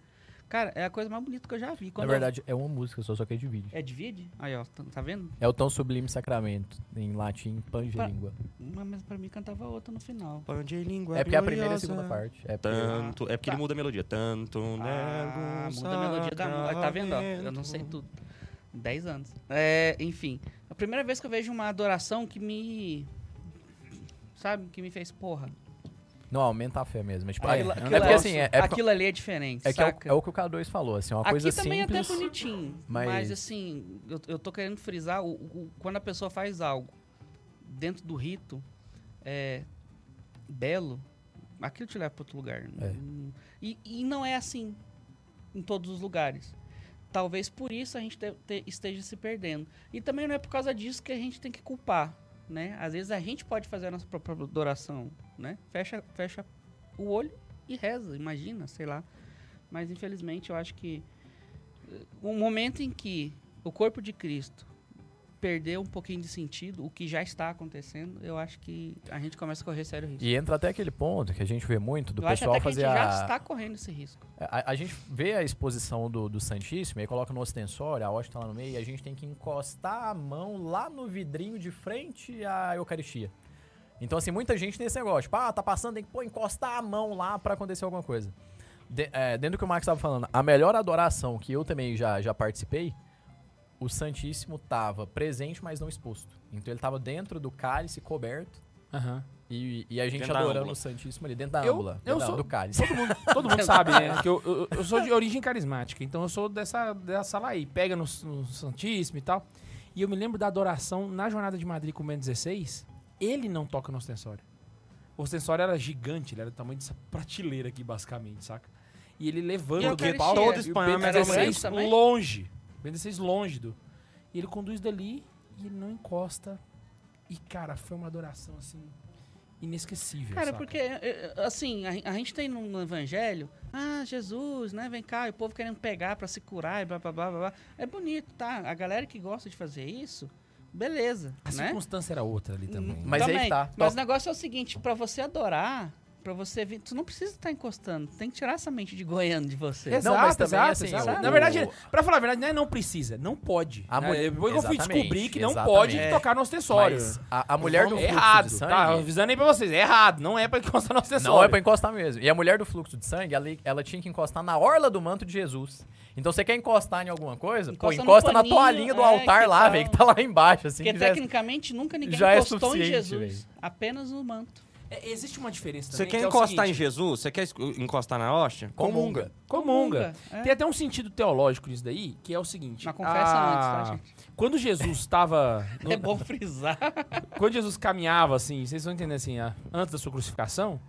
Cara, é a coisa mais bonita que eu já vi. Na Quando eu- verdade, é uma música só, só que é de vídeo. É divide? Aí, ó, tá- tá vendo? É o tão sublime sacramento, em latim, pangelíngua. Uma, mas pra mim cantava outra no final. Pão de língua É porque é a primeira e a gloriosa. segunda parte. É porque... Tanto, é porque ele Tá. muda a melodia. Tanto né? Ah, nego muda a melodia da música. Tá vendo? ó? Eu não sei tudo. 10 anos. É, enfim. A primeira vez que eu vejo uma adoração que me. Sabe? Que me fez porra. Não, aumenta a fé mesmo. É, tipo, Aquilo- ah, é. aquilo é porque é- assim, é, é, Aquilo ali é diferente. é que é saca? o, é o que o K2 falou, assim, uma coisa Aqui também é simples. até bonitinho, mas- mas, assim, eu, eu tô querendo frisar o, o- quando a pessoa faz algo dentro do rito é belo, aquilo te leva para outro lugar. É. Hum, E, e não é assim em todos os lugares. Talvez por isso a gente te- te- esteja se perdendo. E também não é por causa disso que a gente tem que culpar, né? Às vezes a gente pode fazer a nossa própria adoração, né? Fecha, fecha o olho e reza, imagina, sei lá. Mas infelizmente eu acho que eh, o momento em que o corpo de Cristo perdeu um pouquinho de sentido, o que já está acontecendo, eu acho que a gente começa a correr sério risco. E entra até aquele ponto que a gente vê muito do eu acho pessoal até que a gente fazer já a, está correndo esse risco. A, a gente vê a exposição do, do Santíssimo, aí coloca no ostensório, a hoste tá lá no meio, e a gente tem que encostar a mão lá no vidrinho de frente à Eucaristia. Então, assim, muita gente tem esse negócio, tipo, ah, tá passando, tem que pô, encostar a mão lá pra acontecer alguma coisa. De- é, dentro do que o Max tava falando, a melhor adoração que eu também já, já participei, o Santíssimo tava presente, mas não exposto. Então ele tava dentro do cálice coberto, Aham. e, e a gente Dentro da adorando âmbula. o Santíssimo ali, dentro da Eu- âmbula, eu dentro da- sou- do cálice. Todo mundo, todo mundo sabe, né? Que eu, eu, eu sou de origem carismática, então eu sou dessa, dessa lá aí. Pega no, no Santíssimo e tal. E eu me lembro da adoração na Jornada de Madrid com o Ben 16. Ele não toca no ostensório. O ostensório era gigante, ele era do tamanho dessa prateleira aqui, basicamente, saca? E ele levanta Porque do palco. todo é e o espanhol Ben era 16 também? longe. O Ben 16 longe do. E ele conduz dali e ele não encosta. E, cara, foi uma adoração assim inesquecível. Cara, saca? porque, eh, eh, assim, a, gen- a gente tem no, no evangelho, ah, Jesus, né, vem cá, e o povo querendo pegar pra se curar e blá, blá, blá, blá, blá. É bonito, tá? A galera que gosta de fazer isso, beleza, A né? circunstância era outra ali também. né? Mas aí que tá. Mas o negócio é o seguinte, pra você adorar, pra você vir, tu não precisa estar encostando, tem que tirar essa mente de goiano de você. Exato, exato, exato. Na assim, O- verdade, pra falar a verdade, não é não precisa, não pode. A Né? mulher- Depois que eu fui Exatamente, descobrir que não exatamente. pode É. tocar no acessório. Mas a, a mulher do é fluxo errado, de sangue. tá? Avisando aí pra vocês, é errado, não é pra encostar no acessório. Não é pra encostar mesmo. E a mulher do fluxo de sangue, ela, ela tinha que encostar na orla do manto de Jesus. Então você quer encostar em alguma coisa? Encosta pô, no encosta na paninho, toalhinha do é, altar que lá, tal. velho, que tá lá embaixo, assim. Porque que já- tecnicamente nunca ninguém já é encostou em suficiente, Jesus, velho. apenas no manto. É, existe uma diferença Você também. quer que é o encostar em seguinte, Jesus? Você quer es- encostar na hóstia? Comunga. Comunga. Comunga, é. Tem até um sentido teológico nisso daí, que é o seguinte. Na confessa Ah. a- antes, tá, gente? Quando Jesus estava. no- É bom frisar. quando Jesus caminhava, assim, vocês vão entender assim, a- antes da sua crucificação,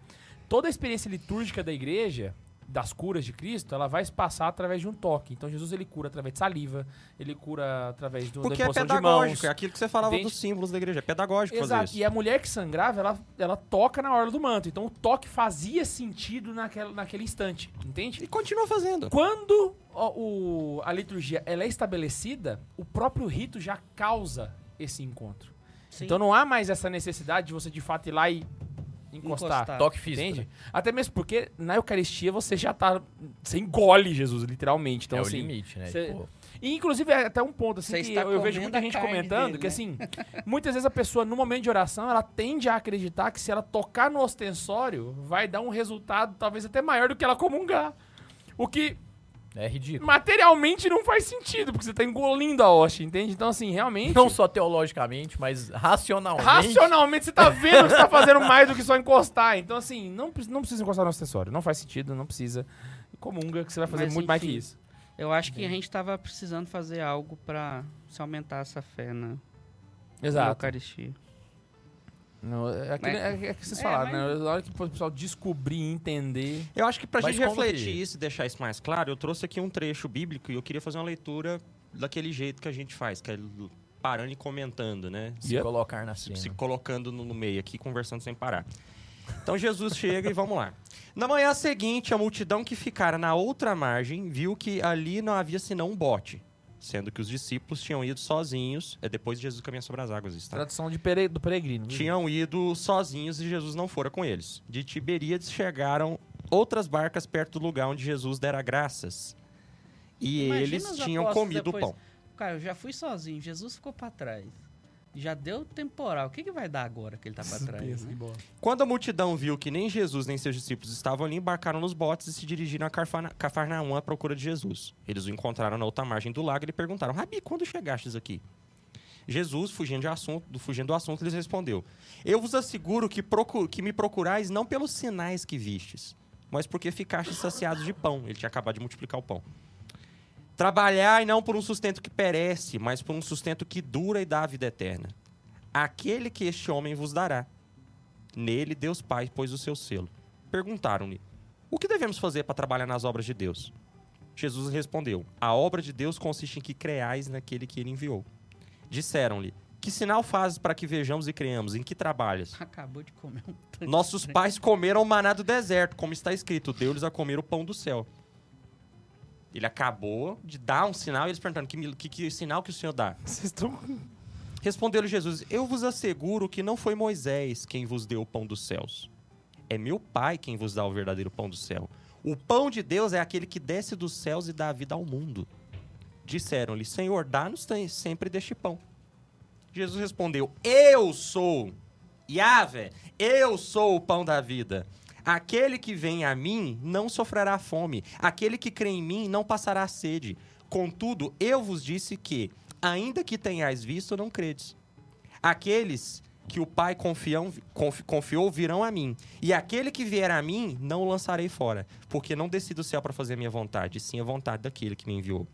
toda a experiência litúrgica da igreja, das curas de Cristo, ela vai se passar através de um toque. Então Jesus ele cura através de saliva, ele cura através do, Porque da é imposição de mãos. pedagógico, é aquilo que você falava Entende? dos símbolos da igreja. É pedagógico fazer Exato. isso. E a mulher que sangrava, ela, ela toca na hora do manto. Então o toque fazia sentido naquela, naquele instante, entende? E continua fazendo. Quando ó, o- a liturgia ela é estabelecida, o próprio rito já causa esse encontro. Sim. Então não há mais essa necessidade de você de fato ir lá e encostar. Encostar. Toque físico. Entende? né? Até mesmo porque na Eucaristia você já tá. Você engole Jesus, literalmente. Então, é assim, o limite, né? cê- Tipo, e inclusive é até um ponto assim Você que está eu, eu vejo comendo muita a gente carne comentando dele, que né? assim, muitas vezes a pessoa no momento de oração, ela tende a acreditar que se ela tocar no ostensório, vai dar um resultado talvez até maior do que ela comungar. O que é ridículo. materialmente não faz sentido, porque você tá engolindo a hoste, entende? Então assim, realmente Não só teologicamente, mas racionalmente. Racionalmente você tá vendo que você tá fazendo mais do que só encostar. Então, assim, não, pre- não precisa encostar no acessório. Não faz sentido, não precisa. Comunga que você vai fazer Mas, muito mais que enfim. isso. Eu acho que a gente tava precisando fazer algo pra se aumentar essa fé na na Exato. Eucaristia. Não, é, é que- Mas- é que vocês é, falaram, mas- né? Na hora que o pessoal descobrir, entender. Eu acho que pra Mas gente como refletir que- isso e deixar isso mais claro, eu trouxe aqui um trecho bíblico e eu queria fazer uma leitura daquele jeito que a gente faz, que é l- parando e comentando, né? Se Yep. colocar na Se, cena. se colocando no no meio aqui, conversando sem parar. Então Jesus chega e vamos lá. Na manhã seguinte, a multidão que ficara na outra margem viu que ali não havia senão um bote, sendo que os discípulos tinham ido sozinhos. É depois de Jesus caminhar sobre as águas, isso, tá? Tradução de pere- do peregrino. viu? tinham ido sozinhos e Jesus não fora com eles. De Tiberíades chegaram outras barcas perto do lugar onde Jesus dera graças. E Imagina eles os tinham apóstolos comido depois. o pão. Cara, eu já fui sozinho, Jesus ficou pra trás. Já deu temporal. O que, que vai dar agora que ele tá pra trás? né? Quando a multidão viu que nem Jesus nem seus discípulos estavam ali, embarcaram nos botes e se dirigiram a Carfana- Cafarnaum à procura de Jesus. Eles o encontraram na outra margem do lago e lhe perguntaram: Rabi, quando chegastes aqui? Jesus, fugindo, de assunto, do- fugindo do assunto, lhes respondeu: Eu vos asseguro que, procu- que me procurais não pelos sinais que vistes, mas porque ficastes saciados de pão. Ele tinha acabado de multiplicar o pão. Trabalhai não por um sustento que perece, mas por um sustento que dura e dá a vida eterna. Aquele que este homem vos dará. Nele Deus Pai pôs o seu selo. Perguntaram-lhe: O que devemos fazer para trabalhar nas obras de Deus? Jesus respondeu: A obra de Deus consiste em que creais naquele que ele enviou. Disseram-lhe: Que sinal fazes para que vejamos e creamos? Em que trabalhas? Acabou de comer um tanque. Nossos pais comeram o maná do deserto, como está escrito, deu-lhes a comer o pão do céu. Ele acabou de dar um sinal e eles perguntaram: que, mil- que- que sinal que o senhor dá? Vocês estão. Respondeu-lhe Jesus: Eu vos asseguro que não foi Moisés quem vos deu o pão dos céus. É meu Pai quem vos dá o verdadeiro pão do céu. O pão de Deus é aquele que desce dos céus e dá a vida ao mundo. Disseram-lhe: Senhor, dá-nos tem- sempre deste pão. Jesus respondeu: Eu sou, Yahvé, eu sou o pão da vida. Aquele que vem a mim não sofrerá fome, aquele que crê em mim não passará sede. Contudo, eu vos disse que, ainda que tenhais visto, não credes. Aqueles que o Pai confiam- confi- confiou virão a mim, e aquele que vier a mim não o lançarei fora, porque não desci do céu para fazer a minha vontade, e sim a vontade daquele que me enviou. É A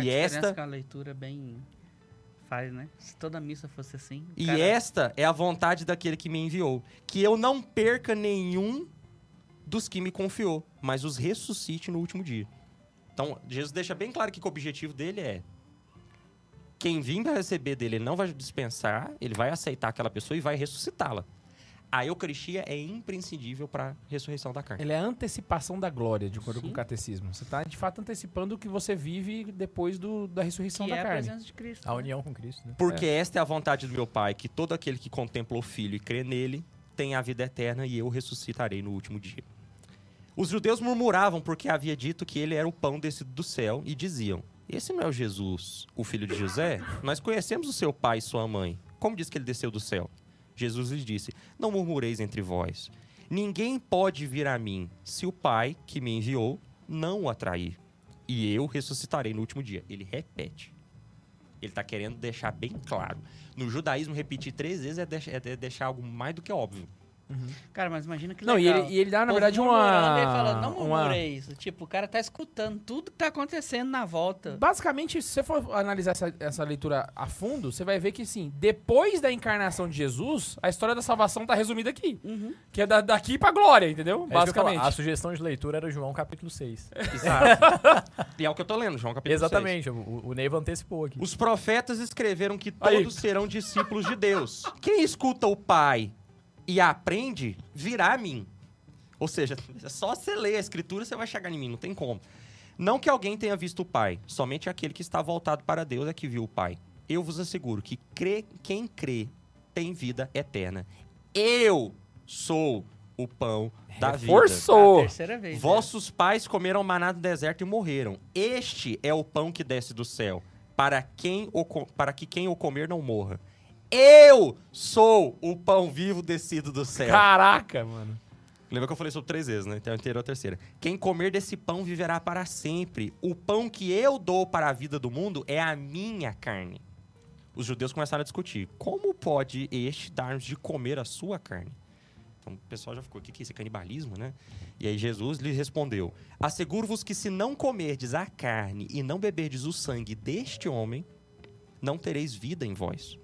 e diferença esta que a leitura bem faz, né? Se toda missa fosse assim. o E cara- esta é a vontade daquele que me enviou, que eu não perca nenhum dos que me confiou, mas os ressuscite no último dia. Então, Jesus deixa bem claro que o objetivo dele é quem vir para receber dele, ele não vai dispensar, ele vai aceitar aquela pessoa e vai ressuscitá-la. a Eucaristia é imprescindível para a ressurreição da carne. Ele é a antecipação da glória, de acordo com o Sim. catecismo. Você está, de fato, antecipando o que você vive depois do- da ressurreição que da é a carne. presença de Cristo. A né? união com Cristo, né? Porque esta é a vontade do meu Pai, que todo aquele que contempla o Filho e crê nele tem a vida eterna e eu ressuscitarei no último dia. Os judeus murmuravam porque havia dito que ele era o pão descido do céu e diziam: Esse não é o Jesus, o filho de José? Nós conhecemos o seu pai e sua mãe. Como diz que ele desceu do céu? Jesus lhes disse: Não murmureis entre vós. Ninguém pode vir a mim se o Pai que me enviou não o atrair. E eu ressuscitarei no último dia. Ele repete. Ele está querendo deixar bem claro. No judaísmo, repetir três vezes é, deix- é de- deixar algo mais do que óbvio. Cara, mas imagina que Não, e legal. ele, e ele dá, na O povo verdade, murmurando, uma. ele fala, não uma- murmureis. Tipo, o cara tá escutando tudo que tá acontecendo na volta. Basicamente, se você for analisar essa, essa leitura a fundo, você vai ver que, sim, depois da encarnação de Jesus, a história da salvação tá resumida aqui. Uhum. Que é da- daqui pra glória, entendeu? É isso que eu ia falar, Basicamente. A sugestão de leitura era João capítulo 6. Exato. e é o que eu tô lendo, João capítulo seis. Exatamente, o, o Neiva antecipou aqui. Os profetas escreveram que todos Aí. serão discípulos de Deus. Quem escuta o Pai e aprende, virá a mim. Ou seja, é só você ler a escritura, você vai chegar em mim, não tem como. Não que alguém tenha visto o Pai, somente aquele que está voltado para Deus é que viu o Pai. Eu vos asseguro que crê- quem crê tem vida eterna. Eu sou o pão tá da vida. É a Reforçou! terceira vez. Vossos pais comeram maná do deserto e morreram. Este é o pão que desce do céu, para, quem o co- para que quem o comer não morra. Eu sou o pão vivo descido do céu. Caraca, mano. Lembra que eu falei sobre três vezes, né? Então, inteiro a terceira. Quem comer desse pão viverá para sempre. O pão que eu dou para a vida do mundo é a minha carne. Os judeus começaram a discutir. Como pode este dar-nos de comer a sua carne? Então, o pessoal já ficou, o que, que é isso? É canibalismo, né? E aí Jesus lhes respondeu, Asseguro-vos que se não comerdes a carne e não beberdes o sangue deste homem, não tereis vida em vós.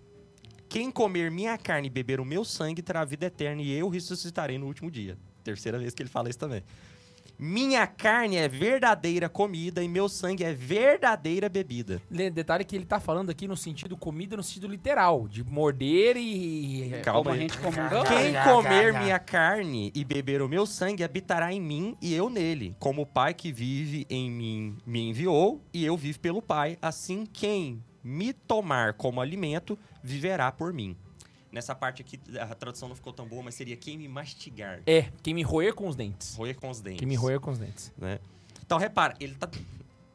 Quem comer minha carne e beber o meu sangue terá vida eterna e eu ressuscitarei no último dia. Terceira vez que ele fala isso também. Minha carne é verdadeira comida e meu sangue é verdadeira bebida. Le- Detalhe que ele tá falando aqui no sentido comida, no sentido literal, de morder e. É, Como Calma a aí. gente comungou. Quem comer minha carne e beber o meu sangue habitará em mim e eu nele, como o Pai que vive em mim me enviou e eu vivo pelo Pai. Assim, quem me tomar como alimento viverá por mim. Nessa parte aqui, a tradução não ficou tão boa, mas seria quem me mastigar. É, quem me roer com os dentes. Roer com os dentes. Quem me roer com os dentes. né? Então, repara, ele tá...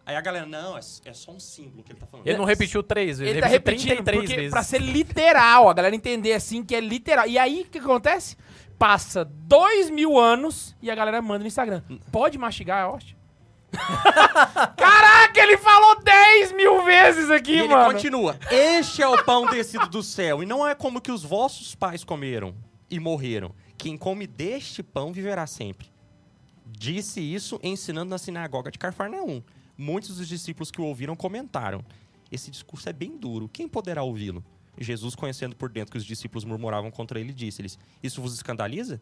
Aí a galera, não, é, é só um símbolo que ele tá falando. Ele não repetiu três vezes, Ele ele, tá repetiu repetindo 33 porque, vezes. pra ser literal, a galera entender assim que é literal. E aí, o que acontece? Passa dois mil anos e a galera manda no Instagram. Pode mastigar a hoste? Caraca, ele falou 10 mil vezes aqui, E ele mano. continua: Este é o pão descido do céu, e não é como que os vossos pais comeram e morreram. Quem come deste pão viverá sempre. Disse isso ensinando na sinagoga de Carfarnaum. Muitos dos discípulos que o ouviram comentaram: Esse discurso é bem duro, quem poderá ouvi-lo? Jesus, conhecendo por dentro que os discípulos murmuravam contra ele, disse-lhes: Isso vos escandaliza?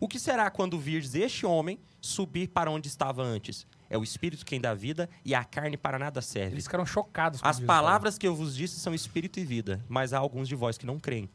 O que será quando virdes este homem subir para onde estava antes? É o espírito quem dá vida e a carne para nada serve. Eles ficaram chocados com o As que Jesus palavras que eu vos disse são espírito e vida, mas há alguns de vós que não creem.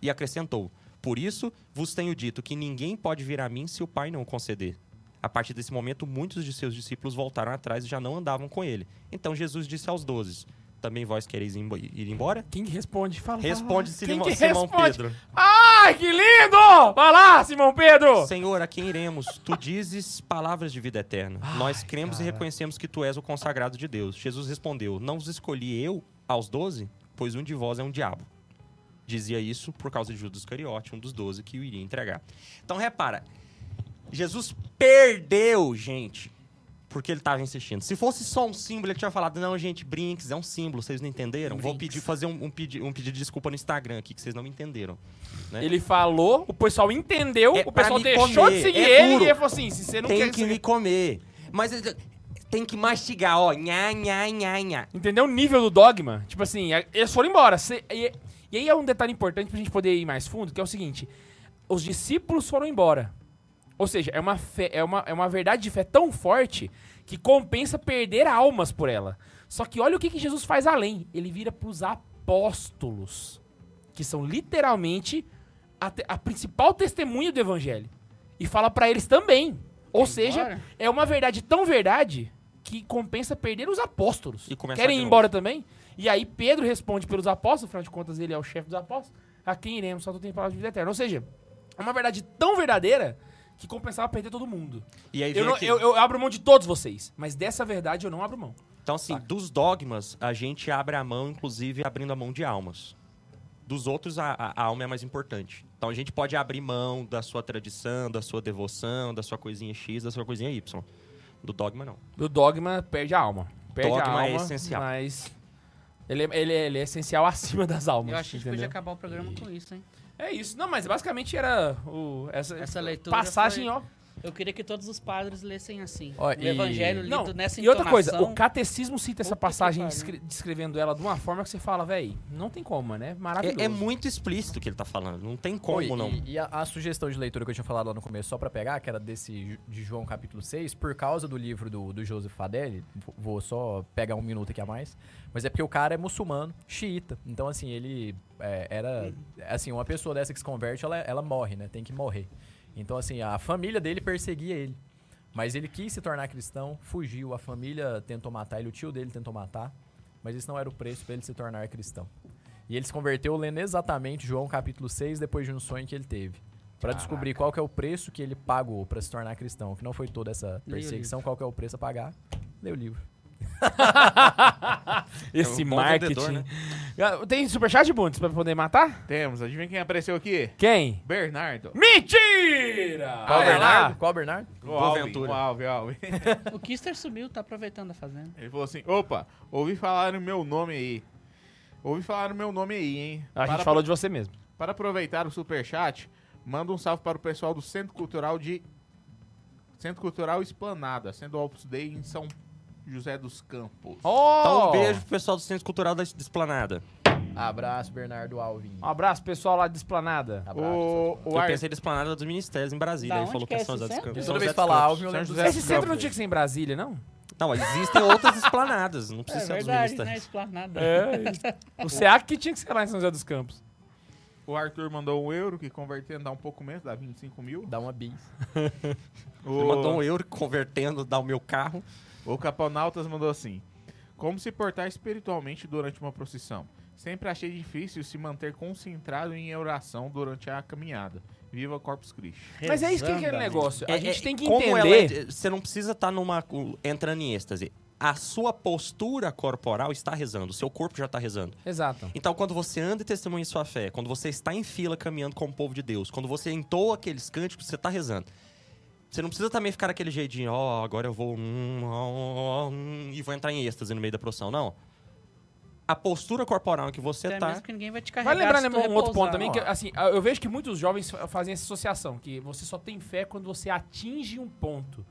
E acrescentou: Por isso vos tenho dito que ninguém pode vir a mim se o Pai não o conceder. A partir desse momento, muitos de seus discípulos voltaram atrás e já não andavam com ele. Então Jesus disse aos doze: Também vós quereis imbo- ir embora? falou. Quem que responde? Fala. Responde fala. Simão, Quem que Simão responde? Pedro: Ai, que lindo! Vai lá, Simão Pedro! Senhor, a quem iremos? Tu dizes palavras de vida eterna. Nós cremos e reconhecemos que tu és o consagrado de Deus. Jesus respondeu: Não os escolhi eu aos doze, pois um de vós é um diabo. Dizia isso por causa de Judas Iscariote, um dos doze que o iria entregar. Então repara, Jesus perdeu, gente, porque ele estava insistindo. Se fosse só um símbolo, ele tinha falado: Não, gente, brinques, é um símbolo, vocês não entenderam. Vou pedir, fazer um, um pedi- um pedido de desculpa no Instagram aqui, que vocês não me entenderam. né? Ele falou, o pessoal entendeu, É o pessoal pra me deixou comer, de seguir é ele duro. e ele falou assim: se você não tem quer que me comer. Mas eh, tem que mastigar, ó. Nha, nha, nha, nha. Entendeu o nível do dogma? Tipo assim, a- eles foram embora. Cê- e, e aí é um detalhe importante pra gente poder ir mais fundo, que é o seguinte: os discípulos foram embora. Ou seja, é uma, fé- é uma, é uma verdade de fé tão forte que compensa perder almas por ela. Só que olha o que, que Jesus faz além. Ele vira pros apóstolos, que são literalmente a, te- a principal testemunha do evangelho e fala pra eles também. Ou seja, embora? é uma verdade tão verdade que compensa perder os apóstolos. E começar Querem de ir novo. embora também? E aí Pedro responde pelos apóstolos, afinal de contas ele é o chefe dos apóstolos. A quem iremos, só tu tem palavra de vida eterna. Ou seja, é uma verdade tão verdadeira que compensava perder todo mundo. E aí vem Eu, não- aqui- eu- eu abro mão de todos vocês, mas dessa verdade eu não abro mão. Então, assim, dos dogmas, a gente abre a mão, inclusive abrindo a mão de almas. Dos outros, a, a- a alma é mais importante. Então, a gente pode abrir mão da sua tradição, da sua devoção, da sua coisinha X, da sua coisinha Y. Do dogma, não. O dogma perde a alma. Perde a Dogma alma, é essencial. mas ele, é- ele é- ele é essencial acima das almas. Eu achei que podia entendeu? acabar o programa com isso, hein? É isso. Não, mas basicamente era o, essa, Essa leitura passagem, foi- ó. Eu queria que todos os padres lessem assim. Ó, o e- evangelho lido Não, nessa e outra coisa, entonação. o catecismo cita essa Puta que passagem pariu. descre- descrevendo ela de uma forma que você fala, véi, não tem como, né? Maravilhoso. É, é muito explícito o que ele tá falando. Não tem como, Oi, e- não. E, a, a sugestão de leitura que eu tinha falado lá no começo, só pra pegar, que era desse Ju- de João capítulo 6, por causa do livro do, do Joseph Fadelli, v- vou só pegar um minuto aqui a mais, mas é porque o cara é muçulmano, xiita. Então, assim, ele é, era. Assim, uma pessoa dessa que se converte, ela, ela morre, né? Tem que morrer. Então, assim, a família dele perseguia ele. Mas ele quis se tornar cristão, fugiu, a família tentou matar ele, o tio dele tentou matar, mas isso não era o preço pra ele se tornar cristão. E ele se converteu lendo exatamente João capítulo 6 depois de um sonho que ele teve. Pra descobrir qual que é o preço que ele pagou pra se tornar cristão, que não foi toda essa Leia o perseguição, qual que é o preço a pagar. Lê o livro. Esse É um bom marketing. vendedor, né? Ah, Tem superchat, Bundes, pra poder matar? Temos, adivinha quem apareceu aqui? Quem? Bernardo. Mentira! Ah, Qual o Olha lá. Bernardo? Qual o Bernardo? O Alvin, Boaventura. o Alvin, o Alvin. O Kister sumiu, tá aproveitando a fazenda. Ele falou assim, opa, ouvi falar o meu nome aí. Ouvi falar o meu nome aí, hein? A gente Para- falou de você mesmo. Para aproveitar o superchat, manda um salve para o pessoal do Centro Cultural de Centro Cultural Esplanada, sendo Opus Dei em São José dos Campos. Então, Oh! um beijo pro pessoal do Centro Cultural da Esplanada. Abraço, Bernardo Alvin. Ah, Um abraço, pessoal lá de Esplanada. O, o eu Ar- pensei da Esplanada dos Ministérios, em Brasília. Da Ele onde falou que que é é São esse José dos centro? Campos. Toda José vez que dos falar Campos. Alvin, eu São lembro do José Zé Esse dos centro Campos. não tinha que ser em Brasília, não? Não, existem outras esplanadas. Não É precisa ser a dos tá? verdade, né? ministérios. Esplanada. É. o SEAC que tinha que ser lá em São José dos Campos. o Arthur mandou um euro, que convertendo dá um pouco menos, dá 25 mil. Dá um uma bis. Ele Mandou O, um euro convertendo, dar o meu carro. o Caponautas mandou assim, como se portar espiritualmente durante uma procissão? Sempre achei difícil se manter concentrado em oração durante a caminhada. Viva Corpus Christi. Mas é isso que é aquele Rezando, negócio. A É, gente é, tem que como entender. ela é- você não precisa estar numa. entrando em êxtase. A sua postura corporal está rezando, o seu corpo já está rezando. Exato. Então, quando você anda e testemunha sua fé, quando você está em fila caminhando com o povo de Deus, quando você entoa aqueles cânticos, você está rezando. Você não precisa também ficar aquele jeitinho, ó, agora eu vou. hum, ó, ó, hum, e vou entrar em êxtase no meio da procissão. Não. A postura corporal em que você tá Até está. mesmo que ninguém vai te carregar. tá. Vai lembrar se né, tu um outro repousar. ponto também, que assim, eu vejo que muitos jovens fa- fazem essa associação, que você só tem fé quando você atinge um ponto.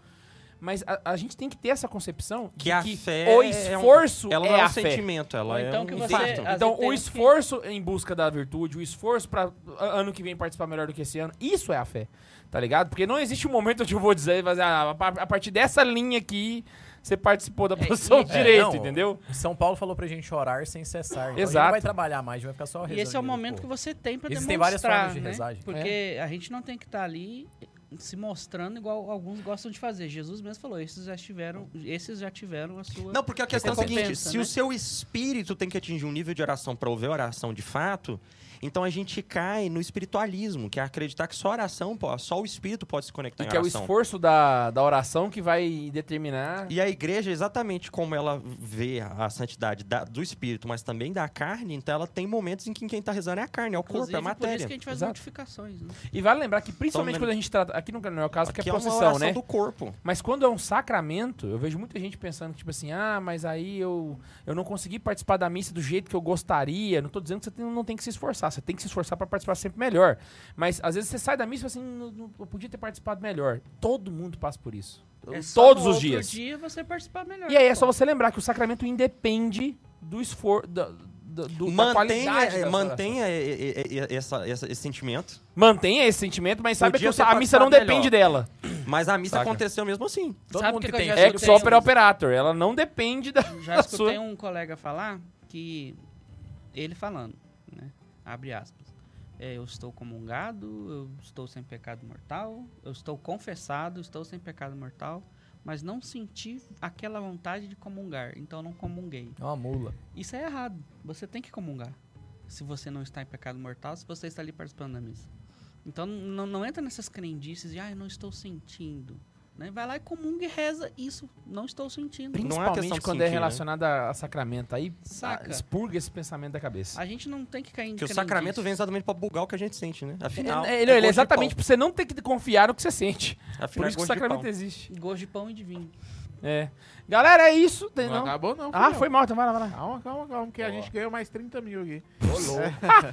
Mas a, a gente tem que ter essa concepção de Que a que fé o é um- esforço é, Ela não é, a um fé. sentimento, ela Ou é então um que você- fato. Às Então, vezes o tem esforço em busca da virtude, o esforço para ano que vem participar melhor do que esse ano, isso é a fé, tá ligado? Porque não existe um momento onde eu vou dizer, fazer, ah, a par- a partir dessa linha aqui, você participou da posição e- direito, É, não, entendeu? São Paulo falou pra gente orar sem cessar. Então, a gente Exato. não vai trabalhar mais, a gente vai ficar só rezando. E esse é o ali, um momento pô. que você tem pra Existem várias demonstrar, formas de né? rezar, gente. Porque É. a gente não tem que estar ali eh, se mostrando igual alguns gostam de fazer. Jesus mesmo falou, esses já tiveram, esses já tiveram a sua... Não, porque a questão é a seguinte: Recompensa, se né? o seu espírito tem que atingir um nível de oração para ouvir oração de fato, então a gente cai no espiritualismo, que é acreditar que só a oração, pô, só o espírito pode se conectar E em que é o oração. esforço da, da oração que vai determinar E a igreja, exatamente como ela vê a a santidade da- do espírito, mas também da carne, então ela tem momentos em que quem está rezando é a carne, é o corpo, Inclusive, é a por isso que a matéria. gente faz Exato. modificações, né? E vale lembrar que principalmente Então, quando a gente trata. Aqui não é o caso Aqui que é é uma procissão, oração né? do corpo. Mas quando é um sacramento, eu vejo muita gente pensando, tipo assim, ah, mas aí eu, eu não consegui participar da missa do jeito que eu gostaria. Não tô dizendo que você tem- não tem que se esforçar, você tem que se esforçar pra participar sempre melhor. Mas às vezes você sai da missa e fala assim, "Não- não- eu podia ter participado melhor. Todo mundo passa por isso. É só Todos no os outro dias. dia você participar melhor. E aí é só pô. você lembrar que o sacramento independe do esforço. Da, da- do, da Mantenha, é, qualidade da sua oração. mantenha e- e- e- é, essa- essa- esse sentimento. mantenha esse sentimento, mas sabe que Podia o sa- ter a missa não participado depende melhor. dela. Mas a missa Saca. aconteceu mesmo assim. Todo Sabe mundo por que que tem eu já Ex escutei opera um- operator, ela não depende é da. Já escutei sua- um colega falar que ele falando, né? Abre aspas. é, eu estou comungado, eu estou sem pecado mortal, eu estou confessado, estou sem pecado mortal, mas não senti aquela vontade de comungar, então não comunguei. É uma mula. Isso é errado. Você tem que comungar. Se você não está em pecado mortal, se você está ali participando da missa. Então não, não entra nessas crendices de, ah, eu não estou sentindo. Né? Vai lá e comunga e reza isso. Não estou sentindo. Não é uma Principalmente questão de quando é sentir, né? relacionado a sacramento. Aí ah, Saca. expurga esse pensamento da cabeça. A gente não tem que cair em Porque o crendices. sacramento vem exatamente pra bugar o que a gente sente, né? Afinal. um É, ele- ele é gosto de exatamente pra você não ter que confiar no que você sente. pau. Por Afinal, é isso que o gosto de sacramento pau. existe. Gosto de pão e de vinho. É. Galera, é isso. Tem, Não não. acabou, não. Ah, filhão. foi mal, então vai lá, vai lá. Calma, calma, calma, que a gente ganhou mais 30 mil aqui.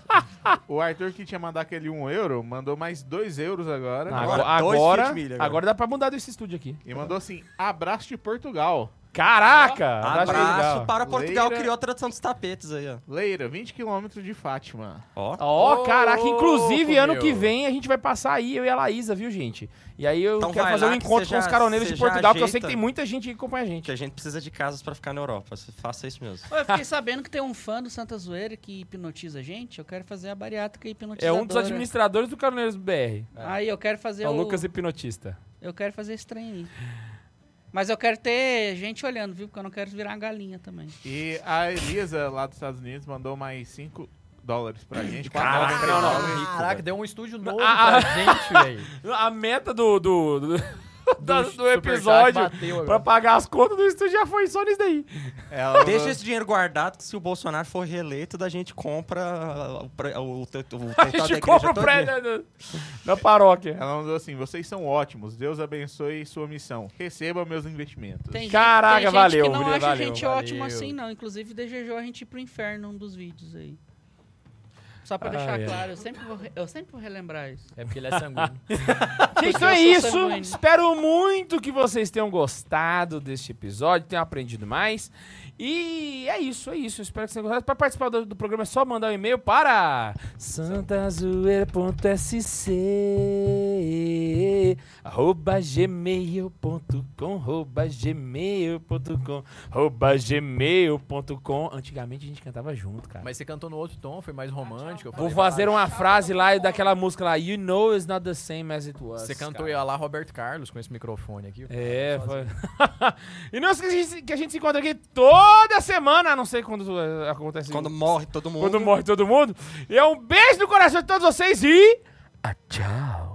o Arthur que tinha mandado aquele 1 euro, mandou mais 2 euros agora. Não, Agora, agora, dois agora, Fiat Milha agora. agora dá pra mudar desse estúdio aqui. E mandou assim, abraço de Portugal. Caraca! Abraço para Portugal, Leira. criou a tradução dos tapetes aí, ó. Leira, 20 quilômetros de Fátima. Ó. Ó, Ô, caraca, inclusive louco, ano meu. que vem a gente vai passar aí, eu e a Laísa, viu, gente? E aí eu Então quero vai fazer um lá que encontro você com os já- caroneiros você de já Portugal, que eu sei que ajeita. tem muita gente que acompanha a gente. Que a gente precisa de casas pra ficar na Europa. Faça isso mesmo. Ô, Eu fiquei sabendo que tem um fã do Santa Zoeira que hipnotiza a gente. Eu quero fazer a bariátrica É hipnotizadora. um dos administradores do Caroneiros BR. Aí eu quero fazer É o o... Lucas Hipnotista. Eu quero fazer esse trem aí. Mas eu quero ter gente olhando, viu? Porque eu não quero virar uma galinha também. E a Elisa, lá dos Estados Unidos, mandou mais 5 dólares pra gente. Caraca, um Quatro Ah, não, dólares. não. Caraca, deu um estúdio novo Ah, pra gente, velho. A meta do, do, do, da- do superchat episódio bateu pra agora. pagar as contas do estúdio já foi só nisso daí. Ela Uhum. mandou- Deixa esse dinheiro guardado, que se o Bolsonaro for reeleito, da gente compra ah, o, pre- o, o, o, A o total da gente igreja compra o todinha. prédio da- da paróquia. Ela mandou assim, vocês são ótimos, Deus abençoe sua missão, receba meus investimentos. Tem gente- Caraca, tem gente valeu, que não Murilo, acha a valeu, gente valeu. ótimo assim, não. Inclusive, desejou a gente ir pro inferno um dos vídeos aí. Só pra deixar Ai, ai. claro, eu sempre, vou re- eu sempre vou relembrar isso. É porque ele é sanguíneo. Gente, Porque então é eu sou isso. sanguíneo. Espero muito que vocês tenham gostado deste episódio, tenham aprendido mais. E é isso, é isso. Eu Espero que vocês tenham gostado. Para participar do, do programa é só mandar um e-mail para santazoeira.sc arroba gmail.com arroba gmail.com arroba gmail.com Antigamente a gente cantava junto, cara. Mas você cantou no outro tom, foi mais romântico. eu Vou falei pra fazer lá. uma frase lá daquela música lá. You know it's not the same as it was. Você cantou cara. ia lá Roberto Carlos com esse microfone aqui. É, Sozinho. foi. e não esqueça que a gente- que a gente se encontra aqui toda semana, a não sei quando eh, acontece. Quando morre todo mundo. quando morre todo mundo. E é um beijo no coração de todos vocês e. Ah, tchau!